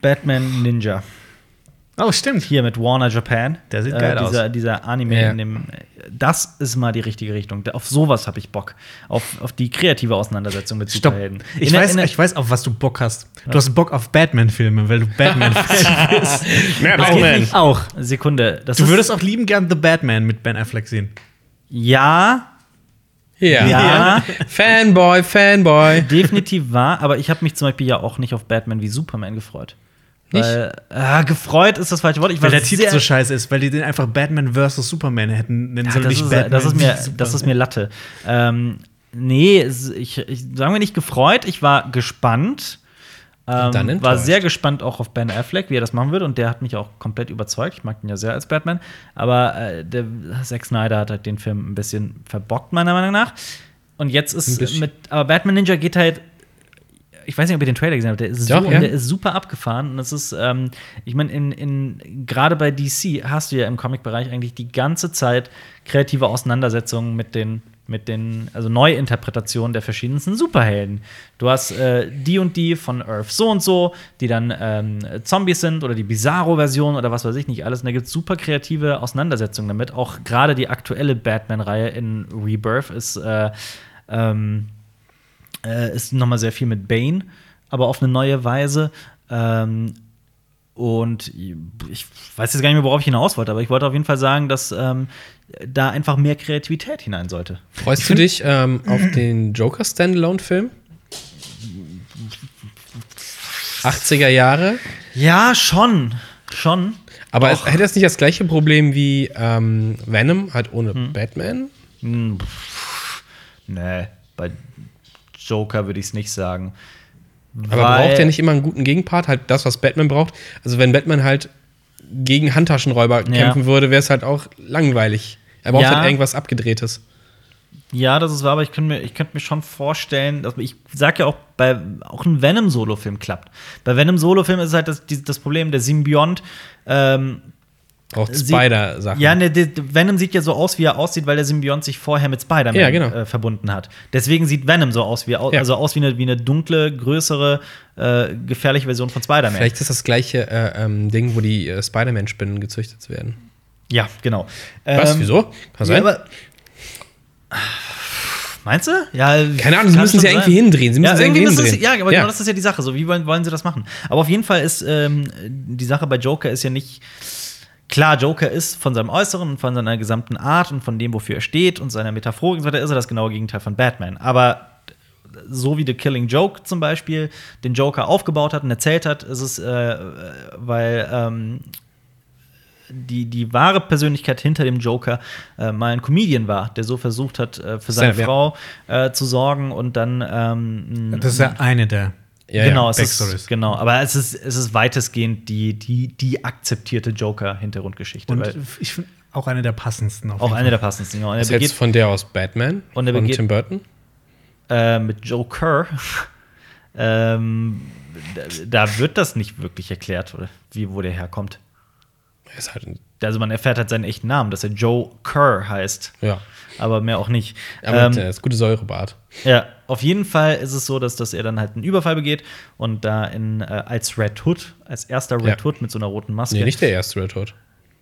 Speaker 1: Batman Ninja.
Speaker 2: Oh, stimmt.
Speaker 1: Hier mit Warner Japan. Äh,
Speaker 2: Der sieht geil
Speaker 1: dieser,
Speaker 2: aus.
Speaker 1: Dieser Anime
Speaker 3: Ja.
Speaker 1: in dem. Das ist mal die richtige Richtung. Auf sowas habe ich Bock. Auf, auf die kreative Auseinandersetzung mit
Speaker 2: Stopp.
Speaker 1: Superhelden.
Speaker 2: Ich,
Speaker 1: In der-
Speaker 2: weiß,
Speaker 1: in der-
Speaker 2: ich weiß, auf was du Bock hast. Du hast Bock auf Batman-Filme, weil du Batman bist.
Speaker 3: Mehr
Speaker 2: Das geht nicht auch.
Speaker 1: Sekunde. Das
Speaker 2: Du
Speaker 1: ist-
Speaker 2: würdest auch lieben gern The Batman mit Ben Affleck sehen.
Speaker 1: Ja,
Speaker 3: Ja.
Speaker 1: Ja.
Speaker 3: Fanboy, Fanboy.
Speaker 1: definitiv wahr, aber ich habe mich zum Beispiel ja auch nicht auf Batman wie Superman gefreut.
Speaker 3: Nicht?
Speaker 1: Weil, ah, gefreut ist das falsche Wort. Ich war
Speaker 2: Weil der Titel
Speaker 1: sehr-
Speaker 2: so scheiße ist, weil die den einfach Batman vs. Superman hätten nennen
Speaker 1: ja,
Speaker 2: sollen.
Speaker 1: das,
Speaker 2: nicht
Speaker 1: ist,
Speaker 2: Batman
Speaker 1: das, ist
Speaker 2: wie
Speaker 1: mir,
Speaker 2: Superman.
Speaker 1: das ist mir Latte. Ähm, nee, es- ich, ich sagen wir nicht gefreut, ich war gespannt. Ähm,
Speaker 3: Dann
Speaker 1: war
Speaker 3: enttäuscht.
Speaker 1: sehr gespannt auch auf Ben Affleck, wie er das machen wird. Und der hat mich auch komplett überzeugt. Ich mag ihn ja sehr als Batman. Aber äh, der Zack Snyder hat halt den Film ein bisschen verbockt, meiner Meinung nach. Und jetzt
Speaker 3: Ein
Speaker 1: ist
Speaker 3: bisschen.
Speaker 1: mit. Aber Batman Ninja geht halt. Ich weiß nicht, ob ihr den Trailer gesehen habt. Der ist,
Speaker 3: Doch,
Speaker 1: so,
Speaker 3: ja.
Speaker 1: der ist super abgefahren. Und das ist, ähm, ich meine, in, in, gerade bei DC hast du ja im Comic-Bereich eigentlich die ganze Zeit kreative Auseinandersetzungen mit den, mit den, also Neuinterpretationen der verschiedensten Superhelden. Du hast äh, die und die von Earth so und so, die dann ähm, Zombies sind oder die Bizarro-Version oder was weiß ich nicht alles. Und da gibt es super kreative Auseinandersetzungen damit. Auch gerade die aktuelle Batman-Reihe in Rebirth ist äh, ähm, äh, ist nochmal sehr viel mit Bane, aber auf eine neue Weise. Ähm, und ich weiß jetzt gar nicht mehr, worauf ich hinaus wollte, aber ich wollte auf jeden Fall sagen, dass ähm, da einfach mehr Kreativität hinein sollte.
Speaker 3: Freust du dich ähm, auf den Joker Standalone-Film? 80er Jahre.
Speaker 1: Ja, schon. Schon.
Speaker 3: Aber es, hätte das nicht das gleiche Problem wie ähm, Venom, halt ohne Batman?
Speaker 1: Nee, bei Joker würde ich es nicht sagen.
Speaker 3: Aber braucht er nicht immer einen guten Gegenpart? Halt das, was Batman braucht. Also, wenn Batman halt gegen Handtaschenräuber kämpfen würde, wäre es halt auch langweilig. Er braucht
Speaker 1: Ja.
Speaker 3: halt irgendwas Abgedrehtes.
Speaker 1: Ja, das ist wahr, aber ich könnte mir, ich könnte mir schon vorstellen, dass ich sag ja auch, bei auch ein Venom-Solo-Film klappt. Bei Venom-Solo-Film ist halt das, die- das Problem, der Symbiont ähm,
Speaker 3: Braucht
Speaker 1: Sie-
Speaker 3: Spider-Sachen.
Speaker 1: Ja, ne, der- der Venom sieht ja so aus, wie er aussieht, weil der Symbiont sich vorher mit Spider-Man
Speaker 3: Ja, genau.
Speaker 1: äh, verbunden hat. Deswegen sieht Venom so aus, wie, au-
Speaker 3: Ja.
Speaker 1: also aus wie eine, wie eine dunkle, größere, äh, gefährliche Version von Spider-Man.
Speaker 3: Vielleicht ist das gleiche äh, ähm, Ding, wo die äh, Spider-Man-Spinnen gezüchtet werden.
Speaker 1: Ja, genau.
Speaker 3: Was?
Speaker 1: Ähm,
Speaker 3: Wieso? Kann
Speaker 1: Ja,
Speaker 3: sein.
Speaker 1: aber Meinst du? Ja,
Speaker 3: Keine Ahnung, sie
Speaker 1: kann
Speaker 3: müssen es
Speaker 1: schon
Speaker 3: ja irgendwie
Speaker 1: sein.
Speaker 3: hindrehen. Sie müssen
Speaker 1: Ja,
Speaker 3: es
Speaker 1: irgendwie
Speaker 3: irgendwie
Speaker 1: müssen sie,
Speaker 3: hindrehen.
Speaker 1: ja, aber genau das ist ja die Sache. So, wie wollen, wollen sie das machen? Aber auf jeden Fall ist ähm, die Sache bei Joker ist ja nicht. Klar, Joker ist von seinem Äußeren und von seiner gesamten Art und von dem, wofür er steht und seiner Metaphorik und so weiter, ist er das genaue Gegenteil von Batman. Aber so wie The Killing Joke zum Beispiel den Joker aufgebaut hat und erzählt hat, ist es, äh, weil ähm, die, die wahre Persönlichkeit hinter dem Joker äh, mal ein Comedian war, der so versucht hat, äh, für seine
Speaker 3: Sam, ja.
Speaker 1: Frau äh, zu sorgen und dann ähm,
Speaker 2: Das ist ja eine der.
Speaker 3: Ja,
Speaker 1: genau,
Speaker 3: ja.
Speaker 1: es ist,
Speaker 2: Backstories.
Speaker 1: genau, aber es ist, es ist weitestgehend die, die, die akzeptierte Joker-Hintergrundgeschichte.
Speaker 2: Und
Speaker 1: weil
Speaker 2: ich finde auch eine der passendsten. Auf
Speaker 1: Auch
Speaker 2: jeden
Speaker 1: eine der passendsten. Genau. Und er
Speaker 3: Was hältst du
Speaker 1: begeht
Speaker 3: von der aus Batman?
Speaker 1: Und er
Speaker 3: von
Speaker 1: begeht-
Speaker 3: Tim Burton?
Speaker 1: äh, mit Joker. ähm, da, da wird das nicht wirklich erklärt, oder wie, wo der herkommt.
Speaker 3: Er Ist halt ein,
Speaker 1: Also man erfährt halt seinen echten Namen, dass er Joe Kerr heißt.
Speaker 3: ja.
Speaker 1: Aber mehr auch nicht.
Speaker 3: Aber
Speaker 1: Ähm,
Speaker 3: ähm, das gute Säurebart.
Speaker 1: Ja, auf jeden Fall ist es so, dass, dass er dann halt einen Überfall begeht und da in, äh, als Red Hood, als erster Red
Speaker 3: Ja.
Speaker 1: Hood mit so einer roten Maske.
Speaker 3: Nee, nicht der erste Red Hood.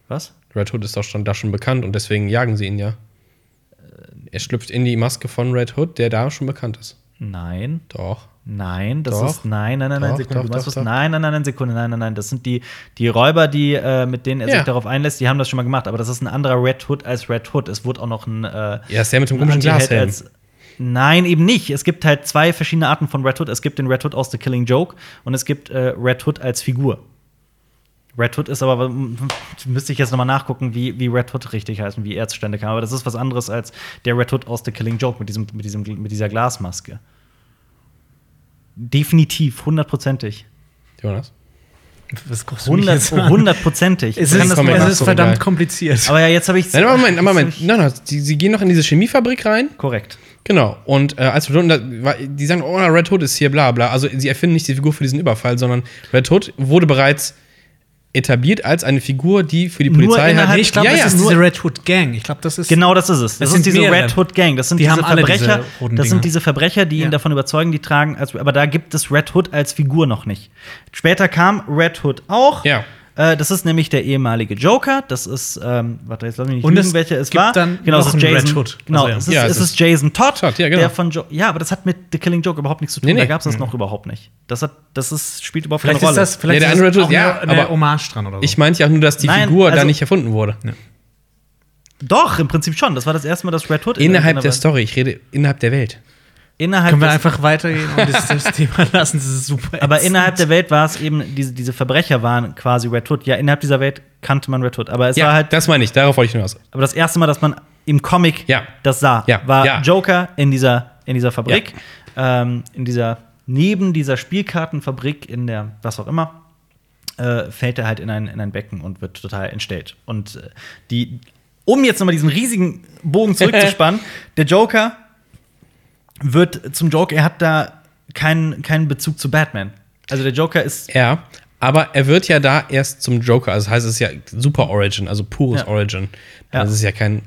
Speaker 1: Was?
Speaker 3: Red Hood ist doch schon da schon bekannt und deswegen jagen sie ihn ja. Er schlüpft in die Maske von Red Hood, der da schon bekannt ist.
Speaker 1: Nein,
Speaker 3: Doch.
Speaker 1: nein, das
Speaker 3: Doch.
Speaker 1: ist nein, nein, nein, nein,
Speaker 3: Doch,
Speaker 1: Sekunde,
Speaker 3: doch,
Speaker 1: du machst
Speaker 3: doch,
Speaker 1: was,
Speaker 3: doch.
Speaker 1: nein, nein, nein, nein, Sekunde, nein, nein, nein, das sind die, die Räuber, die äh, mit denen er
Speaker 3: Ja.
Speaker 1: sich darauf einlässt, die haben das schon mal gemacht, aber das ist ein anderer Red Hood als Red Hood. Es wurde auch noch ein äh,
Speaker 3: Ja, ist der mit dem
Speaker 1: ein
Speaker 3: komischen
Speaker 1: Anti-Held
Speaker 3: Glashelm.
Speaker 1: halt als- Nein, eben nicht. Es gibt halt zwei verschiedene Arten von Red Hood. Es gibt den Red Hood aus The Killing Joke und es gibt äh, Red Hood als Figur. Red Hood ist aber, müsste ich jetzt nochmal nachgucken, wie, wie Red Hood richtig heißt und wie er zustande kam. Aber das ist was anderes als der Red Hood aus The Killing Joke mit, diesem, mit, diesem, mit dieser Glasmaske. Definitiv, hundertprozentig.
Speaker 3: Jonas?
Speaker 2: Fall. Das guckst du mich
Speaker 1: Hundert-
Speaker 2: jetzt an.
Speaker 1: Hundertprozentig.
Speaker 2: Es
Speaker 1: Ich
Speaker 2: ist,
Speaker 1: kann das
Speaker 3: komm,
Speaker 1: nur-
Speaker 2: es
Speaker 3: nachgucken
Speaker 2: ist verdammt
Speaker 3: gleich.
Speaker 2: kompliziert.
Speaker 1: aber ja, jetzt habe ich
Speaker 3: Nein, aber Moment, aber Moment. Nein, nein, sie, sie gehen noch in diese Chemiefabrik rein.
Speaker 1: Korrekt.
Speaker 3: Genau. Und äh, als Red Hood, da war- die sagen, oh, Red Hood ist hier, bla bla. Also sie erfinden nicht die Figur für diesen Überfall, sondern Red Hood wurde bereits etabliert als eine Figur, die für die
Speaker 1: Nur
Speaker 3: Polizei halt
Speaker 1: innerhalb-
Speaker 2: Nee, ich glaube,
Speaker 3: ja, ja,
Speaker 2: das ist
Speaker 3: nur-
Speaker 2: diese Red Hood Gang. Ich glaube, das ist.
Speaker 1: Genau das ist es. Das,
Speaker 2: Das
Speaker 1: ist
Speaker 2: sind
Speaker 1: diese
Speaker 2: mehrere.
Speaker 1: Red Hood Gang. Das sind
Speaker 2: Die
Speaker 1: diese
Speaker 2: haben alle diese
Speaker 1: Verbrecher.
Speaker 2: roten
Speaker 1: das sind
Speaker 2: Dinger.
Speaker 1: diese Verbrecher, die ihn
Speaker 2: Ja.
Speaker 1: davon überzeugen, die tragen. Als, aber da gibt es Red Hood als Figur noch nicht. Später kam Red Hood auch.
Speaker 3: Ja.
Speaker 1: Äh, Das ist nämlich der ehemalige Joker. Das ist, ähm, warte, jetzt lass mich nicht
Speaker 2: Und
Speaker 1: lügen,
Speaker 2: es
Speaker 1: welcher es
Speaker 2: gibt
Speaker 1: war.
Speaker 2: dann
Speaker 1: genau, es
Speaker 2: noch
Speaker 1: ist
Speaker 2: einen Red
Speaker 1: Jason.
Speaker 2: Hood.
Speaker 1: Genau,
Speaker 2: Also, ja.
Speaker 1: es, ist,
Speaker 3: Ja,
Speaker 1: es
Speaker 3: es
Speaker 1: ist Jason Todd,
Speaker 3: Todd, ja, genau.
Speaker 1: der von jo Ja, aber das hat mit The Killing Joke überhaupt nichts zu tun.
Speaker 3: Nee, nee.
Speaker 1: Da gab es das noch überhaupt nicht. Das hat, das ist, spielt überhaupt
Speaker 2: Mhm. Vielleicht
Speaker 1: keine
Speaker 2: ist
Speaker 1: Rolle.
Speaker 2: das vielleicht
Speaker 3: Ja, der
Speaker 2: ist
Speaker 3: andere
Speaker 2: das
Speaker 3: Red
Speaker 2: auch
Speaker 3: Hood, ja,
Speaker 2: eine, eine
Speaker 3: aber-
Speaker 2: Hommage dran oder so.
Speaker 3: Ich meinte ja auch nur, dass die
Speaker 1: Nein,
Speaker 3: Figur da
Speaker 1: also-
Speaker 3: nicht erfunden wurde.
Speaker 1: Doch, im Prinzip schon. Das war das erste Mal, dass Red Hood in
Speaker 3: Innerhalb der
Speaker 1: irgendeiner-
Speaker 3: Story, ich rede innerhalb der Welt.
Speaker 1: innerhalb
Speaker 2: Können wir
Speaker 1: des-
Speaker 2: einfach weitergehen und dieses Thema lassen? Das ist super.
Speaker 1: Aber
Speaker 2: ätzend.
Speaker 1: innerhalb der Welt war es eben, diese, diese Verbrecher waren quasi Red Hood. Ja, innerhalb dieser Welt kannte man Red Hood. Aber es war
Speaker 3: Ja,
Speaker 1: halt,
Speaker 3: das meine ich, darauf wollte ich hinaus.
Speaker 1: aber das erste Mal, dass man im Comic
Speaker 3: Ja.
Speaker 1: das sah,
Speaker 3: Ja.
Speaker 1: war
Speaker 3: Ja.
Speaker 1: Joker in dieser, in dieser Fabrik, ähm, in dieser, neben dieser Spielkartenfabrik, in der, was auch immer, äh, fällt er halt in ein, in ein Becken und wird total entstellt. Und äh, die, um jetzt nochmal diesen riesigen Bogen zurückzuspannen, der Joker wird zum Joker, er hat da keinen, keinen Bezug zu Batman. Also der Joker ist
Speaker 3: Ja, aber er wird ja da erst zum Joker. Also das heißt, es ist ja super Origin, also pures
Speaker 1: Ja.
Speaker 3: Origin. Das
Speaker 1: Ja.
Speaker 3: ist ja kein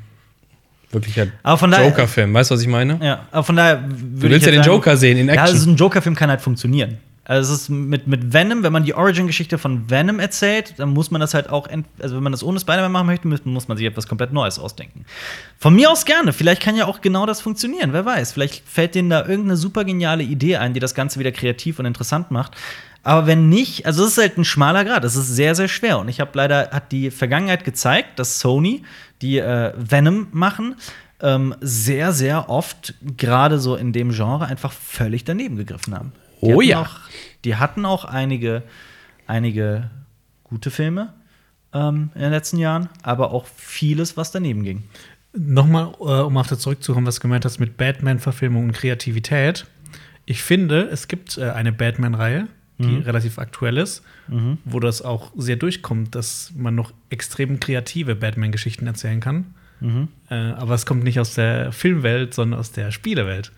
Speaker 3: wirklicher
Speaker 1: Aber von daher-
Speaker 3: Joker-Film. Weißt du, was ich meine?
Speaker 1: Ja, aber von daher würde
Speaker 3: ne? Du willst ja den Joker sehen in
Speaker 1: Ja,
Speaker 3: Action.
Speaker 1: also ein Joker-Film kann halt funktionieren. Also es ist mit, mit Venom, wenn man die Origin-Geschichte von Venom erzählt, dann muss man das halt auch, ent- also wenn man das ohne Spider-Man machen möchte, muss- muss man sich etwas komplett Neues ausdenken. Von mir aus gerne, vielleicht kann ja auch genau das funktionieren, wer weiß. Vielleicht fällt denen da irgendeine super geniale Idee ein, die das Ganze wieder kreativ und interessant macht. Aber wenn nicht, also es ist halt ein schmaler Grad, es ist sehr, sehr schwer. Und ich habe leider, hat die Vergangenheit gezeigt, dass Sony, die äh, Venom machen, ähm, sehr, sehr oft gerade so in dem Genre einfach völlig daneben gegriffen haben. Die
Speaker 3: Oh
Speaker 1: hatten
Speaker 3: ja.
Speaker 1: Auch, die hatten auch einige, einige gute Filme ähm, in den letzten Jahren, aber auch vieles, was daneben ging.
Speaker 2: Nochmal, äh, um auf das zurückzukommen, was du gemeint hast mit Batman-Verfilmung und Kreativität. Ich finde, es gibt äh, eine Batman-Reihe, die
Speaker 1: Mhm.
Speaker 2: relativ aktuell ist, wo das auch sehr durchkommt, dass man noch extrem kreative Batman-Geschichten erzählen kann.
Speaker 1: Mhm.
Speaker 2: Äh, aber es kommt nicht aus der Filmwelt, sondern aus der Spielewelt.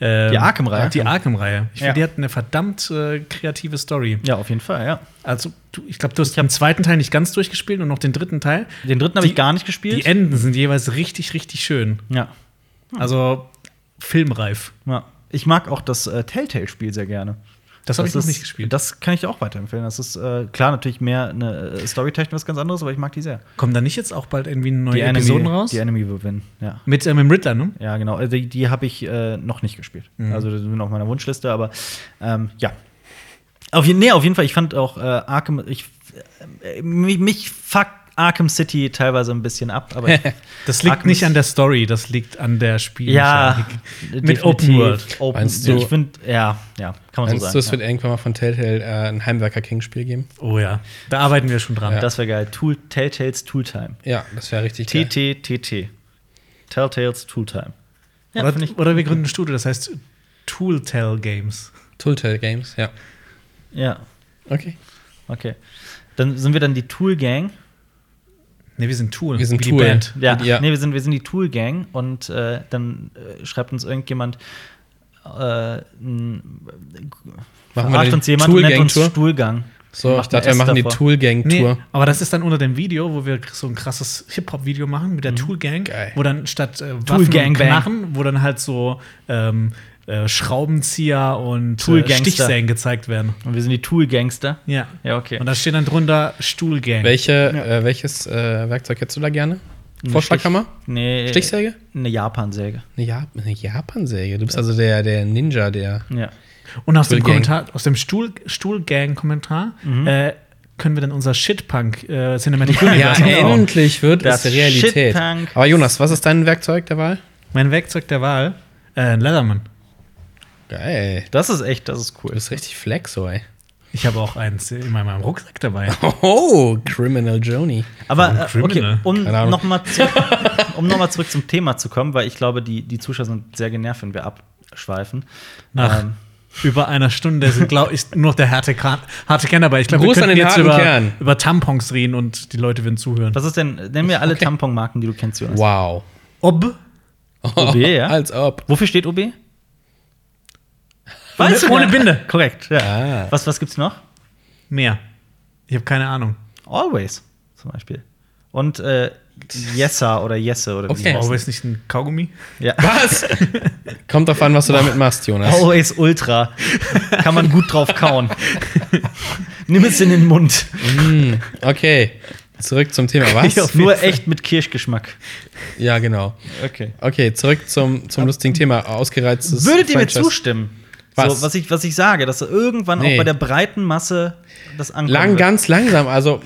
Speaker 2: Ähm,
Speaker 1: Die Arkham-Reihe?
Speaker 2: Die Arkham-Reihe. Ich
Speaker 1: Ja.
Speaker 2: finde, die hat eine verdammt äh, kreative Story.
Speaker 1: Ja, auf jeden Fall, ja.
Speaker 2: Also, du, ich glaube, du hast den zweiten Teil nicht ganz durchgespielt und noch den dritten Teil.
Speaker 1: Den dritten habe ich
Speaker 2: Die-
Speaker 1: gar nicht
Speaker 2: Die
Speaker 1: gespielt.
Speaker 2: Enden sind jeweils richtig, richtig schön.
Speaker 1: ja.
Speaker 2: Also filmreif.
Speaker 1: ja. Ich mag auch das äh, Telltale-Spiel sehr gerne.
Speaker 2: Das habe ich noch
Speaker 1: ist-
Speaker 2: nicht gespielt.
Speaker 1: Das kann ich dir auch weiterempfehlen. Das ist äh, klar natürlich mehr eine äh, Storytechnik was ganz anderes, aber ich mag die sehr.
Speaker 2: Kommen da nicht jetzt auch bald irgendwie neue
Speaker 1: die
Speaker 2: Episoden
Speaker 1: Enemy,
Speaker 2: raus?
Speaker 1: Die Enemy will win, ja.
Speaker 2: Mit, äh, mit dem Riddler, ne?
Speaker 1: Ja, genau. Also Die, die habe ich äh, noch nicht gespielt.
Speaker 2: Mhm.
Speaker 1: Also das sind auf meiner Wunschliste, aber ähm, ja. Auf, je- nee, auf jeden Fall, ich fand auch äh, Arkham, ich, äh, mich, mich fuckt Arkham City teilweise ein bisschen ab, aber ich,
Speaker 2: Das liegt
Speaker 1: Arkham
Speaker 2: nicht
Speaker 1: ist-
Speaker 2: an der Story, das liegt an der
Speaker 1: ja,
Speaker 2: Spielmechanik.
Speaker 1: definitiv.
Speaker 2: Open World.
Speaker 1: Open,
Speaker 3: Meinst du-
Speaker 1: ich finde, ja, ja, kann man so
Speaker 3: Meinst
Speaker 1: sagen.
Speaker 3: du, es
Speaker 1: ja.
Speaker 3: Also wird irgendwann mal von Telltale äh, ein Heimwerker-King-Spiel geben?
Speaker 2: Oh ja, da arbeiten wir schon dran.
Speaker 3: Ja.
Speaker 1: Das wäre geil. Tool, Telltales Tooltime.
Speaker 3: Ja, das wäre richtig geil.
Speaker 1: TTTT. Telltales Tooltime. Ja,
Speaker 2: oder,
Speaker 1: finde ich.
Speaker 2: oder wir gründen ein Studio, das heißt Tooltell Games.
Speaker 3: Telltale Games, ja.
Speaker 1: Ja,
Speaker 3: Okay.
Speaker 1: okay. Dann sind wir dann die Tool Gang.
Speaker 2: Ne, wir sind Tool.
Speaker 3: Wir sind
Speaker 2: wie die
Speaker 3: Tool.
Speaker 2: Band.
Speaker 1: Ja,
Speaker 3: Ja.
Speaker 1: nee, wir sind, wir sind die Tool Gang und äh, dann äh, schreibt uns irgendjemand, äh, n-
Speaker 3: Machen
Speaker 1: verarscht
Speaker 3: die
Speaker 1: uns jemand und nennt uns
Speaker 3: Tour?
Speaker 1: Stuhlgang.
Speaker 3: So, ich
Speaker 1: Macht ein
Speaker 3: dachte, wir
Speaker 1: S
Speaker 3: machen die
Speaker 1: davor.
Speaker 2: Nee,
Speaker 3: Toolgang-Tour.
Speaker 2: aber das ist dann unter dem Video, wo wir so ein krasses Hip-Hop-Video machen mit der
Speaker 1: Mhm.
Speaker 2: Tool Gang,
Speaker 3: Geil.
Speaker 2: wo dann statt äh,
Speaker 1: Tool
Speaker 2: Waffen und
Speaker 1: Gang Bang.
Speaker 2: Knarren, wo dann halt so ähm, äh, Schraubenzieher und
Speaker 1: Tool
Speaker 2: äh,
Speaker 1: Gangster.
Speaker 2: Stichsägen gezeigt werden.
Speaker 1: Und wir sind die Tool Gangster.
Speaker 2: Ja.
Speaker 1: Ja, okay.
Speaker 2: Und da steht dann drunter Stuhl Gang.
Speaker 3: Welche, äh, welches äh, Werkzeug hättest du da
Speaker 1: Hm,
Speaker 3: gerne?
Speaker 1: Eine
Speaker 3: Vorschlaghammer?
Speaker 1: Stich- Nee.
Speaker 3: Stichsäge?
Speaker 1: Eine Japansäge.
Speaker 3: Eine, ja eine Japansäge. Du bist also der, der Ninja, der.
Speaker 1: Ja.
Speaker 2: Und aus
Speaker 3: Tool
Speaker 2: dem
Speaker 3: Gang.
Speaker 2: Kommentar, aus dem Stuhl, Stuhl Gang Kommentar, äh, können wir dann unser Shitpunk äh, Cinematic Universe aufbauen.
Speaker 3: wird
Speaker 1: Das Shitpunk.
Speaker 3: Aber Jonas, was ist dein Werkzeug der Wahl?
Speaker 2: Mein Werkzeug der Wahl, äh, ein Leatherman.
Speaker 3: Geil.
Speaker 1: Das ist echt, das ist
Speaker 3: Du
Speaker 1: cool.
Speaker 3: bist richtig flexo, ey.
Speaker 2: Ich habe auch eins in meinem meinem Rucksack dabei.
Speaker 3: Oh, Criminal Joni.
Speaker 1: Aber äh, okay,
Speaker 2: Criminal.
Speaker 1: um
Speaker 3: Keine Ahnung.
Speaker 1: nochmal zu, um noch mal zurück zum Thema zu kommen, weil ich glaube, die, die Zuschauer sind sehr genervt, wenn wir abschweifen.
Speaker 2: Nach
Speaker 1: Ähm,
Speaker 2: über einer Stunde sind, glaube ich, nur noch der harte, Kern- harte Kern dabei. Ich glaube, wir
Speaker 3: Gruß an
Speaker 2: könnten
Speaker 3: den
Speaker 2: jetzt
Speaker 3: harten
Speaker 2: über,
Speaker 3: Kern.
Speaker 2: über Tampons reden und die Leute werden zuhören.
Speaker 1: was ist denn? Nenn mir alle Tamponmarken, die du kennst, Jonas.
Speaker 3: Wow.
Speaker 2: Ob
Speaker 1: OB, ja?
Speaker 3: Als ob.
Speaker 1: Wofür steht OB?
Speaker 2: Ohne- ohne Binde.
Speaker 1: Korrekt, ja.
Speaker 3: Ah.
Speaker 1: Was, was gibt's noch?
Speaker 2: mehr. Ich habe keine Ahnung.
Speaker 1: Always zum Beispiel. Und äh, Yesa oder Jesse oder wie
Speaker 3: Okay.
Speaker 1: die heißen.
Speaker 2: Warum ist nicht ein Kaugummi?
Speaker 1: ja.
Speaker 3: Was? Kommt drauf an, was du damit machst, Jonas.
Speaker 1: Always Ultra. Kann man gut drauf kauen. Nimm es in den Mund.
Speaker 3: Hm, okay. Zurück zum Thema. Was?
Speaker 1: Nur echt mit Kirschgeschmack.
Speaker 3: Ja, genau.
Speaker 1: Okay.
Speaker 3: Okay, zurück zum, zum lustigen Thema. Ausgereiztes.
Speaker 1: Würdet ihr mir
Speaker 3: Franchise.
Speaker 1: zustimmen?
Speaker 3: Was?
Speaker 1: So, was, ich, was ich sage, dass irgendwann
Speaker 3: Nee.
Speaker 1: auch bei der breiten Masse das ankommt.
Speaker 3: Lang, ganz langsam. Also,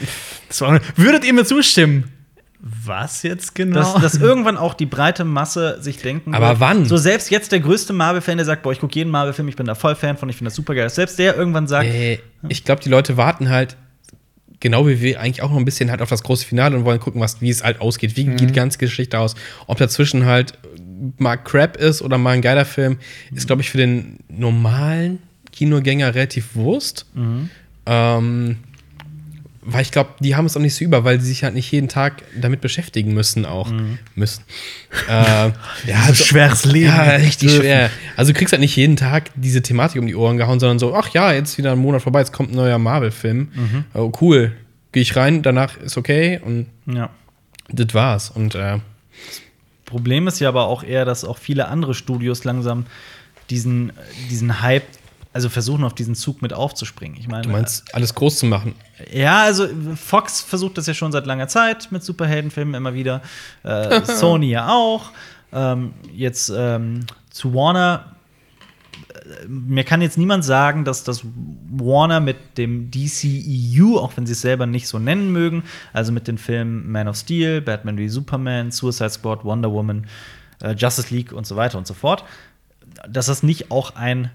Speaker 2: Das war- Würdet ihr mir zustimmen? Was jetzt genau?
Speaker 1: Dass, dass irgendwann auch die breite Masse sich denken
Speaker 3: Aber
Speaker 1: wird.
Speaker 3: wann?
Speaker 1: So selbst jetzt der größte Marvel-Fan, der sagt, boah, ich gucke jeden Marvel-Film, ich bin da voll Fan von, ich finde das super geil. Dass Selbst der irgendwann sagt,
Speaker 3: Äh, ich glaube, die Leute warten halt, genau wie wir eigentlich auch noch ein bisschen halt auf das große Finale und wollen gucken, was, wie es halt ausgeht. Wie geht die ganze Geschichte aus? Ob dazwischen halt mal Crap ist oder mal ein geiler Film, ist, glaube ich, für den normalen Kinogänger relativ Wurst. Ähm, weil ich glaube, die haben es auch nicht so über, weil sie sich halt nicht jeden Tag damit beschäftigen müssen auch. Müssen. Äh, ja,
Speaker 2: ein
Speaker 3: also-
Speaker 2: schweres Leben. Äh,
Speaker 3: ja, richtig
Speaker 2: Dürfen.
Speaker 3: schwer. Also du kriegst halt nicht jeden Tag diese Thematik um die Ohren gehauen, sondern so, ach ja, jetzt wieder ein Monat vorbei, jetzt kommt ein neuer Marvel-Film.
Speaker 2: Mhm.
Speaker 3: Oh, cool. Gehe ich rein, danach ist okay und
Speaker 1: ja.
Speaker 3: das war's. Und äh,
Speaker 1: Problem ist ja aber auch eher, dass auch viele andere Studios langsam diesen, diesen Hype, also versuchen, auf diesen Zug mit aufzuspringen. Ich meine,
Speaker 3: du meinst, alles groß zu machen.
Speaker 1: Ja, also Fox versucht das ja schon seit langer Zeit mit Superheldenfilmen immer wieder. Äh, Sony ja auch. Ähm, jetzt ähm, zu Warner. Äh, Mir kann jetzt niemand sagen, dass das Warner mit dem DCEU, auch wenn sie es selber nicht so nennen mögen, also mit den Filmen Man of Steel, Batman wie Superman, Suicide Squad, Wonder Woman, äh, Justice League und so weiter und so fort, dass das nicht auch ein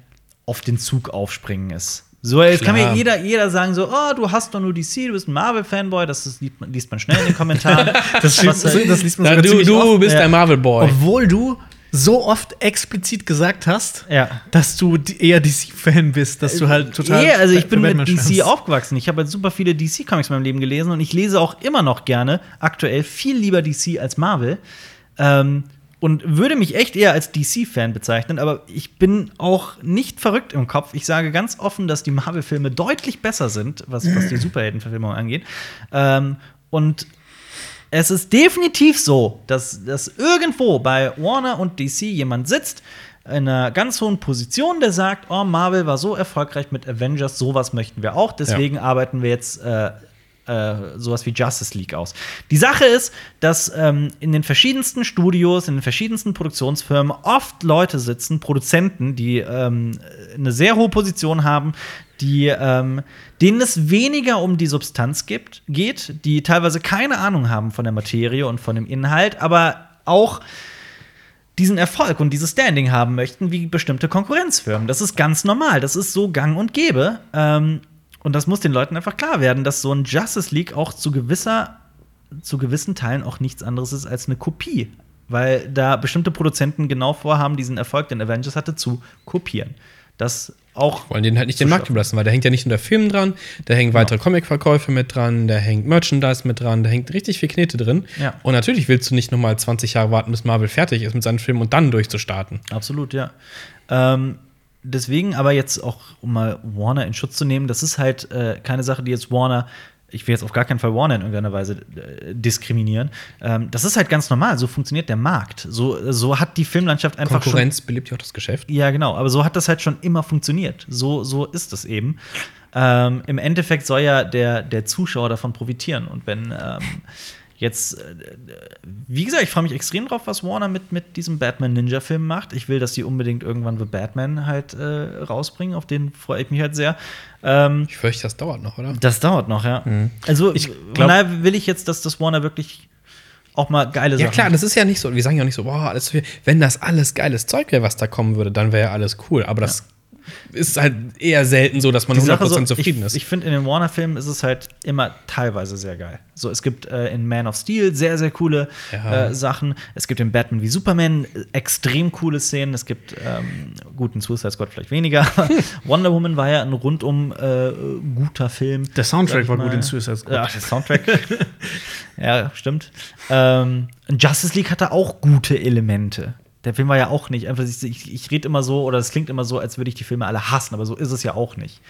Speaker 1: auf den Zug aufspringen ist. So, jetzt kann
Speaker 3: Klar.
Speaker 1: mir jeder, jeder sagen so, oh, du hast doch nur DC, du bist ein Marvel-Fanboy, das ist, liest, man, liest man schnell in den Kommentaren.
Speaker 2: Das,
Speaker 1: Was-
Speaker 2: liest- Also, das liest man
Speaker 3: Na,
Speaker 2: sogar
Speaker 3: du
Speaker 2: ziemlich oft.
Speaker 3: du bist
Speaker 1: Ja.
Speaker 3: ein Marvel-Boy.
Speaker 2: Obwohl du so oft explizit gesagt hast,
Speaker 1: Ja.
Speaker 2: dass du die- eher DC-Fan bist, dass du halt total.
Speaker 1: Nee, also ich
Speaker 2: für
Speaker 1: bin
Speaker 2: Batman
Speaker 1: mit DC
Speaker 2: schwärmst.
Speaker 1: aufgewachsen. Ich habe halt super viele DC-Comics in meinem Leben gelesen und ich lese auch immer noch gerne aktuell viel lieber DC als Marvel. Ähm, und würde mich echt eher als DC-Fan bezeichnen, aber ich bin auch nicht verrückt im Kopf. Ich sage ganz offen, dass die Marvel-Filme deutlich besser sind, was, was die Superhelden-Verfilmung angeht. Ähm, und es ist definitiv so, dass, dass irgendwo bei Warner und DC jemand sitzt, in einer ganz hohen Position, der sagt, oh, Marvel war so erfolgreich mit Avengers, sowas möchten wir auch, deswegen arbeiten wir jetzt äh, äh, sowas wie Justice League aus. Die Sache ist, dass ähm, in den verschiedensten Studios, in den verschiedensten Produktionsfirmen oft Leute sitzen, Produzenten, die ähm, eine sehr hohe Position haben, die, ähm, denen es weniger um die Substanz gibt, geht, die teilweise keine Ahnung haben von der Materie und von dem Inhalt, aber auch diesen Erfolg und dieses Standing haben möchten wie bestimmte Konkurrenzfirmen. Das ist ganz normal. Das ist so gang und gäbe. Ähm, und das muss den Leuten einfach klar werden, dass so ein Justice League auch zu gewisser, zu gewissen Teilen auch nichts anderes ist als eine Kopie. Weil da bestimmte Produzenten genau vorhaben, diesen Erfolg, den Avengers hatte, zu kopieren. Das auch
Speaker 3: Wollen denen halt nicht den
Speaker 1: Zu
Speaker 3: Markt überlassen, weil da hängt ja nicht nur der Film dran, da hängen
Speaker 2: Genau.
Speaker 3: weitere Comicverkäufe mit dran, da hängt Merchandise mit dran, da hängt richtig viel Knete drin.
Speaker 1: Ja.
Speaker 3: Und natürlich willst du nicht nochmal 20 Jahre warten, bis Marvel fertig ist mit seinen Filmen und dann durchzustarten.
Speaker 1: Absolut, ja. Ähm, deswegen aber jetzt auch, um mal Warner in Schutz zu nehmen, das ist halt äh, keine Sache, die jetzt Warner, ich will jetzt auf gar keinen Fall Warner in irgendeiner Weise äh, diskriminieren. Ähm, das ist halt ganz normal, so funktioniert der Markt. So, so hat die Filmlandschaft einfach schon.
Speaker 3: Konkurrenz belebt ja auch das Geschäft.
Speaker 1: Ja, genau, aber so hat das halt schon immer funktioniert. So, so ist es eben. Ähm, Im Endeffekt soll ja der, der Zuschauer davon profitieren. Und wenn ähm, jetzt, äh, wie gesagt, ich freue mich extrem drauf, was Warner mit, mit diesem Batman-Ninja-Film macht. Ich will, dass die unbedingt irgendwann The Batman halt äh, rausbringen. Auf den freue ich mich halt sehr. Ähm,
Speaker 3: Ich fürchte, das dauert noch, oder?
Speaker 1: das dauert noch, ja. Also, ich
Speaker 2: glaub-
Speaker 1: daher will ich jetzt, dass das Warner wirklich auch mal geile
Speaker 3: Ja
Speaker 1: Sachen
Speaker 3: klar, das ist ja nicht so, wir sagen ja auch nicht so, boah, alles zu viel. Wenn das alles geiles Zeug wäre, was da kommen würde, dann wäre ja alles cool. Aber das ist halt eher selten so, dass man
Speaker 1: die Sache
Speaker 3: 100%
Speaker 1: so,
Speaker 3: zufrieden
Speaker 1: ich,
Speaker 3: ist.
Speaker 1: Ich finde, in den Warner-Filmen ist es halt immer teilweise sehr geil. So, es gibt äh, in Man of Steel sehr, sehr coole
Speaker 3: Ja.
Speaker 1: äh, Sachen. Es gibt in Batman wie Superman äh, extrem coole Szenen. Es gibt ähm, guten Suicide Squad vielleicht weniger. Wonder Woman war ja ein rundum äh, guter Film.
Speaker 2: Der Soundtrack
Speaker 1: Sag ich
Speaker 2: war gut
Speaker 1: mal.
Speaker 2: in Suicide Squad.
Speaker 1: Ja, der Soundtrack. ja, stimmt. Ähm, Justice League hatte auch gute Elemente. Der Film war ja auch nicht. Einfach, ich ich, ich rede immer so, oder es klingt immer so, als würde ich die Filme alle hassen, aber so ist es ja auch nicht.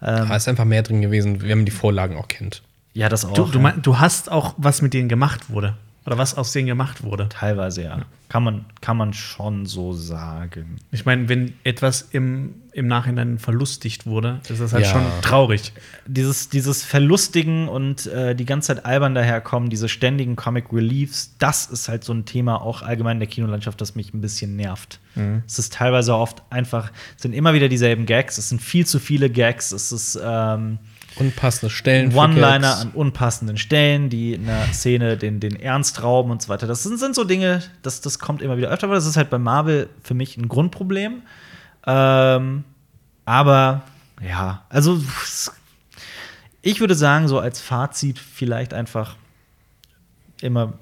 Speaker 1: ähm,
Speaker 3: da ist einfach mehr drin gewesen, wenn man die Vorlagen auch kennt.
Speaker 1: Ja, das auch.
Speaker 2: Du, du,
Speaker 1: ja.
Speaker 2: mein, du hast auch, was mit denen gemacht wurde. Oder was aus denen gemacht wurde.
Speaker 1: Teilweise ja. Kann man, kann man schon so sagen.
Speaker 2: Ich meine, wenn etwas im, im Nachhinein verlustigt wurde, ist das halt
Speaker 3: Ja.
Speaker 2: schon traurig.
Speaker 1: Dieses, dieses Verlustigen und äh, die ganze Zeit albern daherkommen, diese ständigen Comic Reliefs, das ist halt so ein Thema auch allgemein in der Kinolandschaft, das mich ein bisschen nervt.
Speaker 2: Mhm.
Speaker 1: Es ist teilweise oft einfach, es sind immer wieder dieselben Gags, es sind viel zu viele Gags, es ist ähm,
Speaker 3: Unpassende Stellen. für
Speaker 1: One-Liner
Speaker 3: Gags.
Speaker 1: an unpassenden Stellen, die in der Szene den, den Ernst rauben und so weiter. Das sind, sind so Dinge, das, das kommt immer wieder öfter, aber das ist halt bei Marvel für mich ein Grundproblem. Ähm, aber ja, also ich würde sagen, so als Fazit vielleicht einfach immer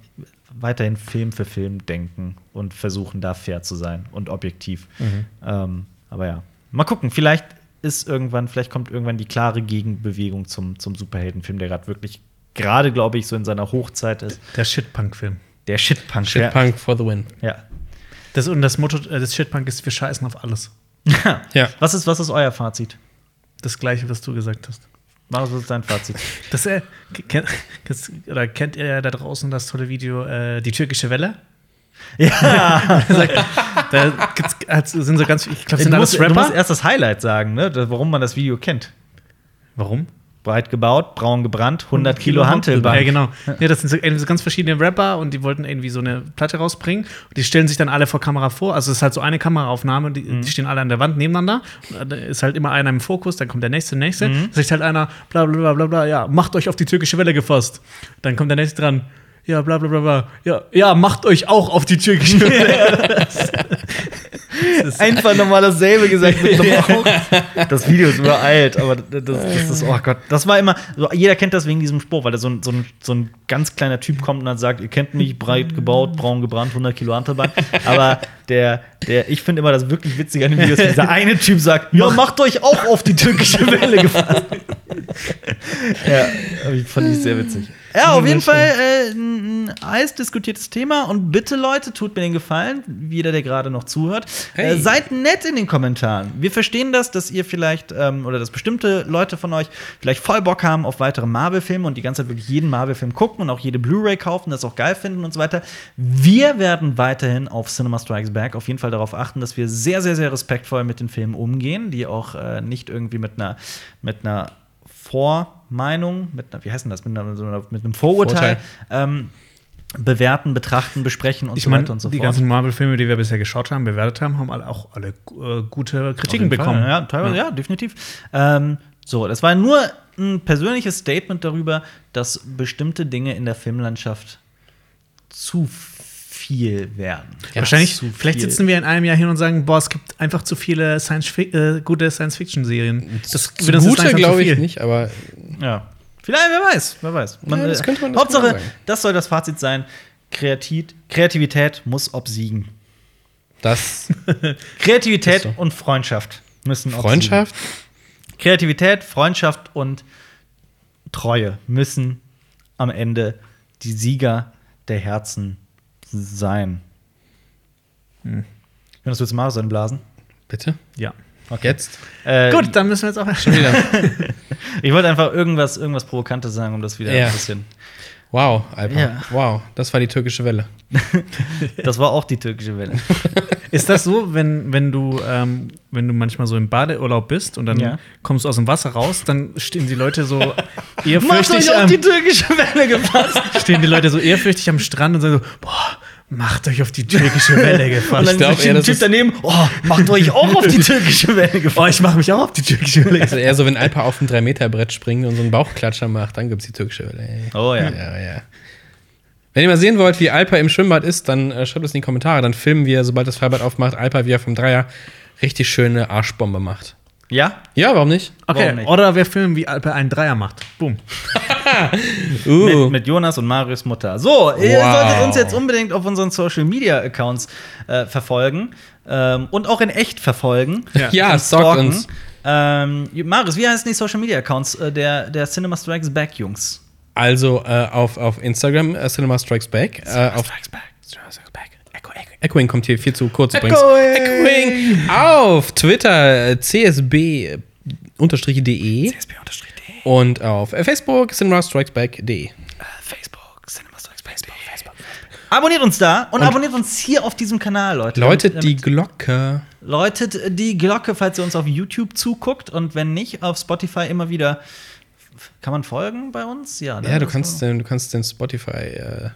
Speaker 1: weiterhin Film für Film denken und versuchen, da fair zu sein und objektiv.
Speaker 2: Mhm.
Speaker 1: Ähm, aber ja, mal gucken, vielleicht ist irgendwann, vielleicht kommt irgendwann die klare Gegenbewegung zum, zum Superheldenfilm, der gerade wirklich gerade, glaube ich, so in seiner Hochzeit ist.
Speaker 2: Der Shitpunk-Film.
Speaker 1: Der Shitpunk.
Speaker 3: Shitpunk for the win.
Speaker 1: Ja.
Speaker 2: Das, und das Motto äh, des Shitpunk ist, wir scheißen auf alles.
Speaker 1: ja.
Speaker 3: Ja.
Speaker 1: Was, ist, was ist euer Fazit?
Speaker 2: Das gleiche, was du gesagt hast.
Speaker 1: Was ist dein Fazit?
Speaker 2: Das, äh, kennt, oder kennt ihr da draußen das tolle Video äh, Die türkische Welle?
Speaker 1: ja,
Speaker 2: Da gibt's, hat's- sind so ganz, ich glaube,
Speaker 1: du
Speaker 2: sind
Speaker 1: musst,
Speaker 2: alles
Speaker 1: du musst
Speaker 2: Rapper.
Speaker 1: erst das Highlight sagen, ne? da- warum man das Video kennt.
Speaker 2: Warum?
Speaker 1: Breit gebaut, braun gebrannt, 100
Speaker 2: Mhm.
Speaker 1: Kilo Hantelbank.
Speaker 2: Ja, genau. Ja, das sind so, irgendwie so ganz verschiedene Rapper und die wollten irgendwie so eine Platte rausbringen. Und die stellen sich dann alle vor Kamera vor. Also es ist halt so eine Kameraaufnahme, die,
Speaker 1: Mhm.
Speaker 2: die stehen alle an der Wand nebeneinander. Und da ist halt immer einer im Fokus, dann kommt der nächste, der nächste. Mhm. Sagt halt einer, bla bla bla bla bla, ja, macht euch auf die türkische Welle gefasst. Dann kommt der nächste dran. Ja, bla bla bla bla. Ja, ja, macht euch auch auf die türkische Welle.
Speaker 1: Einfach nochmal dasselbe gesagt mit einem Auge. Das Video ist übereilt, aber das, das ist, oh Gott. Das war immer, so, jeder kennt das wegen diesem Spruch, weil da so ein, so, ein, so ein ganz kleiner Typ kommt und dann sagt, ihr kennt mich, breit gebaut, braun gebrannt, 100 Kilo Hantelbank. Aber der, der, ich finde immer das wirklich Witzige an dem Video ist, dieser eine Typ sagt, ja, macht euch auch auf die türkische Welle gefasst. ja,
Speaker 3: Ich fand ich sehr witzig.
Speaker 1: Ja, auf
Speaker 2: Sehr
Speaker 1: jeden
Speaker 2: schön.
Speaker 1: Fall äh, ein ein heiß diskutiertes Thema. Und bitte, Leute, tut mir den Gefallen, jeder, der gerade noch zuhört,
Speaker 3: Hey.
Speaker 1: äh, seid nett in den Kommentaren. Wir verstehen das, dass ihr vielleicht ähm, oder dass bestimmte Leute von euch vielleicht voll Bock haben auf weitere Marvel-Filme und die ganze Zeit wirklich jeden Marvel-Film gucken und auch jede Blu-ray kaufen, das auch geil finden und so weiter. Wir werden weiterhin auf Cinema Strikes Back auf jeden Fall darauf achten, dass wir sehr, sehr, sehr respektvoll mit den Filmen umgehen, die auch äh, nicht irgendwie mit einer mit einer Vormeinung, mit einer, wie heißt denn das, mit, einer, so einer- mit einem Vorurteil,
Speaker 3: Vorurteil.
Speaker 1: Ähm, bewerten, betrachten, besprechen und
Speaker 2: Ich
Speaker 1: so
Speaker 2: meine,
Speaker 1: weiter und so
Speaker 2: die
Speaker 1: fort.
Speaker 2: ganzen Marvel-Filme, die wir bisher geschaut haben, bewertet haben, haben alle auch alle äh, gute Kritiken
Speaker 1: Auf jeden
Speaker 2: bekommen.
Speaker 1: Fall, ja, teilweise, ja, definitiv. Ähm, so, das war nur ein persönliches Statement darüber, dass bestimmte Dinge in der Filmlandschaft zu viel werden.
Speaker 2: Wahrscheinlich,
Speaker 1: zu
Speaker 2: vielleicht
Speaker 1: viel.
Speaker 2: sitzen wir in einem Jahr hin und sagen, boah, es gibt einfach zu viele Science -Fi äh, gute Science-Fiction-Serien. Das,
Speaker 3: Zu Gute glaube ich nicht, aber
Speaker 1: Ja. Vielleicht, wer weiß, wer weiß. Man,
Speaker 3: Ja, das
Speaker 1: äh,
Speaker 3: könnte man- das
Speaker 1: Hauptsache,
Speaker 3: könnte man sagen.
Speaker 1: das soll das Fazit sein. Kreativ, Kreativität muss obsiegen.
Speaker 3: das
Speaker 1: Kreativität
Speaker 3: Ist so.
Speaker 1: und Freundschaft müssen obsiegen.
Speaker 3: Freundschaft,
Speaker 1: Kreativität, Freundschaft und Treue müssen am Ende die Sieger der Herzen sein. Hm. Jonas, willst du Marius einblasen?
Speaker 3: bitte.
Speaker 2: Ja.
Speaker 3: Jetzt.
Speaker 1: Äh,
Speaker 2: Gut, dann müssen wir jetzt auch.
Speaker 3: Schon wieder.
Speaker 1: Ich wollte einfach irgendwas, irgendwas Provokantes sagen, um das wieder
Speaker 3: Ja.
Speaker 1: ein bisschen.
Speaker 3: Wow, Alper.
Speaker 1: Ja.
Speaker 3: Wow, das war die türkische Welle.
Speaker 1: Das war auch die türkische Welle.
Speaker 2: Ist das so, wenn, wenn, du, ähm, wenn du manchmal so im Badeurlaub bist und dann
Speaker 1: Ja.
Speaker 2: kommst du aus dem Wasser raus, dann stehen die Leute so
Speaker 1: Macht
Speaker 2: ehrfürchtig
Speaker 1: euch auf
Speaker 2: am,
Speaker 1: die türkische Welle gefasst.
Speaker 2: stehen die Leute so ehrfürchtig am Strand und sagen so, boah, macht euch auf die türkische Welle
Speaker 1: Und
Speaker 2: gefasst.
Speaker 1: dann
Speaker 3: glaub
Speaker 1: steht
Speaker 3: eher,
Speaker 1: ein
Speaker 3: das
Speaker 1: Typ
Speaker 3: ist-
Speaker 1: daneben, oh, macht euch auch auf die türkische Welle gefasst.
Speaker 2: oh, ich mache mich auch auf die türkische Welle.
Speaker 3: Also eher so, wenn Alper auf ein 3-Meter-Brett springt und so einen Bauchklatscher macht, dann gibt es die türkische Welle. ey.
Speaker 1: Oh ja.
Speaker 3: Ja, ja. Wenn ihr mal sehen wollt, wie Alper im Schwimmbad ist, dann äh, schreibt es in die Kommentare. Dann filmen wir, sobald das Freibad aufmacht, Alper, wie er vom Dreier richtig schöne Arschbombe macht.
Speaker 1: Ja?
Speaker 3: Ja, warum nicht?
Speaker 1: Warum
Speaker 2: Okay,
Speaker 1: nicht?
Speaker 2: oder wir filmen, wie Alper einen Dreier macht. Boom.
Speaker 3: Uh.
Speaker 1: Mit, mit Jonas und Marius Mutter. So, ihr
Speaker 3: Wow.
Speaker 1: solltet uns jetzt unbedingt auf unseren Social Media Accounts äh, verfolgen ähm, und auch in echt verfolgen.
Speaker 2: Ja.
Speaker 3: ja,
Speaker 1: Und
Speaker 3: stalkt
Speaker 1: stalken.
Speaker 3: uns.
Speaker 1: Ähm, Marius, wie heißen die Social Media Accounts äh, der, der Cinema Strikes Back Jungs?
Speaker 3: Also äh, auf, auf Instagram äh, Cinema Strikes Back. äh, auf Strikes Back. Echo, Echo. Echoing kommt hier viel zu kurz
Speaker 1: Echoing.
Speaker 3: Echoing. Auf Twitter äh, csb-de und auf äh, Facebook cinemastrikesback.de.
Speaker 1: Facebook, Cinema Strikes Back. Facebook, Facebook. Abonniert uns da und, abonniert uns hier auf diesem Kanal, Leute.
Speaker 3: Läutet
Speaker 1: Damit-
Speaker 3: die Glocke.
Speaker 1: Läutet die Glocke, falls ihr uns auf YouTube zuguckt und wenn nicht, auf Spotify immer wieder. Kann man folgen bei uns? Ja, ne?
Speaker 3: Ja, du
Speaker 1: Das-
Speaker 3: kannst äh, den, du kannst den Spotify äh,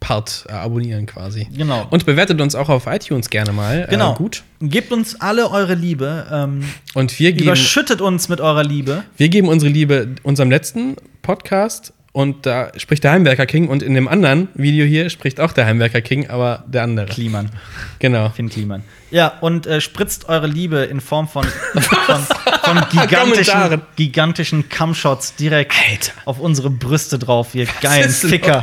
Speaker 3: Part äh, abonnieren quasi.
Speaker 1: Genau.
Speaker 3: Und bewertet uns auch auf iTunes gerne mal.
Speaker 1: Genau.
Speaker 3: Äh, gut.
Speaker 1: Gebt uns alle eure Liebe. Ähm,
Speaker 3: Und wir geben,
Speaker 1: überschüttet uns mit eurer Liebe.
Speaker 3: wir geben unsere Liebe unserem letzten Podcast und da spricht der Heimwerker King und in dem anderen Video hier spricht auch der Heimwerker King, aber der andere.
Speaker 1: Kliman.
Speaker 3: Genau.
Speaker 1: Finn Kliman. Ja, und äh, spritzt eure Liebe in Form von, von, von gigantischen,
Speaker 3: Kommentaren.
Speaker 1: gigantischen Cumshots direkt
Speaker 3: Alter.
Speaker 1: auf unsere Brüste drauf, ihr geilen
Speaker 3: ist los?
Speaker 1: Ficker.